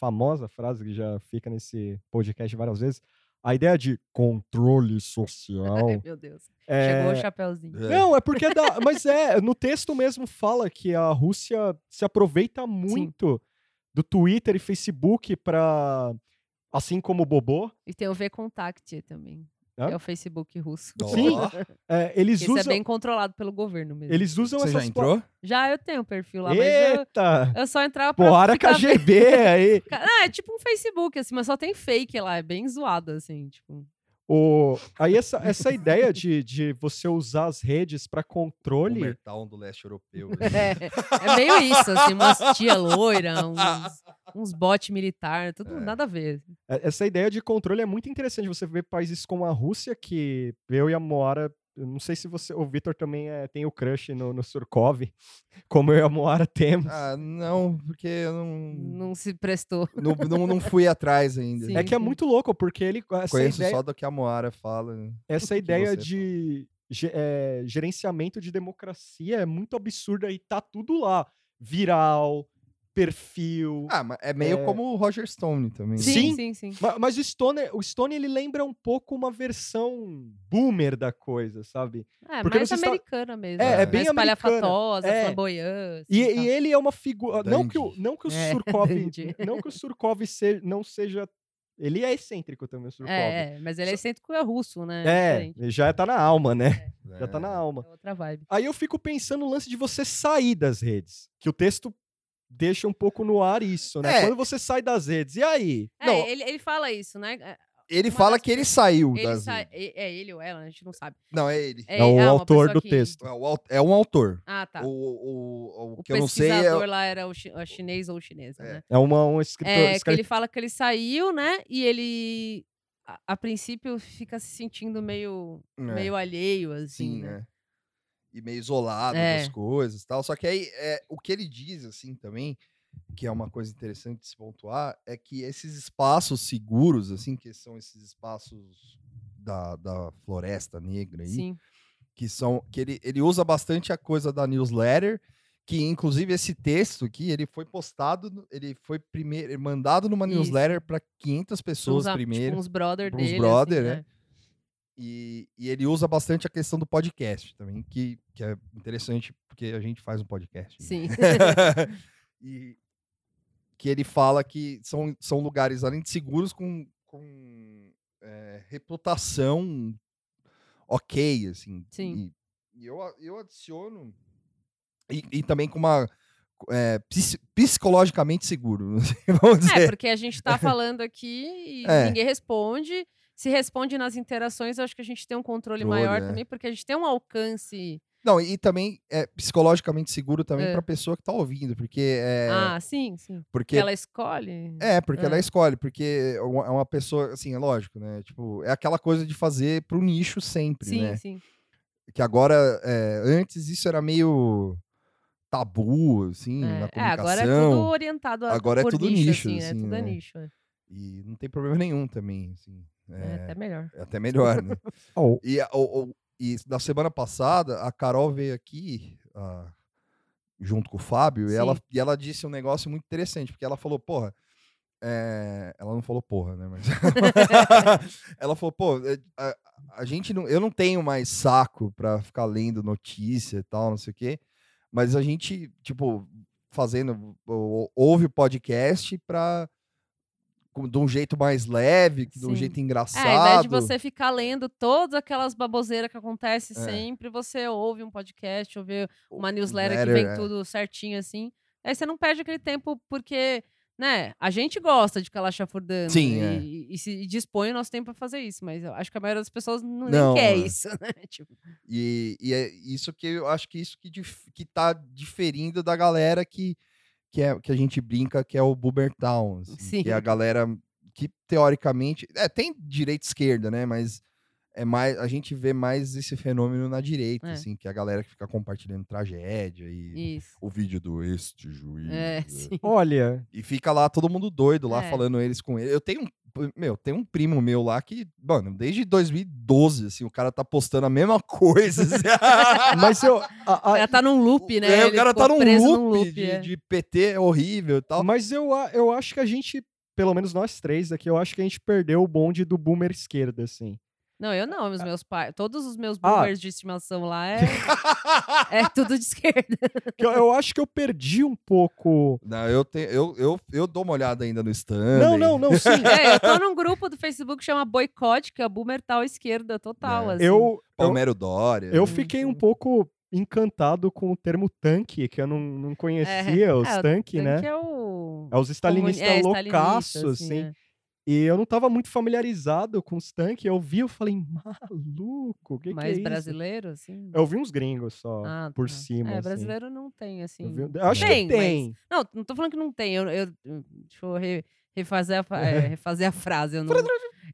C: famosa frase, que já fica nesse podcast várias vezes, a ideia de controle social.
D: Ai, meu Deus.
C: é-
D: Chegou o chapéuzinho.
B: É.
C: Não, é porque dá. Mas é, no texto mesmo fala que a Rússia se aproveita muito do Twitter e Facebook pra. Assim como o Bobô,
D: E tem o V-Contact também.
C: Hã?
D: Que é o Facebook russo.
B: Ó,
C: Sim. é, eles
D: Isso é
C: usam.
D: bem controlado pelo governo mesmo.
C: Eles usam
B: Você já
C: essas pla-
B: entrou?
D: Já eu tenho um perfil lá, mas eu,
C: Eita!
D: eu só entrava pra
C: Bora
D: ficar tá vendo.
C: KGB aí.
D: Não, é tipo um Facebook, assim, mas só tem fake lá. É bem zoado, assim, tipo...
C: O... Aí essa, essa ideia de, de você usar as redes para controle.
B: Town do leste europeu.
D: É, é meio isso, assim, umas tia loira, uns, uns bote militar, tudo
B: É.
D: nada a ver. assim.
C: É- Essa ideia de controle é muito interessante. Você vê países como a Rússia, que eu e a Moara. eu Não sei se você. O Vitor também é, tem o crush no, no Surkov, como eu e a Moara temos.
B: ah, não, porque eu não,
D: Não se prestou.
B: não, não, não fui atrás ainda.
D: Sim.
C: é que é muito louco, porque ele. Essa
B: Conheço
C: ideia,
B: só do que a Moara fala. né?
C: essa
B: que
C: ideia
B: você
C: de ge- é, gerenciamento de democracia é muito absurda e tá tudo lá. Viral, perfil.
B: Ah, mas é meio
C: É.
B: como o Roger Stone também. né?
C: Sim.
D: Sim, sim, sim.
C: Ma- Mas, o Stone, o Stone ele lembra um pouco uma versão boomer da coisa, sabe?
D: É,
C: Porque
D: mais
C: você está-
D: americana mesmo.
B: É, é
D: mais
C: bem americana.
D: espalhafatosa,
C: É.
D: flamboyante.
C: E,
D: e tal.
C: e ele é uma figura. Não que o,
B: Dandy.
C: não que o
D: tá. É,
C: Surkov.
D: dandy.
C: não que o Surkov se- não seja. Ele é excêntrico também, o Surkov. É,
D: É, é, mas ele é excêntrico e é russo, né? diferente,
C: ele já tá na alma, né? Já
B: É.
C: tá na alma.
D: É outra vibe.
C: Aí eu fico pensando no lance de você sair das redes. Que o texto deixa um pouco no ar isso, né?
B: É.
C: Quando você sai das redes. E aí?
D: É,
C: não,
D: ele, ele fala isso, né? É,
B: Ele
D: Uma
B: fala
D: das
B: que ele saiu
D: Ele
B: das.
D: sa-
B: redes.
D: é- é ele ou ela, a gente não sabe.
B: Não, é ele.
C: É o
D: ah, uma
C: autor
D: pessoa
C: do
D: que-
C: texto.
B: É, o au- é um autor.
D: Ah, tá.
B: O, o, o- o
D: O
B: que eu não sei é.
D: pesquisador lá era o, chi- o chinês ou chinesa,
B: É.
D: né?
C: É uma, um escritor.
D: É, que
C: escri-
D: ele fala que ele saiu, né? E ele, a, a princípio, fica se sentindo meio,
B: É,
D: meio alheio, assim,
B: Sim,
D: né?
B: né? E meio isolado
D: É.
B: das coisas e tal. Só que aí, é, o que ele diz, assim, também, que é uma coisa interessante de se pontuar, é que esses espaços seguros, assim, que são esses espaços da, da floresta negra aí,
D: Sim.
B: que são que ele, ele usa bastante a coisa da newsletter, que inclusive esse texto aqui, ele foi postado, no- ele foi primeiro mandado numa
D: Isso.
B: newsletter para 500
D: São
B: pessoas
D: uns a- tipo,
B: primeiro,
D: uns brother
B: uns
D: dele. assim,
B: brother, né? e, e ele usa bastante a questão do podcast também, que, que é interessante porque a gente faz um podcast. né?
D: Sim. É,
B: e que ele fala que são, são lugares, além de seguros, com, com é, reputação ok, assim.
D: Sim.
B: E, e eu, a- eu adiciono... E, e também com uma... é, psi- psicologicamente seguro, vamos
D: É,
B: dizer.
D: porque a gente tá falando aqui e
B: É.
D: ninguém responde. Se responde nas interações, eu acho que a gente tem um controle
B: Controle,
D: maior
B: é.
D: também, porque a gente tem um alcance.
B: Não, e também é psicologicamente seguro também
D: É.
B: para a pessoa que tá ouvindo, porque é...
D: Ah, sim, sim.
B: porque
D: Que ela escolhe.
B: É, porque ela
D: É.
B: escolhe, porque é uma é uma pessoa, assim, é lógico, né? Tipo, é aquela coisa de fazer pro nicho sempre,
D: sim,
B: né?
D: sim.
B: Que agora, é, antes isso era meio tabu, assim, na
D: É, é,
B: comunicação.
D: agora é tudo orientado a,
B: Agora é
D: por
B: tudo nicho,
D: assim,
B: assim,
D: é tudo
B: né?
D: é nicho. É.
B: E não tem problema nenhum também, assim.
D: É,
B: É,
D: até melhor.
B: é até melhor, né?
C: Ó,
B: E, a- o- o- e na semana passada, a Carol veio aqui a- junto com o Fábio e ela,
D: Sim.
B: e ela disse um negócio muito interessante, porque ela falou, porra. é, Ela não falou porra, né? Mas ela falou, pô, é, a, a gente não. Eu não tenho mais saco pra ficar lendo notícia e tal, não sei o quê. Mas a gente, tipo, fazendo. ou- Ouve o podcast pra. com- De um jeito mais leve, de um
D: Sim.
B: jeito
D: É,
B: engraçado.
D: ao invés de você ficar lendo todas aquelas baboseiras que acontece
B: É.
D: sempre, você ouve um podcast, ouve uma newsletter
B: letter,
D: que vem
B: é.
D: tudo certinho, assim. Aí você não perde aquele tempo, porque, né, a gente gosta de ficar lá chafurdando.
B: Sim,
D: E,
B: é.
D: e se, e dispõe o nosso tempo pra fazer isso, mas eu acho que a maioria das pessoas não,
B: Não,
D: nem quer
B: é.
D: isso, né? Tipo,
B: E, e é isso que eu acho que isso que, dif- que tá diferindo da galera que, que, é, que a gente brinca que é o Boomer Town. assim, Que é a
D: Sim.
B: galera que, teoricamente, é, tem direita e esquerda, né? Mas é mais, a gente vê mais esse fenômeno na direita,
D: É.
B: assim, que é a galera que fica compartilhando tragédia e
D: isso.
B: o vídeo do este juiz.
D: É,
B: né?
D: sim.
C: Olha,
B: E fica lá todo mundo doido lá
D: É.
B: falando eles com ele. Eu tenho um, meu, tem um primo meu lá que, mano, desde 2012 assim, o cara tá postando a mesma coisa. assim.
C: mas eu. a- a-
D: Ela tá num É loop, né?
B: É, o
D: Ele
B: cara
D: ficou
B: tá num
D: preso
B: loop, de,
D: é.
B: de PT horrível e tal.
C: Mas eu, a- eu acho que a gente, pelo menos nós três aqui, eu acho que a gente perdeu o bonde do boomer esquerda, assim.
D: Não, eu não, os meus pais. Todos os meus
C: Ah.
D: boomers de estimação lá é, é tudo de esquerda.
C: Que Eu, eu acho que eu perdi um pouco.
B: Não, eu, tenho, eu, eu, eu dou uma olhada ainda no stand.
C: Não, não, não, sim.
D: É, eu tô num grupo do Facebook que chama Boicote, que é boomer tal esquerda total,
B: É.
D: assim.
C: Eu, eu,
B: Palmero Dória.
C: eu
B: né?
C: fiquei um pouco encantado com o termo tanque, que eu não, não conhecia, os
D: É, o
C: tanque, né?
D: Que é o...
C: É os
D: comuni-
C: stalinistas
D: é,
C: loucaço,
D: stalinista,
C: assim.
D: é.
C: E eu não tava muito familiarizado com os tanques. Eu vi, eu falei, maluco, o que, que é
D: Mas
C: isso?
D: brasileiro, assim.
C: Eu vi uns gringos só,
D: Ah,
C: por
D: tá.
C: cima.
D: É,
C: assim.
D: brasileiro não tem, assim.
C: Eu vi- eu acho
D: Tem,
C: que
D: mas-
C: tem.
D: Não, não tô falando que não tem. Eu, eu- deixa eu re- refazer, a, fa- é, refazer a frase. Eu, não-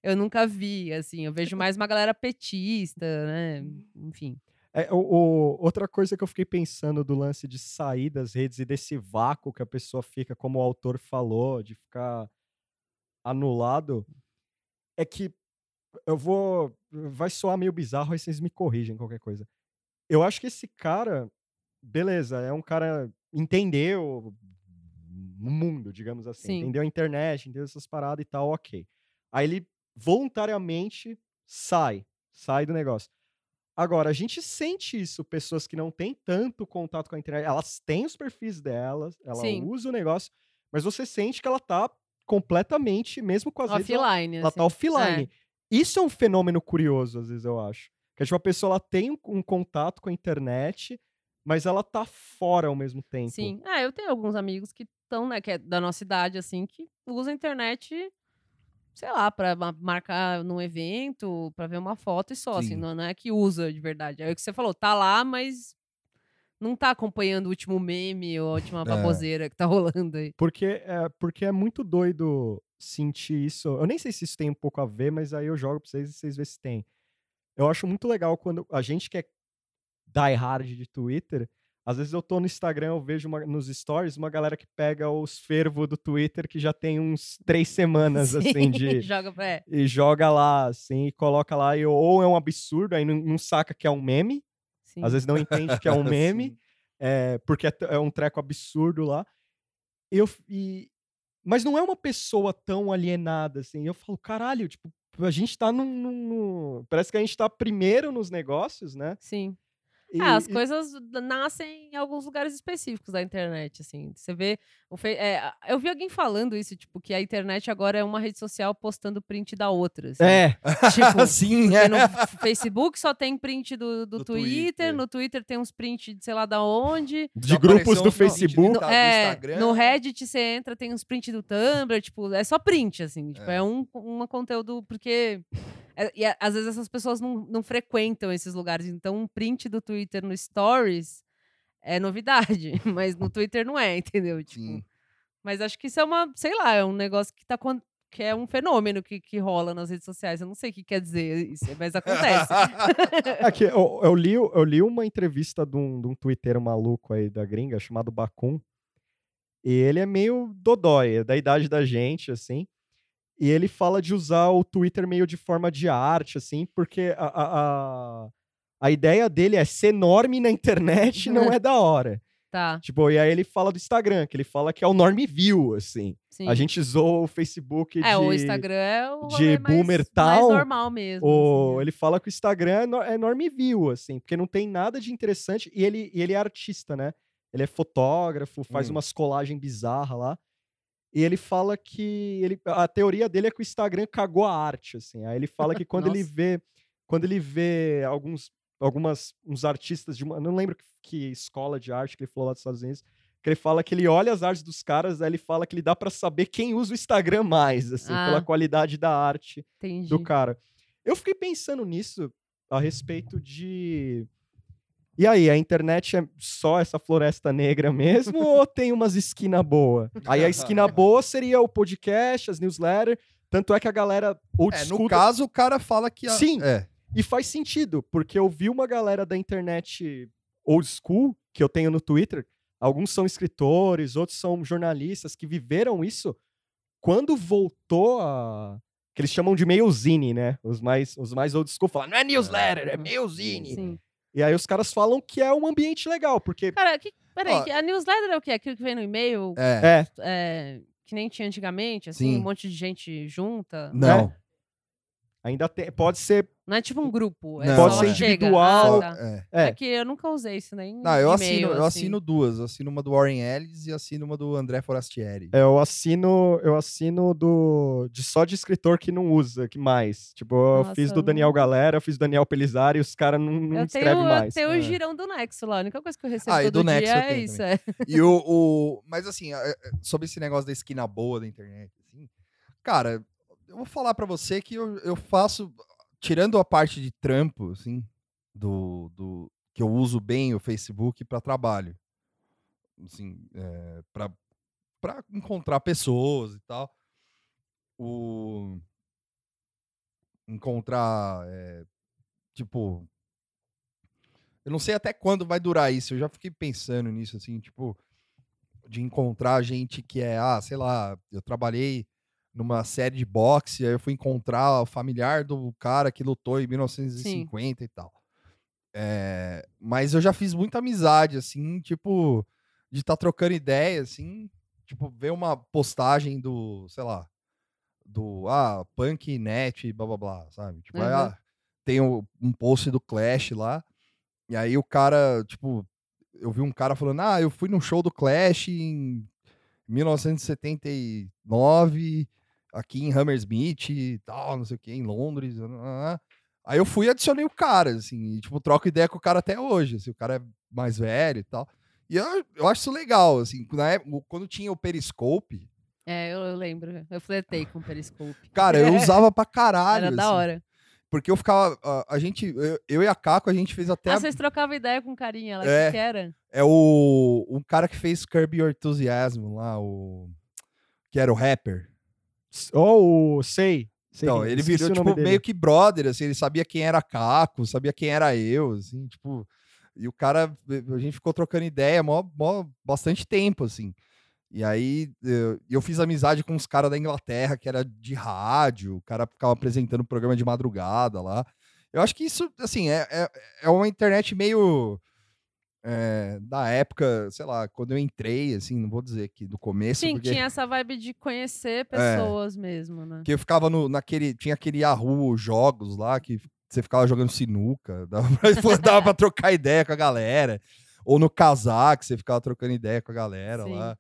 D: eu nunca vi, assim. Eu vejo mais uma galera petista, né? Enfim.
C: É, o- o- outra coisa que eu fiquei pensando do lance de sair das redes e desse vácuo que a pessoa fica, como o autor falou, de ficar anulado, é que eu vou. Vai soar meio bizarro, aí vocês me corrigem qualquer coisa. Eu acho que esse cara, beleza, é um cara. Entendeu o mundo, digamos assim.
D: Sim.
C: Entendeu a internet, entendeu essas paradas e tal, ok. Aí ele voluntariamente sai, sai do negócio. Agora, a gente sente isso, pessoas que não têm tanto contato com a internet, elas têm os perfis delas, ela
D: Sim.
C: usa o negócio, mas você sente que ela tá completamente, mesmo com as redes, ela-
D: Offline,
C: ela
D: assim.
C: tá offline. Isso é um fenômeno curioso, às vezes, eu acho. Que tipo, a pessoa ela tem um, um contato com a internet, mas ela tá fora ao mesmo tempo.
D: Sim. Ah, eu tenho alguns amigos que estão, né, que é da nossa idade, assim, que usam a internet, sei lá, pra ma- marcar num evento, pra ver uma foto e só, assim,
B: Sim.
D: não, não é que usa de verdade. É o que você falou, tá lá, mas não tá acompanhando o último meme ou a última baboseira que tá rolando aí.
C: Porque é, porque é muito doido sentir isso. Eu nem sei se isso tem um pouco a ver, mas aí eu jogo pra vocês e vocês vê se tem. Eu acho muito legal quando a gente quer die hard de Twitter. Às vezes eu tô no Instagram, eu vejo uma- nos stories uma galera que pega os fervo do Twitter que já tem uns três semanas, assim,
D: Sim,
C: de,
D: Joga pra... É,
C: e joga lá, assim, e coloca lá, e ou é um absurdo, aí não, não saca que é um meme,
D: sim.
C: às vezes não entende que é um
B: Sim.
C: meme, é, porque é, t- é um treco absurdo lá. Eu, f- e, mas não é uma pessoa tão alienada, assim, eu falo, caralho, tipo, a gente tá num... num- num- Parece que a gente tá primeiro nos negócios, né?
D: Sim.
C: E-
D: Ah, as
C: e-
D: coisas d- nascem em alguns lugares específicos da internet, assim. Você vê. o fe- é, a- eu vi alguém falando isso, tipo, que a internet agora é uma rede social postando print da outra. assim.
C: É,
D: Tipo,
B: Sim,
D: porque no Facebook só tem print do, do
B: Do
D: Twitter,
B: Twitter.
D: no Twitter tem uns print de sei lá da onde.
C: de grupos Então, do
D: né?
C: Facebook.
D: No, é, no Reddit você entra, tem uns print do Tumblr, tipo, é só print, assim. Tipo, é, um uma conteúdo, porque. é- e a- às vezes essas pessoas não, não frequentam esses lugares. Então, um print do Twitter no Stories é novidade, mas no Twitter não é, entendeu? Tipo,
B: Sim.
D: Mas acho que isso é uma, sei lá, é um negócio que tá. acon- Que é um fenômeno que, que rola nas redes sociais. Eu não sei o que quer dizer isso, mas acontece.
C: É que eu, eu li, eu li uma entrevista de um, de um twitter maluco aí da gringa, chamado Bakun. E ele é meio dodói, é da idade da gente, assim. E ele fala de usar o Twitter meio de forma de arte, assim, porque a, a, a, a ideia dele é ser norme na internet não é da hora.
D: tá,
C: Tipo, e aí ele fala do Instagram, que ele fala que é o norme view, assim.
D: sim.
C: A gente zoa o Facebook de...
D: é, o Instagram é o
C: de
D: rolê mais-
C: boomer
D: mais
C: tal,
D: normal mesmo. assim,
C: O,
D: é.
C: ele fala que o Instagram é, no, é enorme view, assim, porque não tem nada de interessante. E ele, e ele é artista, né? Ele é fotógrafo, faz
B: Hum.
C: umas colagens bizarras lá. E ele fala que. Ele, a teoria dele é que o Instagram cagou a arte, assim. Aí ele fala que quando ele
D: Nossa.
C: vê. Quando ele vê alguns algumas, uns artistas de uma. Não lembro que, que escola de arte que ele falou lá dos Estados Unidos. Que ele fala que ele olha as artes dos caras, aí ele fala que ele dá pra saber quem usa o Instagram mais, assim, pela
D: Ah.
C: qualidade da arte
D: Entendi.
C: do cara. Eu fiquei pensando nisso a respeito de. E aí, a internet é só essa floresta negra mesmo ou tem umas esquina boa? Aí a esquina boa seria o podcast, as newsletters. Tanto é que a galera old
B: É,
C: school-
B: no caso, o cara fala que. a-
C: Sim.
B: É.
C: E faz sentido, porque eu vi uma galera da internet old school, que eu tenho no Twitter, alguns são escritores, outros são jornalistas que viveram isso. Quando voltou a. que eles chamam de mailzine, né? Os mais, os mais old school falam, não é newsletter, é mailzine.
D: Sim.
C: E aí os caras falam que é um ambiente legal, porque.
D: Cara, que, peraí,
B: Ó.
D: que a newsletter é o quê? Aquilo que vem no e-mail,
B: É.
C: É,
D: é, que nem tinha antigamente, assim,
B: Sim.
D: um monte de gente junta.
B: Não.
C: ainda tem, pode ser.
D: Não é tipo um grupo. É
B: Não.
D: só
B: Pode ser
D: chega.
C: individual.
D: Ah, tá.
B: É.
D: é.
C: É.
D: que eu nunca usei isso nem.
B: Não, eu
D: e-mail,
B: assino, eu
D: assim.
B: assino duas. Eu assino uma do Warren Ellis e assino uma do André Forastieri.
C: Eu assino, eu assino do de só de escritor que não usa, que mais. Tipo, eu
D: Nossa,
C: fiz
D: eu
C: do
D: não-
C: Daniel Galera, eu fiz do Daniel Pelizari, os caras não, não
D: Eu
C: escrevem
D: tenho, eu
C: mais.
D: tenho
B: é.
D: o girão do Nexo lá. A única coisa que eu recebo
B: Ah, e do
D: todo dia
B: Nexo eu
D: é
B: tenho
D: isso. É.
B: E o, é, o- Mas assim, a- a- sobre esse negócio da esquina boa da internet, assim, cara, vou falar pra você que eu, eu faço, tirando a parte de trampo, assim, do, do que eu uso bem o Facebook pra trabalho, assim, é, pra, pra encontrar pessoas e tal, o encontrar, é, tipo, eu não sei até quando vai durar isso. Eu já fiquei pensando nisso, assim, tipo, de encontrar gente que é, ah, sei lá, eu trabalhei numa série de boxe, aí eu fui encontrar o familiar do cara que lutou em 1950 e tal. É, mas eu já fiz muita amizade, assim, tipo, de estar trocando ideia, assim, tipo, ver uma postagem do, sei lá, do, ah, punk, net, blá blá blá, sabe? Tipo, aí,
D: Uhum.
B: ah, tem o- um post do Clash lá, e aí o cara, tipo, eu vi um cara falando, ah, eu fui num show do Clash em 1979, aqui em Hammersmith e tal, não sei o que, em Londres. ah, ah, ah." Aí eu fui e adicionei o cara, assim, e, tipo, troco ideia com o cara até hoje, assim, o cara é mais velho e tal. E eu, eu acho isso legal, assim, na época, quando tinha o Periscope,
D: É, eu, eu lembro. Eu flertei com o Periscope.
B: cara, eu usava pra caralho,
D: É. Era da
B: assim,
D: hora.
B: porque eu ficava, a, a gente, eu, eu e a Caco, a gente fez até,
D: Ah,
B: a-
D: vocês trocavam ideia com carinha lá,
B: É.
D: que, que era?
B: é o, um cara que fez Curb Your Enthusiasm lá, o, que era o rapper.
C: Ou sei. sei
B: Então,
C: quem,
B: ele
C: esqueci
B: virou,
C: o
B: tipo,
C: nome dele.
B: meio que brother, assim, ele sabia quem era Caco, sabia quem era eu, assim, tipo. E o cara, eh, a gente ficou trocando ideia mó, mó, bastante tempo, assim. E aí eu, eu fiz amizade com uns caras da Inglaterra, que era de rádio, o cara ficava apresentando programa de madrugada lá. Eu acho que isso, assim, é, é, é uma internet meio. é, da época, sei lá, quando eu entrei, assim, não vou dizer que do começo.
D: Sim,
B: porque... É.
D: tinha essa vibe de conhecer pessoas mesmo, né?
B: Que eu ficava no, naquele. Tinha aquele Yahoo Jogos lá, que você ficava jogando sinuca, dava pra, dava pra trocar ideia com a galera. Ou no Kazak, você ficava trocando ideia com a galera
D: Sim.
B: lá.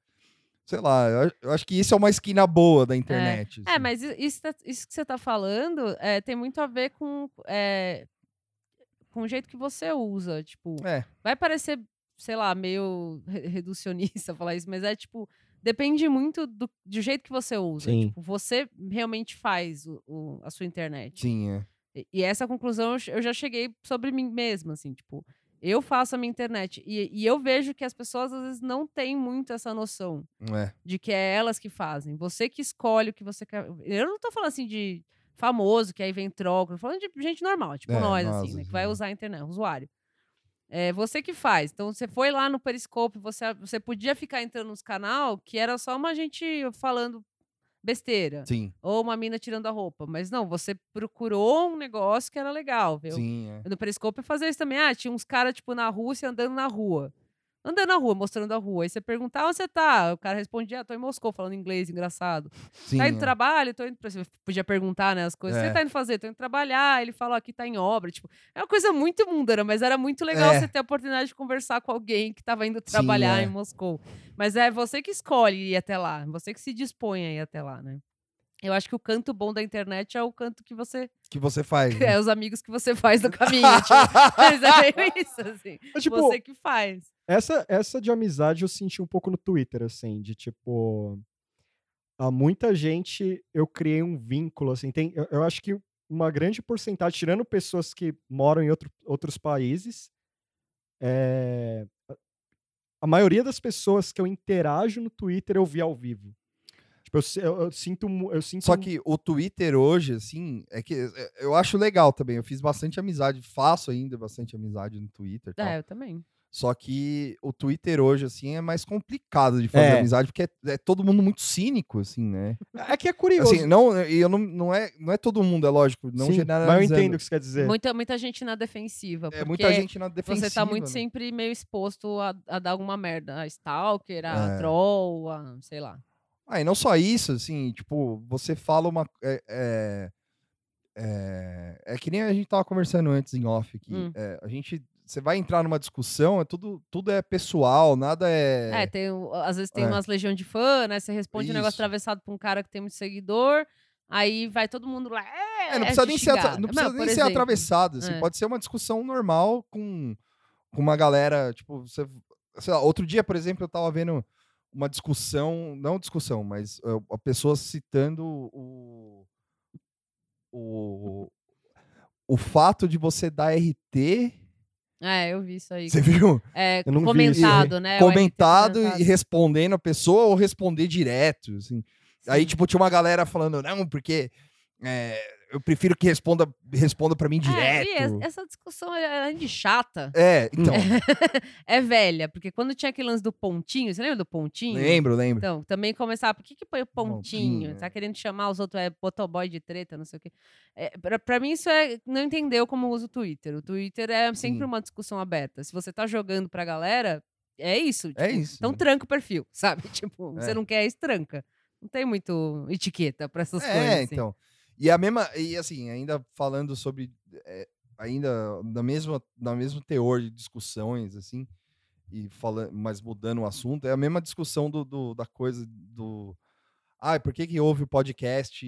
B: Sei lá, eu, eu acho que isso é uma esquina boa da internet.
D: É,
B: assim.
D: mas i- isso, tá- isso que você tá falando é, tem muito a ver com, é, com o jeito que você usa. Tipo,
B: É.
D: vai parecer, sei lá, meio re- reducionista falar isso, mas é tipo, depende muito do, do jeito que você usa.
C: Sim.
D: Tipo, você realmente faz o- o- a sua internet.
B: Sim, é.
D: E- E essa conclusão eu che- eu já cheguei sobre mim mesma, assim, tipo, eu faço a minha internet. E, e eu vejo que as pessoas às vezes não têm muito essa noção
B: é.
D: de que é elas que fazem. Você que escolhe o que você quer. Eu não tô falando assim de famoso, que aí vem troca. Eu tô falando de gente normal, tipo
B: É,
D: nós,
B: nós,
D: assim, né? Que
B: assim,
D: vai
B: né?
D: usar a internet, usuário. É você que faz. Então, você foi lá no Periscope, você, você podia ficar entrando nos canal que era só uma gente falando besteira
B: Sim,
D: ou uma mina tirando a roupa. Mas não, você procurou um negócio que era legal, viu?
B: sim, é.
D: No Periscope eu fazia isso também. Ah, tinha uns caras, tipo, na Rússia andando na rua. Andando na rua, mostrando a rua. Aí você perguntava onde você tá? O cara respondia, ah, tô em Moscou, falando inglês, engraçado.
B: Sim,
D: tá indo
B: é.
D: trabalho? Tô indo... pra- Você podia perguntar, né, as coisas.
B: É.
D: Você tá indo fazer? Tô indo trabalhar. Ele falou, aqui tá em obra. Tipo, é uma coisa muito mundana, mas era muito legal
B: É.
D: você ter a oportunidade de conversar com alguém que tava indo trabalhar
B: é.
D: em Moscou. Mas é você que escolhe ir até lá. Você que se dispõe a ir até lá, né? Eu acho que o canto bom da internet é o canto que você...
B: Que você faz. né?
D: É os amigos que você faz no caminho, tipo. Mas é meio isso, assim.
C: Mas, tipo,
D: Você que faz.
C: Essa, essa de amizade eu senti um pouco no Twitter, assim, de tipo. Há muita gente eu criei um vínculo, assim. Tem, eu, eu acho que uma grande porcentagem, tirando pessoas que moram em outro, outros países, é, a- a maioria das pessoas que eu interajo no Twitter eu vi ao vivo. Tipo, eu, si- eu- eu sinto. mu- Eu
D: um
C: sinto
B: Só que o Twitter hoje, assim, é que é, eu acho legal também. Eu fiz bastante amizade, faço ainda bastante amizade no Twitter. e tal.
D: É, eu também.
B: Só que o Twitter hoje, assim, é mais complicado de fazer
C: É.
B: amizade, porque é, é todo mundo muito cínico, assim, né?
C: É que é curioso.
B: Assim, não, e eu não, não, é, não é todo mundo, é lógico, não
C: sim, mas eu
B: generalizando.
C: entendo o que você quer dizer.
D: Muita, muita gente na defensiva.
B: É
D: porque
B: muita gente na defensiva.
D: Você tá muito
B: né?
D: sempre meio exposto a, a dar alguma merda. A stalker, a
B: É.
D: troll, a sei lá.
B: Ah, e não só isso, assim, tipo, você fala uma. É, é, é- é que nem a gente tava conversando antes em off aqui.
D: Hum.
B: É, a gente. Você vai entrar numa discussão, é tudo, tudo é pessoal, nada
D: É,
B: é.
D: tem, o- às vezes tem
B: É.
D: umas legião de fã, né? Você responde um negócio
B: Isso.
D: atravessado pra um cara que tem muito seguidor. Aí vai todo mundo lá. É,
B: É, não
D: é,
B: precisa
D: te
B: nem, ser, atra-
D: xingar.
B: não precisa
D: por
B: nem ser
D: exemplo.
B: atravessado. assim,
D: É.
B: Pode ser uma discussão normal com, com uma galera. Tipo, você, sei lá, outro dia, por exemplo, eu tava vendo eh, uma discussão, não discussão, mas é, a pessoa citando o, o fato de você dar RT.
D: É, eu vi isso aí.
B: Você viu?
D: É,
C: Eu não vi
D: comentado, né? o RT
B: comentado e respondendo a pessoa ou responder direto. Assim. Aí,
D: Sim.
B: tipo, tinha uma galera falando, não, porque é, eu prefiro que responda, responda para mim
D: É, e
B: direto.
D: es- essa discussão ela- ela é de chata.
B: É, então,
D: É velha, porque quando tinha aquele lance do pontinho, você lembra do pontinho?
B: lembro, lembro.
D: Então, também começava, por que que põe o pontinho?
B: Pontinho,
D: Tá querendo chamar os outros, é botoboy de treta, não sei o quê. É, pra, pra mim isso é, não entendeu como usa o Twitter. O Twitter é sempre
B: Sim.
D: uma discussão aberta. Se você tá jogando pra galera, é isso.
B: É
D: tipo,
B: isso.
D: Então tranca o perfil, sabe? Tipo,
B: É.
D: você não quer isso, tranca. Não tem muito etiqueta pra essas coisas.
B: É,
D: assim.
B: então. E a mesma, e assim, ainda falando sobre, é, ainda da mesma, da mesmo teor de discussões, assim, e falando, mas mudando o assunto, é a mesma discussão do, do- da coisa do, ai, por que que houve o podcast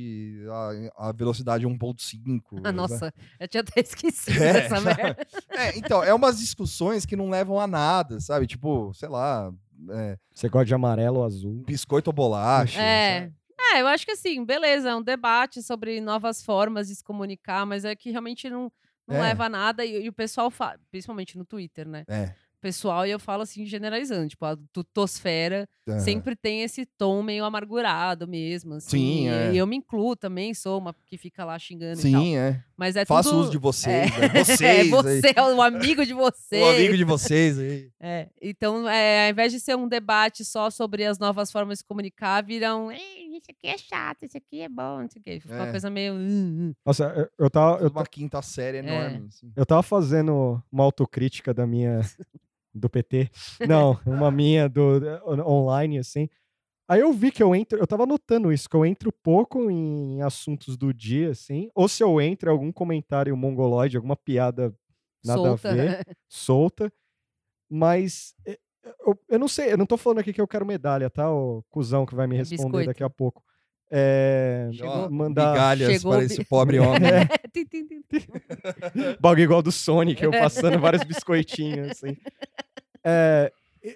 B: a, a velocidade 1.5?
D: Ah,
B: né?
D: nossa, eu tinha até esquecido
B: É,
D: dessa
B: sabe?
D: merda.
B: É, então, é umas discussões que não levam a nada, sabe? Tipo, sei lá, é,
C: Você gosta de amarelo ou azul?
B: biscoito ou bolacha.
D: É.
B: sabe?
D: É, eu acho que assim, beleza, é um debate sobre novas formas de se comunicar, mas é que realmente não, não
B: É.
D: leva a nada. E, e o pessoal fala, principalmente no Twitter, né?
B: É.
D: O Pessoal, e eu falo assim, generalizando, tipo, a tutosfera
B: Aham.
D: sempre tem esse tom meio amargurado mesmo, assim.
B: Sim,
D: e-
B: é.
D: E eu me incluo também, sou uma que fica lá xingando e tal.
B: Sim, é.
D: Mas é
B: Faço
D: tudo...
B: uso de
D: É.
B: vocês, né?
D: é,
B: Vocês aí.
D: você é o amigo de você.
B: O amigo de vocês aí.
D: É, então, é, ao invés de ser um debate só sobre as novas formas de se comunicar, viram. Isso aqui é chato, isso aqui é bom, não sei o quê. Ficou
B: É.
D: uma coisa meio. "Hum, hum".
C: Nossa, eu- eu tava, eu,
B: Uma quinta série
D: É.
B: enorme. assim.
C: eu tava fazendo uma autocrítica da minha. do PT. Não, uma minha do, on- online, assim. Aí eu vi que eu entro. Eu tava notando isso, que eu entro pouco em assuntos do dia, assim. Ou se eu entro em algum comentário mongoloide, alguma piada nada
D: solta. né?
C: a ver. solta. Mas é, eu, eu não sei, eu não tô falando aqui que eu quero medalha, tá? O cuzão que vai me responder
D: É Biscoito.
C: daqui a pouco. É,
D: Chegou.
C: mandar
B: Migalhas
D: Chegou
B: para
D: o bi-
B: esse pobre homem.
D: Tim, tim, tim.
C: bagulho igual do Sonic,
D: É.
C: eu passando vários biscoitinhos, assim. É,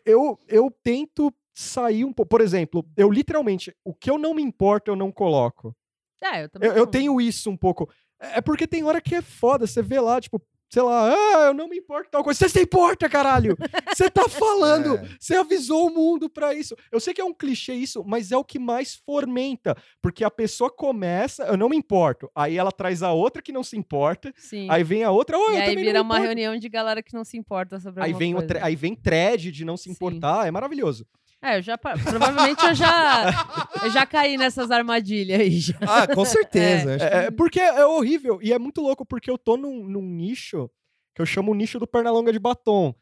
C: eu, eu tento sair um pouco. Por exemplo, eu literalmente, o que eu não me importo, eu não coloco.
D: É, eu também.
C: Eu, eu
D: não-
C: tenho isso um pouco. É é porque tem hora que é foda, você vê lá, tipo, sei lá, ah, eu não me importo com tal coisa. Você se importa, caralho! Você tá falando,
B: É.
C: você avisou o mundo pra isso. Eu sei que é um clichê isso, mas é o que mais fomenta. Porque a pessoa começa, eu não me importo. Aí ela traz a outra que não se importa,
D: Sim.
C: aí vem a outra, oh, eu
D: e aí
C: também
D: vira
C: não me
D: uma
C: importo.
D: reunião de galera que não se importa sobre
C: Aí
D: alguma
C: vem, o
D: coisa.
C: tre- aí vem thread de não se
D: Sim.
C: importar, é maravilhoso.
D: É, eu já. pa- Provavelmente eu já. Eu já caí nessas armadilhas aí. já. né?
B: Ah, com certeza. acho que-
C: É, é,
D: Uhum.
C: porque é horrível e é muito louco, porque eu tô num, num nicho que eu chamo o nicho do Pernalonga de Batom.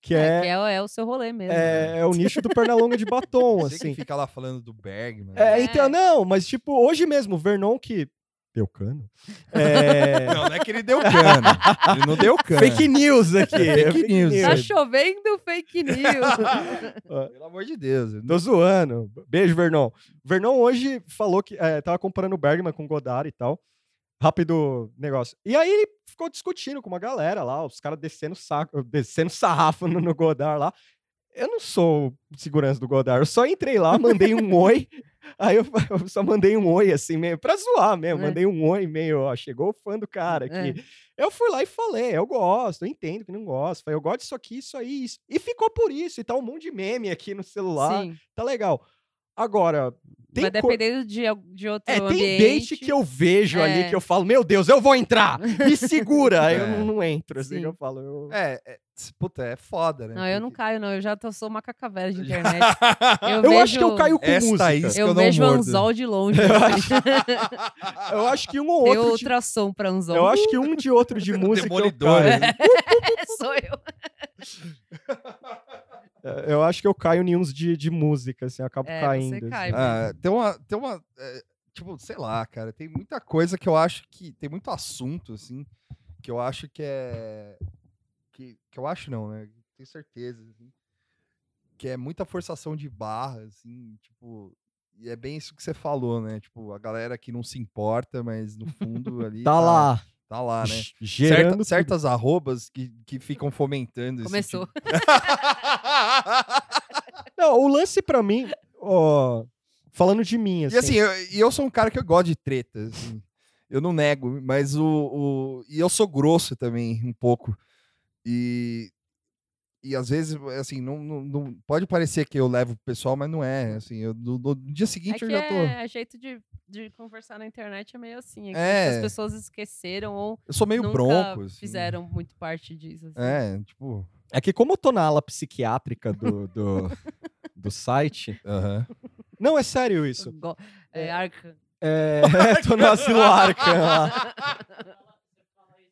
C: Que é,
D: É, que é, é o seu rolê mesmo.
C: É,
D: né?
C: é o nicho do Pernalonga de batom,
B: Você que
C: assim.
B: fica lá falando do Bergman.
C: É,
D: É.
C: então, não, mas tipo, hoje mesmo, o Vernon que. Deu cano? É.
B: Não, não é que ele deu cano. Ele não deu cano.
C: fake news aqui.
B: É fake news,
D: Tá
B: é.
D: chovendo fake news.
B: Pelo amor de Deus. eu não-
C: Tô zoando. Beijo, Vernon. Vernon hoje falou que. É, tava comparando o Bergman com o Godard e tal. Rápido negócio. E aí ele ficou discutindo com uma galera lá, os caras descendo saco, descendo sarrafo no, no Godard lá. Eu não sou o segurança do Godard, eu só entrei lá, mandei um oi. Aí eu, eu só mandei um oi, assim, meio pra zoar mesmo.
D: É.
C: Mandei um oi meio, ó, chegou o fã do cara aqui.
D: É.
C: Eu fui lá e falei, eu gosto, eu entendo que não gosto. Falei, eu gosto disso aqui, isso aí, isso. E ficou por isso, e tá um monte de meme aqui no celular
D: Sim.
C: tá legal. Agora, tem
D: Vai
C: co-
D: dependendo de, al- de outro
C: é,
D: ambiente.
C: tem date que eu vejo ali
D: É.
C: que eu falo, meu Deus, eu vou entrar, me segura, Aí eu
B: É.
C: não, não entro, assim
D: Sim.
C: que eu falo. eu-
B: É, é, puta, é foda, né?
D: Não, eu não
B: Porque-
D: caio, não. Eu já tô, sou uma cacavelha de internet.
B: eu
D: Eu,
C: Eu acho que eu
D: vejo-
C: caio com
B: Essa
C: música.
B: aí, isso
D: Eu
B: que eu não
D: vejo
B: mordo.
D: anzol de longe.
C: Eu
D: assim.
C: acho, eu acho que um ou
D: Tem
C: outro. de-
D: ultrassom pra anzol.
C: eu acho que um de outro de música. eu
B: Demolidores. né?
C: caio.
D: Sou eu.
C: É, Eu acho que eu caio em uns de, de música, assim, eu acabo
D: É, você
C: caindo.
D: cai.
C: assim.
B: Ah, tem uma. Tem uma é, tipo, sei lá, cara, tem muita coisa que eu acho que. Tem muito assunto, assim, que eu acho que é. Que, que eu acho não, né? Tenho certeza. assim, que é muita forçação de barra, assim, tipo. E é bem isso que você falou, né? Tipo, a galera que não se importa, mas no fundo ali.
C: Tá lá,
B: Tá lá, né?
C: g-
B: Certa-
C: gerando.
B: certas arrobas que, que ficam fomentando esse
D: Começou.
B: tipo-
C: Não, o lance pra mim, ó, falando de mim, assim.
B: E assim, eu, e eu sou um cara que eu gosto de treta. assim. Eu não nego, mas o, o. E eu sou grosso também, um pouco. E. E às vezes, assim, não, não, não- pode parecer que eu levo o pessoal, mas não é. Assim, eu, no, no dia
D: É
B: seguinte
D: que
B: eu já tô.
D: é, é jeito de, de conversar na internet é meio assim. É que
B: É.
D: as pessoas esqueceram ou
B: Eu sou meio
D: nunca
B: bronco. assim.
D: fizeram muito parte disso. assim.
B: É, tipo.
C: É que como eu tô na ala psiquiátrica do, do, do site...
B: aham.
C: Não, é sério isso.
D: Go- é, Arkham.
C: É, é, tô no asilo Arkham lá. É,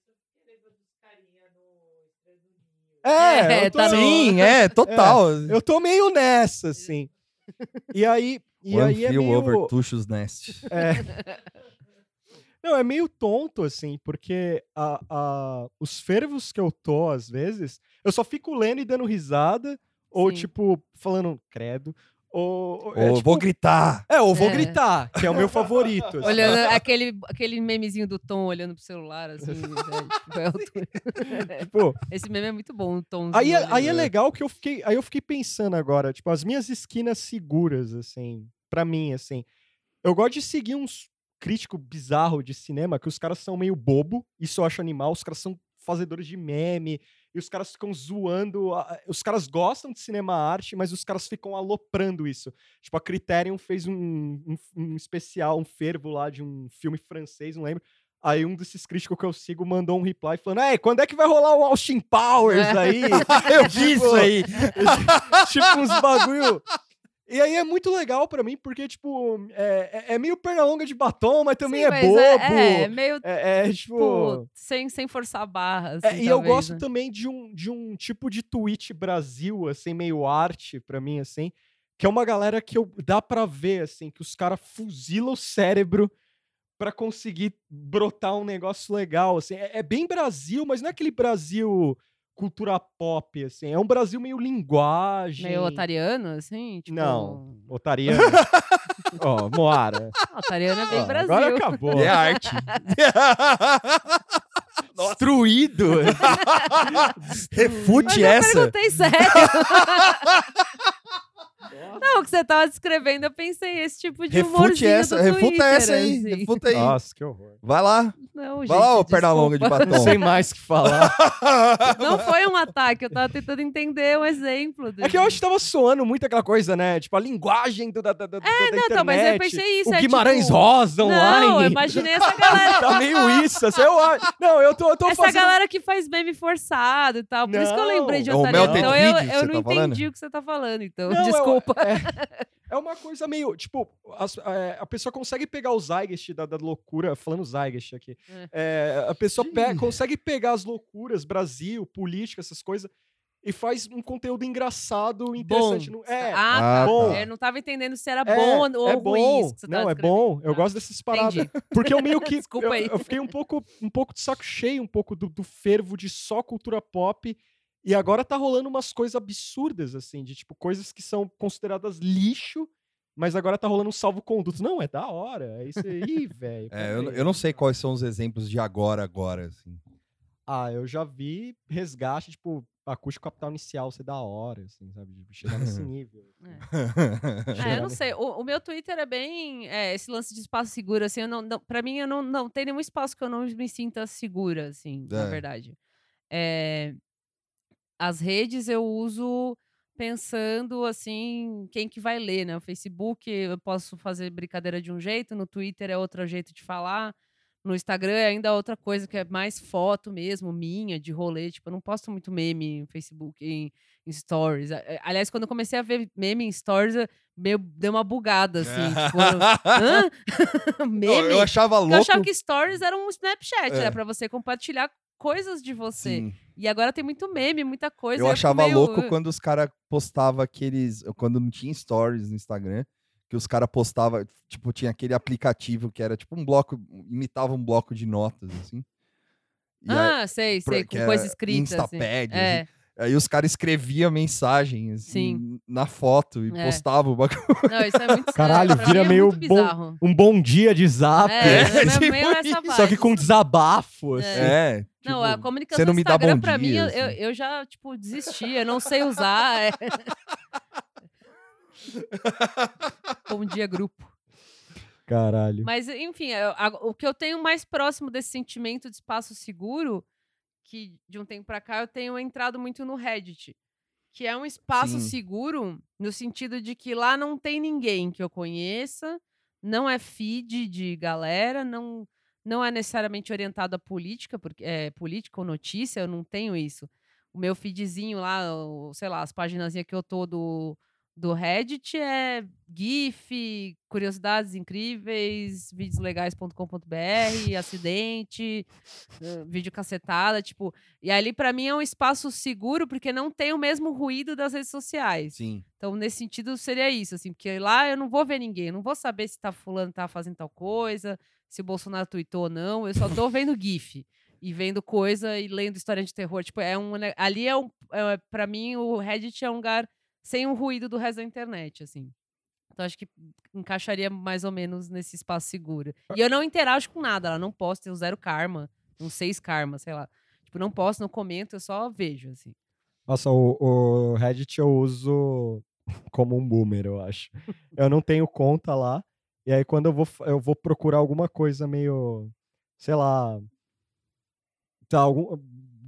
D: É,
C: É, eu tô,
D: tá no-
B: Sim, é, total.
C: eu tô meio nessa, assim. E aí... E
B: One
C: aí é
B: feel
C: meio...
B: over Tuchus Nest.
C: Não, é meio tonto, assim, porque a, a- os fervos que eu tô, às vezes, eu só fico lendo e dando risada, ou,
D: Sim.
C: tipo, falando credo, ou... ou- é,
B: Ou
C: tipo,
B: vou gritar.
C: é, ou vou
D: É.
C: gritar, que é o meu favorito. assim.
D: Olhando aquele, aquele memezinho do Tom olhando pro celular, assim. né? Tipo, é o Tom.
C: Tipo,
D: Esse meme é muito bom, o Tom.
C: aí, é- aí é legal que eu fiquei... Aí eu fiquei pensando agora, tipo, as minhas esquinas seguras, assim, pra mim, assim. Eu gosto de seguir uns crítico bizarro de cinema, que os caras são meio bobo, isso eu acho animal, os caras são fazedores de meme, e os caras ficam zoando. a- a- Os caras gostam de cinema arte, mas os caras ficam aloprando isso. Tipo, a Criterion fez um, um, um especial, um fervo lá de um filme francês, não lembro. Aí um desses críticos que eu sigo mandou um reply falando: Ei, quando é que vai rolar o Austin Powers aí?
B: eu vi isso aí.
C: tipo, uns bagulho. E aí é muito legal pra mim, porque, tipo, é, é- é meio perna longa de batom, mas também é bobo.
D: É,
C: É,
D: meio
C: é, tipo.
D: tipo, sem, sem forçar a barra.
C: É,
D: assim,
C: e eu
D: talvez,
C: gosto
D: né?
C: também de um, de um tipo de tweet Brasil, assim, meio arte pra mim, assim, que é uma galera que eu, dá pra ver, assim, que os caras fuzilam o cérebro pra conseguir brotar um negócio legal, assim. É, é bem Brasil, mas não é aquele Brasil cultura pop, assim. É um Brasil meio linguagem.
D: Meio otariano, assim? Tipo,
C: Não. Otariano. Ó, Moara.
D: Otariano é bem
C: Ó,
D: Brasil.
C: Agora acabou.
B: É arte.
C: Destruído.
D: Mas
B: Refute
D: eu
B: essa.
D: perguntei sério. Não, o que você tava descrevendo, eu pensei esse tipo de
B: Refute
D: humorzinho
B: essa.
D: do
B: Refuta
D: Twitter,
B: essa aí.
D: assim.
B: Refuta aí.
C: Nossa, que horror.
B: Vai lá.
D: Não,
B: Vai lá, ô perna longa de
D: desculpa.
C: Não
B: batom.
C: sei mais o que falar.
D: Não foi um ataque, eu tava tentando entender um exemplo. do-
C: É que eu acho que tava soando muito aquela coisa, né? Tipo, a linguagem do, da, da, da, da
D: não, então, mas eu
C: internet.
D: pensei isso,
C: O
D: é
C: Guimarães
D: tipo-
C: Rosa online.
D: Não, eu imaginei essa galera.
C: tá meio isso. Assim, eu, acho- não, eu tô, eu tô
D: Essa
C: fazendo...
D: galera que faz meme forçado e tal. Por isso que eu lembrei de
B: Não. É o
D: Otariano.
B: Melted
D: Então
B: Video
D: eu,
B: que
D: eu
B: você
D: não
B: tá
D: entendi
B: falando?
D: o que você tá falando, então.
C: Não, é-
D: Desculpa.
C: É, é uma coisa meio, tipo, as- é, a pessoa consegue pegar o Zygest da, da loucura, falando Zygest aqui, É, a pessoa pe- consegue pegar as loucuras, Brasil, política, essas coisas, e faz um conteúdo engraçado, interessante. Não- É,
D: Ah,
B: Ah,
D: tá.
C: bom.
D: Eu não tava entendendo se era
C: É,
D: bom ou
C: é
D: ruim
C: bom.
D: isso que você tava
C: Não, é
D: descrevendo.
C: bom. Eu
D: Tá.
C: gosto dessas paradas.
D: Entendi.
C: Porque eu meio que.
D: Desculpa
C: eu,
D: aí.
C: eu fiquei um pouco, um pouco de saco cheio, um pouco do, do fervo de só cultura pop. E agora tá rolando umas coisas absurdas, assim, de tipo, coisas que são consideradas lixo, mas agora tá rolando um salvo-conduto. Não, é da hora. É isso aí, velho.
B: É, eu,
C: peraí.
B: eu não sei quais são os exemplos de agora, agora. Assim.
C: Ah, eu já vi resgate, tipo, acústico capital inicial ser da hora, assim, sabe? Tipo, chegar nesse nível.
D: É, eu não sei. O, o meu Twitter é bem é, esse lance de espaço seguro, assim. Eu não, não, pra mim, eu não, não tem nenhum espaço que eu não me sinta segura, assim, na
B: É.
D: verdade. É, as redes eu uso pensando, assim, quem que vai ler, né? O Facebook eu posso fazer brincadeira de um jeito, no Twitter é outro jeito de falar. No Instagram é ainda outra coisa que é mais foto mesmo, minha, de rolê. Tipo, eu não posto muito meme no Facebook, em, em stories. A- a- Aliás, quando eu comecei a ver meme em stories, eu- meio deu uma bugada, assim. tipo, eu- Hã?
B: eu,
D: meme?
B: eu achava
D: Porque eu
B: louco.
D: achava que stories era um Snapchat,
B: É.
D: era pra você compartilhar coisas de você.
B: Sim.
D: E agora tem muito meme, muita coisa.
B: eu
D: aí fico
B: achava
D: meio,
B: louco
D: "Ah".
B: quando os caras postavam aqueles. Quando não tinha stories no Instagram, que os caras postavam. Tipo, tinha aquele aplicativo que era tipo um bloco. Imitava um bloco de notas, assim. E aí, é
D: Ah, sei,
B: pro-
D: sei,
B: que
D: com coisa
B: era
D: escrita. Assim.
B: Instapad,
D: É.
B: aí os caras escreviam mensagem, assim,
D: Sim.
B: na foto e
D: É.
B: postavam o bagulho.
D: Não, isso é muito
C: Caralho,
D: pra mim
C: vira
D: é
C: meio
D: muito
C: bom-
D: bizarro.
C: Um bom dia de zap.
B: É,
D: É, é
B: tipo
D: meio essa
B: isso,
C: Só que
D: vibe.
C: com desabafo, assim.
B: É.
D: Não,
B: tipo,
D: a comunicação
B: você não me dá
D: Instagram,
B: bom
D: pra mim,
B: dia,
D: eu- eu,
B: assim.
D: eu já, tipo, desisti, eu não sei usar. é. bom dia, grupo.
C: Caralho.
D: Mas, enfim, eu- a- o que eu tenho mais próximo desse sentimento de espaço seguro, que de um tempo pra cá eu tenho entrado muito no Reddit, que é um
B: Sim.
D: espaço seguro no sentido de que lá não tem ninguém que eu conheça, não é feed de galera, não, não é necessariamente orientado a política, porque é política ou notícia, eu não tenho isso. O meu feedzinho lá, o- sei lá, as páginas que eu tô do, do Reddit é GIF, curiosidades incríveis, videoslegais.com.br, acidente, eh, vídeo cacetada, tipo. E ali, pra mim, é um espaço seguro, porque não tem o mesmo ruído das redes sociais.
B: Sim.
D: Então, nesse sentido, seria isso, assim, porque lá eu não vou ver ninguém, eu não vou saber se tá fulano tá fazendo tal coisa, se o Bolsonaro tweetou ou não, eu só tô vendo GIF e vendo coisa e lendo história de terror. Tipo, é um. ne- Ali é um. É, pra mim, o Reddit é um lugar sem o ruído do resto da internet, assim. Então, acho que encaixaria mais ou menos nesse espaço seguro. E eu não interajo com nada, ela não posto, tenho zero karma, um seis karma, sei lá. Tipo, não posso, não comento, eu só vejo, assim.
C: Nossa, o, o Reddit eu uso como um boomer, eu acho. Eu não tenho conta lá. E aí, quando eu vou, fa- eu vou procurar alguma coisa meio. Sei lá. Tá, algum,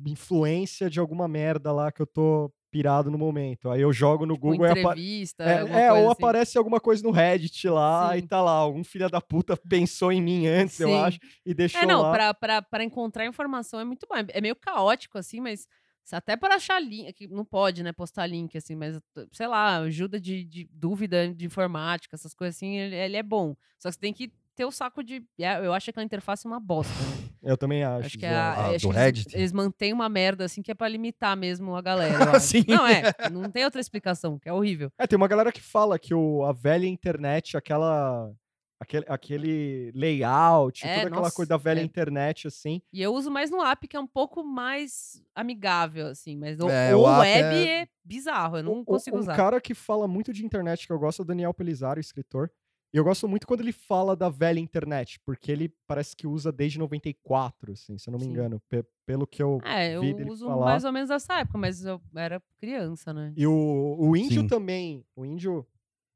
C: influência de alguma merda lá que eu tô pirado no momento. Aí eu jogo no
D: Tipo,
C: Google e apa-
D: entrevista. alguma
C: É, é,
D: coisa
C: ou
D: assim.
C: aparece alguma coisa no Reddit lá e
D: Sim.
C: tá lá. Algum filho da puta pensou em mim antes, eu
D: Sim.
C: acho, e deixou
D: É, não,
C: lá.
D: pra, pra, pra encontrar informação é muito bom. É meio caótico, assim, mas se até para achar link. que Não pode, né, postar link, assim, mas, sei lá, ajuda de, de dúvida de informática, essas coisas assim, ele, ele é bom. Só que você tem que ter o saco de. é, Eu acho aquela interface uma bosta. Né?
C: Eu também acho.
D: Acho, que,
C: zoado.
D: a, é,
B: Ah,
D: acho
B: do
D: que eles-
B: Reddit?
D: Eles, mantêm uma merda, assim, que é pra limitar mesmo a galera. eu acho.
B: Sim.
D: Não, é. Não tem outra explicação, que é horrível.
C: É, tem uma galera que fala que o, a velha internet, aquela. Aquele, aquele layout,
D: É,
C: toda aquela
D: nossa,
C: coisa da velha
D: é.
C: internet, assim.
D: E eu uso mais no app, que é um pouco mais amigável, assim. Mas o,
B: É,
D: o
B: o app
D: web
B: é-
D: é... bizarro, eu
C: Um-
D: não
C: um-
D: consigo
C: um,
D: usar.
C: cara que fala muito de internet que eu gosto é o Daniel Pelizaro, escritor. E eu gosto muito quando ele fala da velha internet, porque ele parece que usa desde 94, assim, se eu não me
D: Sim.
C: engano. pe- pelo que eu.
D: É, eu
C: vi dele
D: uso
C: falar.
D: mais ou menos dessa época, mas eu era criança, né?
C: E o, o índio
B: Sim.
C: também. O índio.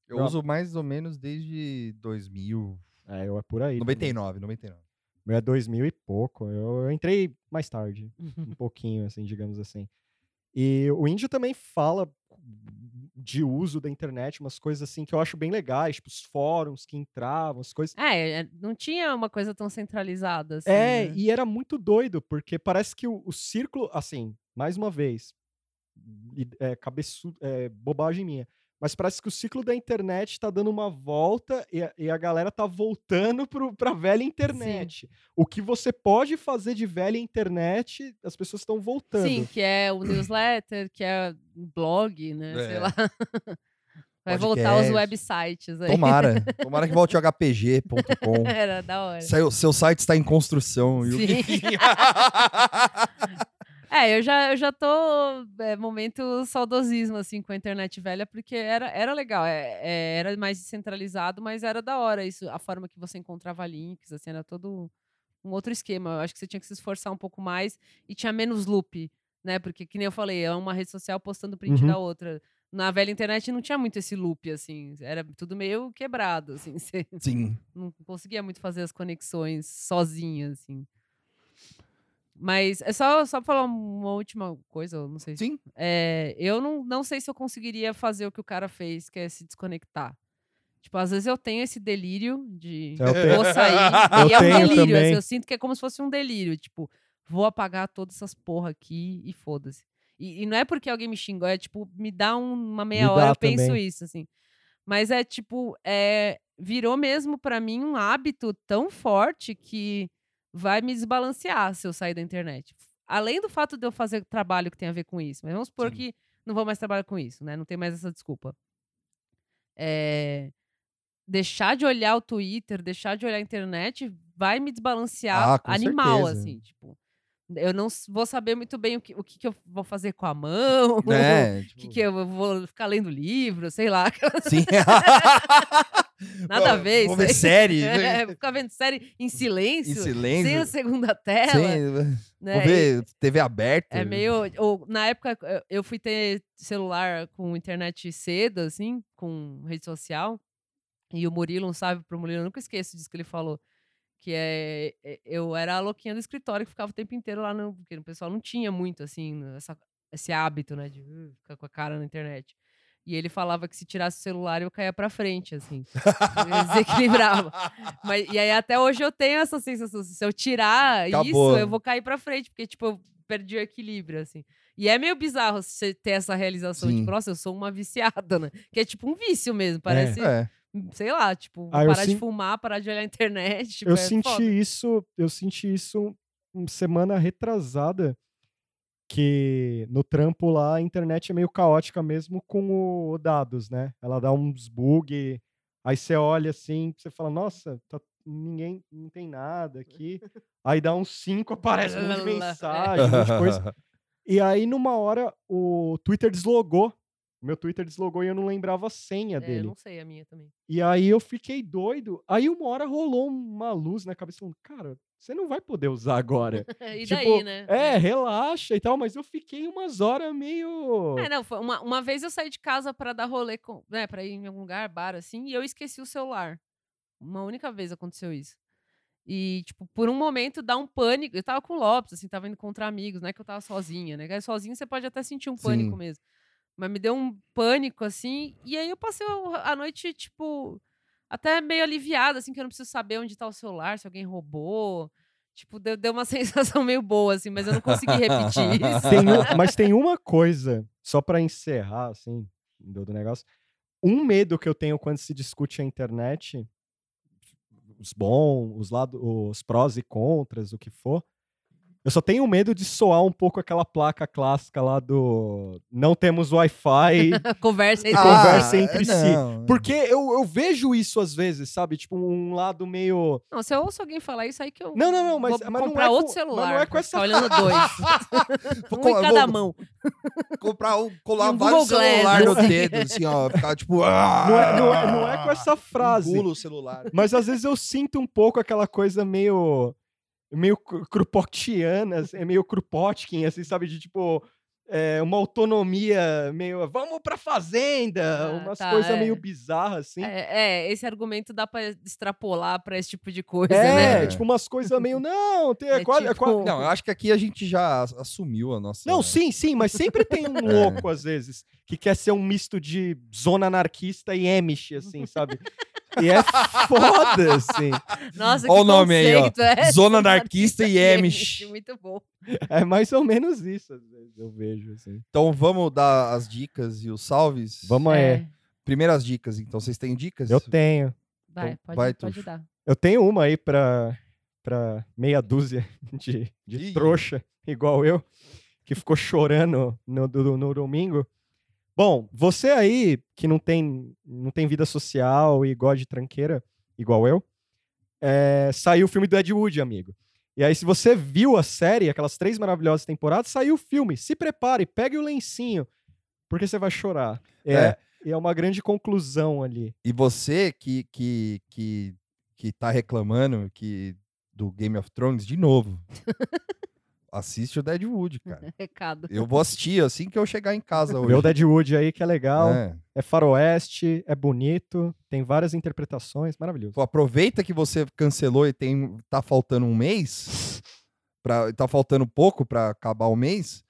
B: Eu
C: Não.
B: uso mais ou menos desde 2000,
C: É, eu é por aí. também.
B: 99, 99.
C: Meu é 2000 e pouco. Eu, eu entrei mais tarde, um pouquinho, assim, digamos assim. E o índio também fala de uso da internet, umas coisas assim que eu acho bem legais, tipo os fóruns que entravam, as coisas.
D: É, é, não tinha uma coisa tão centralizada assim.
C: é,
D: né?
C: e era muito doido, porque parece que o, o círculo, assim, mais uma vez, e- é, cabeçu- é, bobagem minha. Mas parece que o ciclo da internet tá dando uma volta e a, e a galera tá voltando pro, pra velha internet. O que você pode fazer de velha internet, as pessoas estão voltando.
D: Sim, que é o newsletter, que é o blog, né? Sei
B: É.
D: lá. Vai voltar os
B: Podcast.
D: websites aí.
B: Tomara. Tomara que volte o HPG.com.
D: Era da hora.
B: Seu, seu site está em construção. E o
D: Sim. É, eu já, eu já tô é, momento saudosismo, assim, com a internet velha, porque era, era legal, é- é, era mais descentralizado, mas era da hora isso, a forma que você encontrava links, assim, era todo um outro esquema. Eu acho que você tinha que se esforçar um pouco mais e tinha menos loop, né? Porque, que nem eu falei, é uma rede social postando print
C: Uhum.
D: da outra. Na velha internet não tinha muito esse loop, assim, era tudo meio quebrado, assim, você
B: Sim.
D: não conseguia muito fazer as conexões sozinha, assim. Mas é só, só falar uma última coisa, eu não sei se.
B: Sim.
D: É, eu não, não sei se eu conseguiria fazer o que o cara fez, que é se desconectar. Tipo, às vezes eu tenho esse delírio de
C: Eu tenho-
D: vou sair.
C: Eu
D: e é um
C: tenho
D: delírio. assim,
C: também.
D: eu sinto que é como se fosse um delírio. Tipo, vou apagar todas essas porra aqui e foda-se. E, e não é porque alguém me xingou, é tipo, me dá um- uma meia
C: Me
D: hora,
C: dá
D: eu penso
C: também.
D: isso, assim. Mas é tipo, é, virou mesmo pra mim um hábito tão forte que vai me desbalancear se eu sair da internet. Além do fato de eu fazer trabalho que tem a ver com isso, mas vamos supor
B: Sim.
D: que não vou mais trabalhar com isso, né? Não tem mais essa desculpa. É, deixar de olhar o Twitter, deixar de olhar a internet, vai me
B: Ah,
D: desbalancear
B: com
D: animal,
B: certeza.
D: assim, tipo. Eu não s- vou saber muito bem o que, o que, que eu vou fazer com a mão,
B: Né?
D: o
B: Tipo,
D: que, que eu vou ficar lendo livro, sei lá.
B: Sim.
D: Nada a
B: Vou-
D: ver
B: Vou
D: isso
B: ver
D: aí.
B: série.
D: É,
B: né?
D: ficar vendo série em silêncio,
B: Em
D: sem a
B: silêncio.
D: segunda tela.
B: Sim.
D: né?
B: Vou ver TV aberta.
D: É meio. Ou, na época, eu- eu fui ter celular com internet cedo, assim, com rede social. E o Murilo, um salve pro Murilo, eu nunca esqueço disso que ele falou. Que é, é- eu era a louquinha do escritório que ficava o tempo inteiro lá, no, porque o pessoal não tinha muito, assim, essa- esse hábito, né, de uh, ficar com a cara na internet. E ele falava que se tirasse o celular eu caía pra frente, assim. Eu desequilibrava. Mas, e aí até hoje eu tenho essa sensação. assim, Se eu tirar
B: Acabou,
D: isso,
B: né?
D: eu vou cair pra frente, porque, tipo, eu perdi o equilíbrio, assim. E é meio bizarro você ter essa realização,
B: Sim.
D: tipo, nossa, eu sou uma viciada, né? Que é tipo um vício mesmo, parece,
B: É.
D: sei lá, tipo,
C: Ah, eu
D: parar
C: sin-
D: de fumar, parar de olhar a internet. tipo,
C: eu
D: é
C: senti
D: foda.
C: isso, eu senti isso uma semana retrasada que no trampo lá a internet é meio caótica mesmo com o dados, né? Ela dá uns bug, aí você olha assim, você fala, nossa, tá- ninguém não tem nada aqui. Aí dá uns cinco, aparece um monte de
D: Lá, lá, lá, é.
C: mensagem, um monte de coisa. E aí, numa hora, o Twitter deslogou. O meu Twitter deslogou e eu não lembrava a senha
D: É, eu
C: dele.
D: não sei a minha também.
C: E aí eu fiquei doido. Aí uma hora rolou uma luz na cabeça falando, cara, você não vai poder usar agora.
D: E
C: Tipo,
D: daí, né?
C: é, relaxa e tal, mas eu fiquei umas horas meio.
D: É, não, foi uma, uma vez eu saí de casa pra dar rolê, com, né, pra ir em algum lugar, bar, assim, e eu esqueci o celular. Uma única vez aconteceu isso. E, tipo, por um momento dá um pânico. Eu tava com o Lopes, assim, tava indo contra amigos, não é que eu tava sozinha, né? Que Sozinho você pode até sentir um pânico
B: Sim.
D: mesmo. Mas me deu um pânico, assim, e aí eu passei o- a noite, tipo, até meio aliviada, assim, que eu não preciso saber onde tá o celular, se alguém roubou. Tipo, deu, deu uma sensação meio boa, assim, mas eu não consegui repetir isso.
C: Tem um- mas tem uma coisa, só pra encerrar, assim, do, do negócio. Um medo que eu tenho quando se discute a internet, os bons, os, lado, os prós e contras, o que for. Eu só tenho medo de soar um pouco aquela placa clássica lá do não temos Wi-Fi. um
D: Conversa
C: Ah,
D: entre
C: conversa
D: si.
C: entre si. Porque eu, eu vejo isso às vezes, sabe? Tipo, um lado meio.
D: Não, se eu ouço alguém falar isso aí que eu.
C: Não, não, não, mas-
D: vou
C: mas não
D: comprar
C: é
D: outro
C: com- mas não
D: celular.
C: é com
D: vou
C: essa-
D: ficar olhando dois. um em cada mão.
B: comprar um, colar
D: E um
B: vários
D: Google Glass,
B: celular no
D: assim.
B: dedo, assim, ó. Ficar tipo.
C: é, Não é, não é- não é com essa frase.
B: Engula o celular.
C: Mas às vezes eu sinto um pouco aquela coisa meio. meio cru- Krupotiana, assim, é meio Krupotkin, assim, sabe? De tipo. é, uma autonomia meio. Vamos pra fazenda!
D: Ah,
C: umas
D: tá,
C: coisas
D: é.
C: meio bizarras, assim. É,
D: É, é, esse argumento dá pra extrapolar pra esse tipo de coisa, né?
B: né?
C: tipo, umas coisas meio. Não, tem, é,
D: É
C: quase- é
D: tipo-
C: quase-
B: Não, eu acho que aqui a gente já as- assumiu a nossa.
C: Não, sim, sim, mas sempre tem um louco, às vezes, que quer ser um misto de zona anarquista e Amish, assim, sabe? E é foda, assim.
D: Nossa, que
B: Ó o nome aí, ó.
D: conceito, é?
B: Zona anarquista e Amish.
D: Muito bom.
C: É mais ou menos isso, às vezes, eu vejo, assim.
B: Então vamos dar as dicas e os salves?
C: Vamos aí. Então
D: É,
B: Primeiras dicas, então. Vocês têm dicas?
C: Eu tenho.
D: Vai,
B: Então,
D: pode,
B: vai,
D: pode
B: Tufo.
D: dar.
C: Eu tenho uma aí pra, pra meia dúzia de, de
B: Ih.
C: trouxa, igual eu, que ficou chorando no, do- no domingo. Bom, você aí que não tem, não tem vida social e gosta de tranqueira, igual eu, é, saiu o filme do Ed Wood, amigo. E aí, se você viu a série, aquelas três maravilhosas temporadas, saiu o filme. Se prepare, pegue o lencinho, porque você vai chorar. É,
B: É.
C: é. é uma grande conclusão ali.
B: E você que, que, que, que tá reclamando que do Game of Thrones, de novo. Assiste o Deadwood, cara.
D: Recado.
B: Eu vou assistir assim que eu chegar em casa hoje.
C: Vê o Deadwood aí, que é legal.
B: É.
C: É faroeste, é bonito, tem várias interpretações, maravilhoso.
B: Pô, aproveita que você cancelou e tem tá faltando um mês para tá faltando pouco pra acabar o mês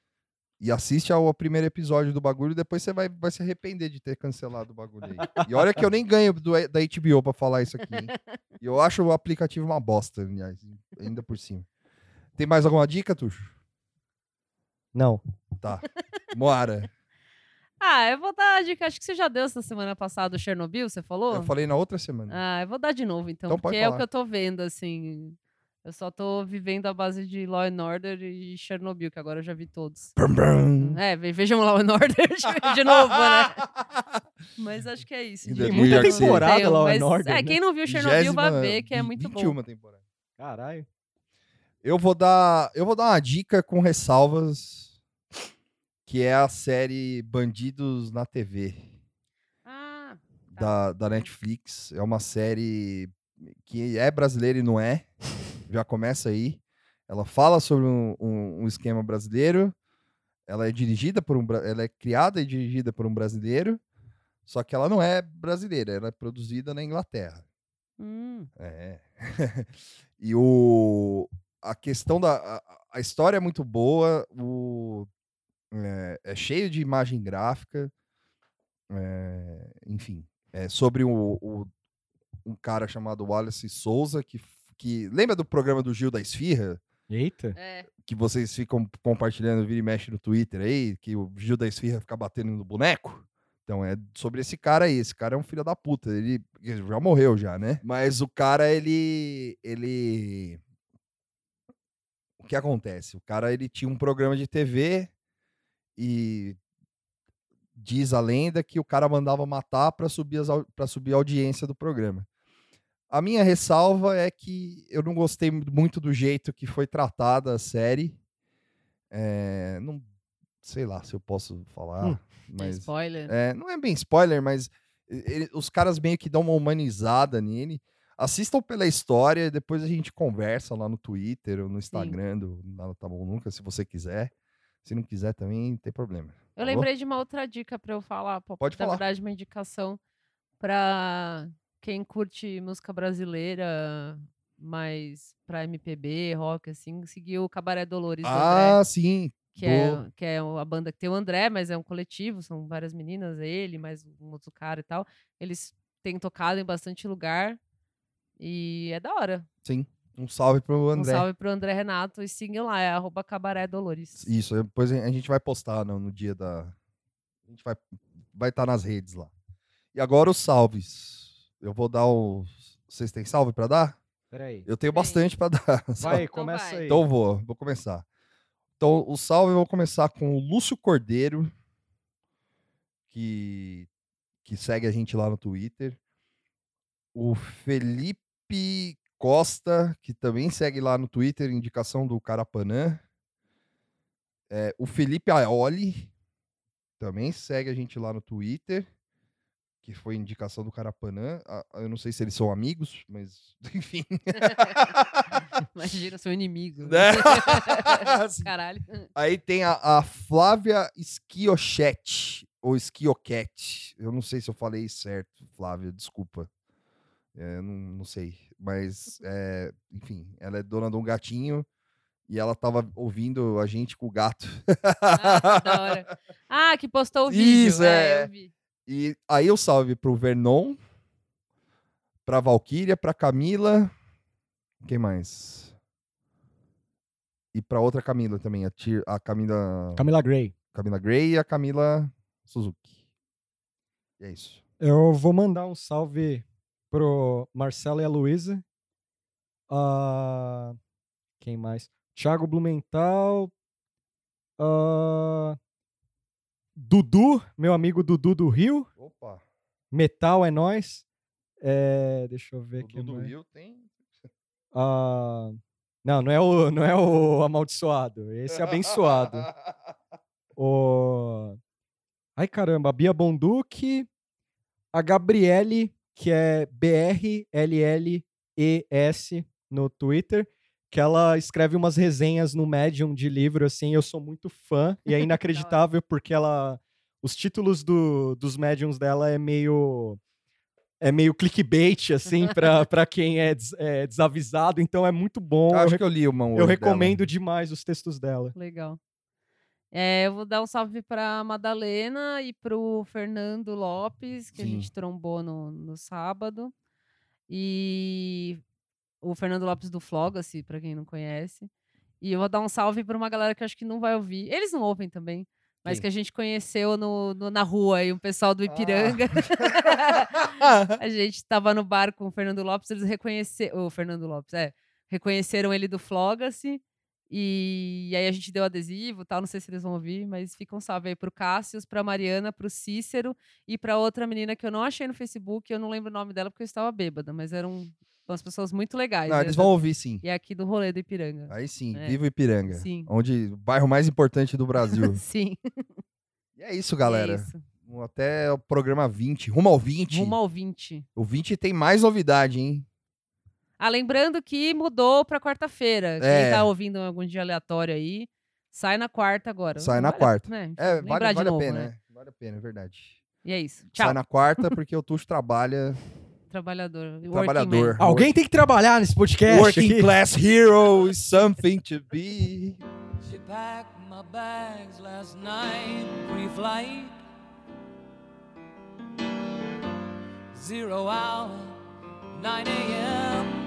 B: e assiste ao primeiro episódio do bagulho depois você vai, vai se arrepender de ter cancelado o bagulho aí. E olha que eu nem ganho do- da HBO pra falar isso aqui. hein? E eu acho o aplicativo uma bosta, aliás, ainda por cima. Tem mais alguma dica, Tuxo?
C: Não.
B: Tá. Moara.
D: Ah, eu vou dar a dica. Acho que você já deu essa semana passada o Chernobyl, você falou?
B: Eu falei na outra semana.
D: Ah, eu vou dar de novo, então,
B: Então pode
D: porque é o que
B: falar.
D: eu tô vendo, assim. Eu só tô vivendo a base de Law and Order e Chernobyl, que agora eu já vi todos.
B: Brum, brum.
D: É, ve- vejam Law and Order de- de novo, né? Mas acho que é isso.
B: Tem
D: gente.
B: muita
D: Eu não
C: temporada
D: tenho,
C: Law and
D: mas,
C: Order, né?
D: É, quem não viu Chernobyl vai
B: Vigésima- um.
D: ver que
B: vi-
D: é muito bom.
B: 21ª temporada.
C: Caralho.
B: Eu vou dar, eu vou dar uma dica com ressalvas, que é a série Bandidos na TV
D: Ah,
B: da, da Netflix. É uma série que é brasileira e não é. Já começa aí. Ela fala sobre um, um- um esquema brasileiro. Ela é dirigida por um, bra- ela é criada e dirigida por um brasileiro. Só que ela não é brasileira, ela é produzida na Inglaterra.
D: Hum,
B: É. e o a questão da a- a, a história é muito boa, o é, é cheio de imagem gráfica, é, enfim, é sobre o, o- um cara chamado Wallace Souza que f- que lembra do programa do Gil da Esfirra
C: Eita.
D: é.
B: que vocês ficam compartilhando vira e mexe no Twitter aí que o Gil da Esfirra fica batendo no boneco. Então é sobre esse cara aí. Esse cara é um filho da puta. Ele ele já morreu já, né? Mas o cara ele ele o que acontece? O cara ele tinha um programa de TV e diz a lenda que o cara mandava matar para subir para subir a audiência do programa. A minha ressalva é que eu não gostei mu- muito do jeito que foi tratada a série. É, não sei lá se eu posso falar,
C: Hum.
B: mas
D: Spoiler.
B: é, não é bem spoiler, mas e- ele- os caras meio que dão uma humanizada nele. Assistam pela história, depois a gente conversa lá no Twitter ou no Instagram do Nada Tá Bom Nunca, se você quiser. Se não quiser também, não tem problema.
D: Eu
B: Alô?
D: lembrei de uma outra dica pra eu falar. Pô,
B: tá Pode
D: na
B: falar.
D: verdade, uma indicação pra quem curte música brasileira, mas pra MPB, rock, assim, seguir o Cabaré Dolores do André,
B: Ah, sim.
D: que, é,
B: boa.
D: que é o- a banda que tem o André, mas é um coletivo, são várias meninas, ele, mais um outro cara e tal. Eles têm tocado em bastante lugar e é da hora.
B: Um salve pro André.
D: Um salve pro André Renato e sigam lá, é arroba Cabaré Dolores.
B: Isso, depois a a gente vai postar no, no dia da. A gente vai vai estar nas redes lá. E agora os salves. Eu vou dar o. Vocês têm salve pra dar?
C: Peraí.
B: Eu tenho
D: Tem.
B: bastante pra dar. Só-
C: Vai, começa
D: vai.
C: aí.
B: Então vou, vou começar. Então, o salve eu vou começar com o Lúcio Cordeiro, que, que segue a gente lá no Twitter. O Felipe Costa, que também segue lá no Twitter, indicação do Carapanã. É, o Felipe Aioli, também segue a gente lá no Twitter, que foi indicação do Carapanã. Ah, Eu não sei se eles são amigos, mas enfim.
D: Imagina, seu inimigo.
B: Né?
D: Caralho.
B: Aí tem a, a Flávia Schiochete, ou Schioquete. Eu não sei se eu falei certo, Flávia, desculpa. É, não, não sei. Mas, é, enfim, ela é dona de um gatinho e ela tava ouvindo a gente com o gato.
D: Ah, da hora. Ah, que postou o vídeo.
B: Isso,
D: é.
B: é.
D: eu vi.
B: E aí eu salve pro Vernon, pra Valkyria, pra Camila. Quem mais? E pra outra Camila também, a, Tir- a Camila.
C: Camila Gray.
B: Camila Gray e a Camila Suzuki. E é isso.
C: Eu vou mandar um salve pro Marcelo e a Luísa. Ah, quem mais? Thiago Blumenthal. Ah, Dudu, meu amigo Dudu do Rio.
B: Opa,
C: Metal é nós. É, deixa eu ver
B: o
C: aqui.
B: Dudu
C: mais.
B: Rio tem.
C: Ah, não, não é, o, não é o amaldiçoado. Esse é abençoado. O... Ai, caramba, a Bia Bonduque, a Gabriele, que é B-R-L-L-E-S no Twitter, que ela escreve umas resenhas no Medium de livro, assim, eu sou muito fã, e é inacreditável porque ela... Os títulos do, dos Mediums dela é meio... É meio clickbait, assim, pra, pra quem é, des- é desavisado, então é muito bom.
B: Acho
C: eu
B: que eu li uma
C: eu
B: hoje dela. né?
C: recomendo demais os textos dela.
D: Legal. É, eu vou dar um salve pra Madalena e pro Fernando Lopes, que a
B: Sim.
D: gente trombou no, no sábado. E o Fernando Lopes do Flogacy, pra quem não conhece. E eu vou dar um salve pra uma galera que eu acho que não vai ouvir. Eles não ouvem também.
B: Quem? Ah.
D: Mas que a gente conheceu no, no- na rua e um pessoal do Ipiranga.
C: Ah.
D: A gente tava no bar com o Fernando Lopes, eles reconheceram. O Fernando Lopes, é. Reconheceram ele do Flogacy. E aí a gente deu adesivo e tal. Não sei se eles vão ouvir, mas fica um salve aí pro Cássius, pra Mariana, pro Cícero e pra outra menina que eu não achei no Facebook. Eu não lembro o nome dela porque eu estava bêbada, mas eram umas pessoas muito legais.
B: Não,
D: né,
B: eles
D: da-
B: vão ouvir sim.
D: E aqui do rolê do Ipiranga.
B: Aí sim,
D: É.
B: viva Ipiranga.
D: Sim.
B: Onde o bairro mais importante do Brasil.
D: Sim.
B: e é isso, Ah, galera.
D: É isso.
B: Até o programa 20. Rumo ao 20.
D: Rumo ao 20.
B: O 20 tem mais novidade, hein?
D: Ah, lembrando que mudou pra quarta-feira. Quem
B: É.
D: tá ouvindo em algum dia aleatório aí, sai na quarta agora.
B: Sai
D: Não
B: na
D: vale a-
B: quarta.
D: né?
B: É,
D: Lembrar
B: vale,
D: de
B: vale
D: novo,
B: a pena,
D: né?
B: né? Vale a pena, é verdade.
D: E é isso. Tchau.
B: Sai na quarta porque o Tuxo trabalha
D: Trabalhador. Working
B: trabalhador.
D: man.
C: Alguém tem que trabalhar nesse podcast.
B: Working
C: aqui.
B: class hero is something to be.
E: She packed my bags last night, pre flight. Zero hour, 9 a.m.